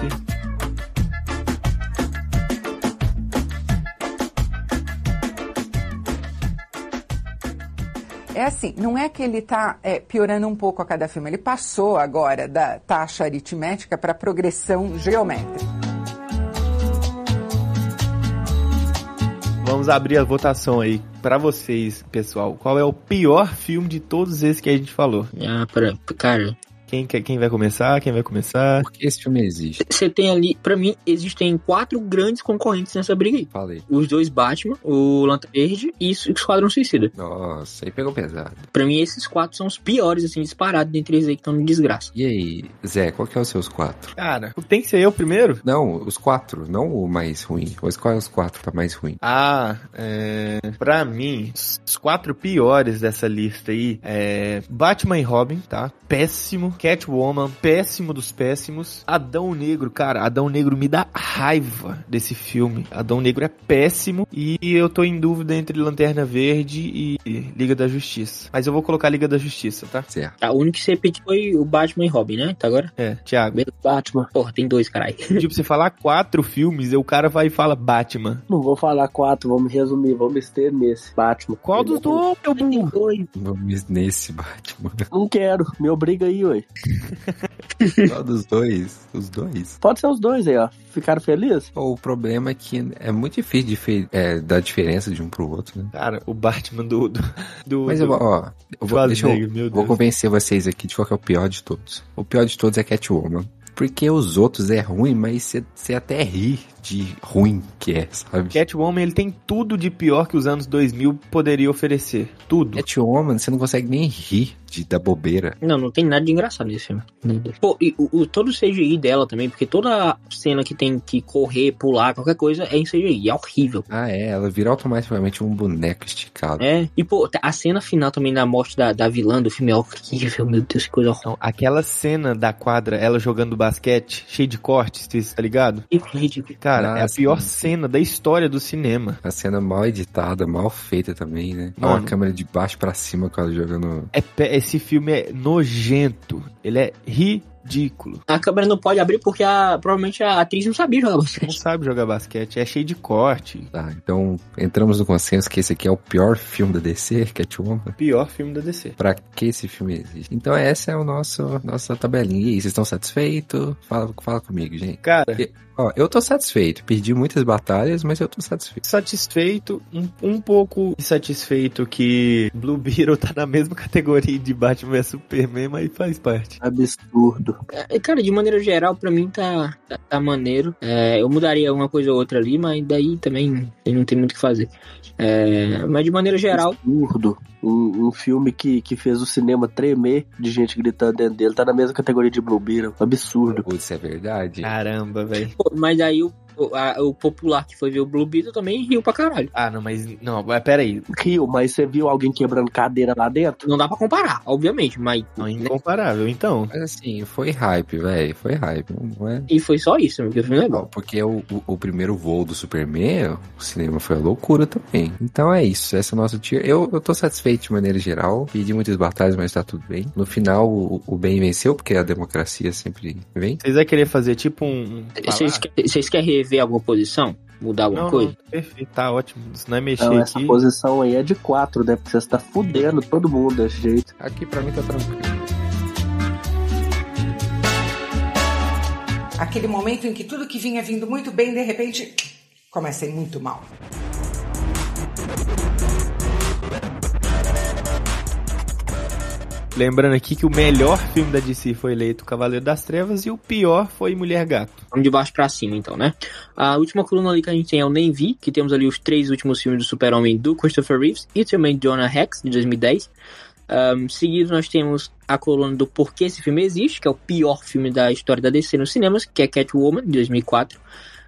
S5: É assim, não é que ele tá é, piorando um pouco a cada filme, ele passou agora da taxa aritmética para progressão geométrica.
S4: Vamos abrir a votação aí pra vocês, pessoal. Qual é o pior filme de todos esses que a gente falou?
S1: Ah, pra, cara,
S4: Quem, quer- quem vai começar? Quem vai começar?
S2: Por que esse filme existe?
S1: você tem ali, pra mim, existem quatro grandes concorrentes nessa briga aí.
S2: Falei.
S1: Os dois Batman, o Lanterna Verde e o Esquadrão Suicida.
S2: Nossa, aí pegou pesado.
S1: Pra mim, esses quatro são os piores, assim, disparados dentre eles aí que estão em desgraça.
S2: E aí, Zé, qual que é os seus quatro?
S4: Cara, tem que ser eu primeiro?
S2: Não, os quatro, não o mais ruim. Mas qual é os quatro que tá mais ruim?
S4: Ah, é, pra mim, os quatro piores dessa lista aí é Batman e Robin, tá? Péssimo. Catwoman, péssimo dos péssimos. Adão Negro, cara, Adão Negro me dá raiva desse filme. Adão Negro é péssimo e eu tô em dúvida entre Lanterna Verde e Liga da Justiça. Mas eu vou colocar Liga da Justiça, tá?
S2: Certo.
S1: Tá, o único que você repetiu foi o Batman e Robin, né? Tá agora?
S4: É, Thiago,
S1: Beleza. Batman. Porra, tem dois, caralho.
S4: pedi pra você falar quatro filmes e o cara vai e fala Batman.
S3: Não vou falar quatro, vamos resumir, vamos ter nesse Batman.
S4: Qual dos dois, meu
S1: Tem
S4: burro?
S1: dois.
S2: Vamos nesse Batman.
S3: Não quero, me obriga aí, oi.
S2: Qual dos dois? Os dois?
S3: Pode ser os dois aí, ó. Ficaram felizes?
S2: O problema é que é muito difícil dife- é, dar diferença de um pro outro, né?
S4: Cara, o Batman do... do, do
S2: Mas eu, vou- ó, eu vou, deixa eu-
S4: Schwarzenegger, meu
S2: vou
S4: Deus.
S2: convencer vocês aqui de qual que é o pior de todos. O pior de todos é Catwoman. Porque os outros é ruim, mas você até ri de ruim que é, sabe?
S4: Catwoman, ele tem tudo de pior que os anos 2000 poderia oferecer.
S2: É.
S4: Tudo.
S2: Catwoman, você não consegue nem rir de, da bobeira.
S1: Não, não tem nada de engraçado nesse filme. Pô, e o, o- todo o CGI dela também, porque toda cena que tem que correr, pular, qualquer coisa é em CGI. É horrível.
S2: Ah, é, ela vira automaticamente um boneco esticado.
S1: É, e pô, a cena final também da morte da, da vilã do filme é horrível, meu Deus, que coisa
S4: Então, aquela cena da quadra, ela jogando basquete, cheio de cortes, vocês tá ligado?
S1: horrível, ridícula.
S4: Cara, é a
S2: Nossa,
S4: pior
S2: mano.
S4: cena da história do cinema.
S2: A cena mal editada, mal feita também, né? Ó,
S4: Mano.
S2: a câmera de baixo pra cima com ela jogando.
S4: É pe- Esse filme é nojento. Ele é ridículo.
S1: A câmera não pode abrir porque a, provavelmente a atriz não sabia jogar
S4: Não
S1: basquete.
S4: sabe jogar basquete, é cheio de corte.
S2: Tá, então entramos no consenso que esse aqui é o pior filme da DC, Catwoman.
S4: Pior filme da DC.
S2: é Pra que esse filme existe? Então essa é a nosso, nossa tabelinha. E aí, vocês estão satisfeitos? Fala, fala comigo, gente.
S4: Cara,
S2: Ó, eu tô satisfeito. Perdi muitas batalhas, mas eu tô satisfeito.
S4: satisfeito, um, um pouco insatisfeito que Blue Beetle tá na mesma categoria de Batman vs Superman, mas faz parte.
S3: Absurdo.
S1: É, Cara, de maneira geral, pra mim tá, tá, tá maneiro. É, eu mudaria uma coisa ou outra ali, mas daí também não tem muito o que fazer. É, mas de maneira geral,
S3: Absurdo. Um, um filme que, que fez o cinema tremer de gente gritando dentro dele. Tá na mesma categoria de Blue Beetle. Absurdo.
S2: Putz, isso é verdade?
S4: Caramba, velho.
S1: Pô, Mas aí o, o- a- o popular que foi ver o Blue Beetle também riu pra caralho.
S4: Ah, não, mas não, mas peraí.
S3: Rio, mas você viu alguém quebrando cadeira lá dentro?
S1: Não dá pra comparar, obviamente, mas.
S4: Não, é incomparável, então.
S2: Mas assim, foi hype, velho. Foi hype, não é?
S1: E foi só isso, porque o filme é legal.
S2: Não, Porque o, o, o primeiro voo do Superman, o cinema foi a loucura também. Então é isso, essa é a nossa tier. Eu, eu tô satisfeito de maneira geral. Perdi muitas batalhas, mas tá tudo bem. No final, o, o bem venceu, porque a democracia sempre vem.
S4: Vocês vão querer fazer tipo um. um
S1: Vocês
S4: falar?
S1: querem rever alguma posição? Mudar alguma
S4: não,
S1: coisa?
S4: não, perfeito, tá ótimo. Isso não é mexer
S3: Não, Então, essa
S4: aqui.
S3: posição aí é de quatro, né? Porque você está fudendo todo mundo desse jeito.
S2: Aqui pra mim tá tranquilo.
S5: Aquele momento em que tudo que vinha vindo muito bem, de repente, começa a ir muito mal.
S4: Lembrando aqui que o melhor filme da DC foi eleito Cavaleiro das Trevas e o pior foi Mulher Gato.
S1: Vamos de baixo pra cima, então, né? A última coluna ali que a gente tem é o Nem Vi, que temos ali os três últimos filmes do Super-Homem do Christopher Reeves e também Jonah Hex, de 2010. Ahn, seguido, nós temos a coluna do Porquê Esse Filme Existe, que é o pior filme da história da DC nos cinemas, que é Catwoman, de 2004.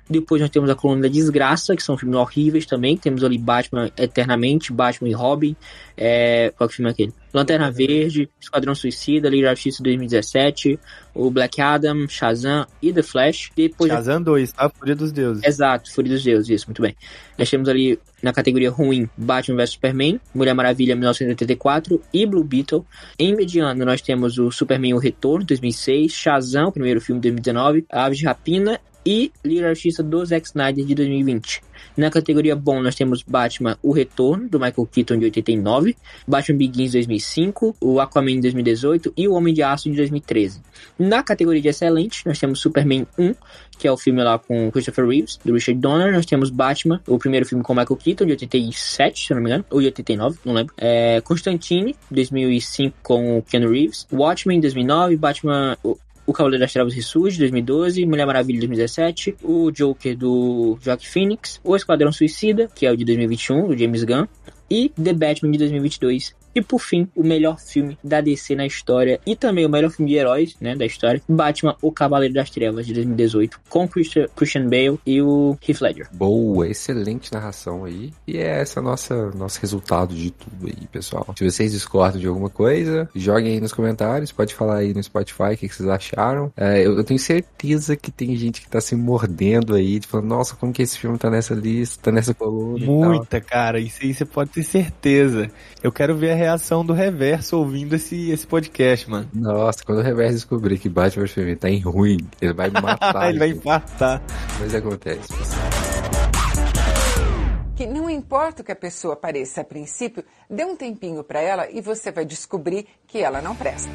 S1: Depois nós temos a coluna da Desgraça, que são filmes horríveis também. Temos ali Batman Eternamente, Batman e Robin. É... Qual que filme é aquele? Lanterna Verde, Esquadrão Suicida, Liga da Justiça 2017, o Black Adam, Shazam e The Flash. Depois
S4: Shazam 2, A Fúria dos Deuses.
S1: Exato, Fúria dos Deuses, isso, muito bem. Nós temos ali na categoria ruim Batman vs Superman, Mulher Maravilha 1984 e Blue Beetle. Em mediano nós temos o Superman O Retorno 2006, Shazam, o primeiro filme 2019, Aves de Rapina e Liga da Justiça do Zack Snyder de 2020. Na categoria bom nós temos Batman O Retorno do Michael Keaton de 89, Batman Begins 2005, o Aquaman de 2018 e o Homem de Aço de 2013. Na categoria de excelente nós temos Superman 1 que é o filme lá com o Christopher Reeves, do Richard Donner. Nós temos Batman, o primeiro filme com Michael Keaton, de 87, se eu não me engano, ou de 89, não lembro. É, Constantine, 2005, com o Keanu Reeves. Watchmen, 2009. Batman. O, o Cavaleiro das Trevas Ressurge, 2012, Mulher Maravilha, 2017, o Joker do Joaquin Phoenix, o Esquadrão Suicida, que é o de 2021, do James Gunn, e The Batman de 2022. E por fim, o melhor filme da DC na história e também o melhor filme de heróis, né, da história, Batman, O Cavaleiro das Trevas de 2018, com Christian Christian Bale e o Heath Ledger.
S2: Boa, excelente narração aí. E é esse nossa nosso resultado de tudo aí, pessoal. Se vocês discordam de alguma coisa, joguem aí nos comentários, pode falar aí no Spotify o que, que vocês acharam. É, eu, eu tenho certeza que tem gente que tá se mordendo aí, tipo, nossa, como que esse filme tá nessa lista, tá nessa coluna e tal.
S4: Muita, cara. Isso aí você pode ter certeza. Eu quero ver a reação do reverso ouvindo esse, esse podcast, mano.
S2: Nossa, quando o Reverso descobrir que Batman vs Superman tá em ruim, ele vai me matar.
S4: Ah, Ele vai infartar.
S2: Mas acontece.
S5: Que não importa o que a pessoa pareça a princípio, dê um tempinho para ela e você vai descobrir que ela não presta.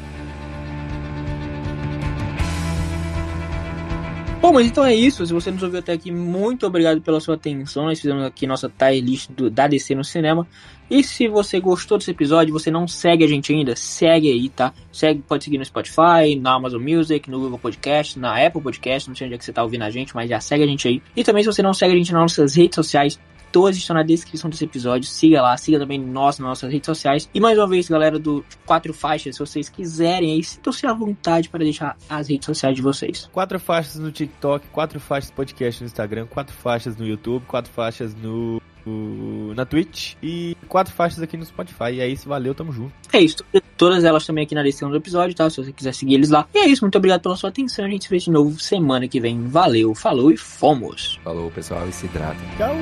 S1: Bom, mas então é isso. Se você nos ouviu até aqui, muito obrigado pela sua atenção. Nós fizemos aqui nossa tier list do, da DC no cinema. E se você gostou desse episódio, você não segue a gente ainda, segue aí, tá? Segue, pode seguir no Spotify, na Amazon Music, no Google Podcast, na Apple Podcast, não sei onde é que você tá ouvindo a gente, mas já segue a gente aí. E também se você não segue a gente nas nossas redes sociais, todas estão na descrição desse episódio. Siga lá, siga também nós nas nossas redes sociais. E mais uma vez, galera do Quatro Faixas, se vocês quiserem aí, sintam-se à vontade para deixar as redes sociais de vocês.
S4: Quatro faixas no TikTok, quatro faixas podcast no Instagram, quatro faixas no YouTube, quatro faixas no. no- Na Twitch e quatro faixas aqui no Spotify. E é isso, valeu, tamo junto.
S1: É isso. Todas elas também aqui na descrição do episódio, tá? Se você quiser seguir eles lá. E é isso. Muito obrigado pela sua atenção. A gente se vê de novo semana que vem. Valeu, falou e fomos!
S2: Falou, pessoal, e se hidrata.
S4: Tchau!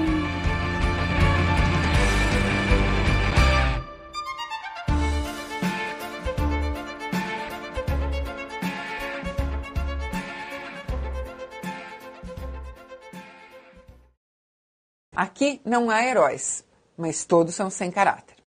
S5: Aqui não há heróis, mas todos são sem caráter.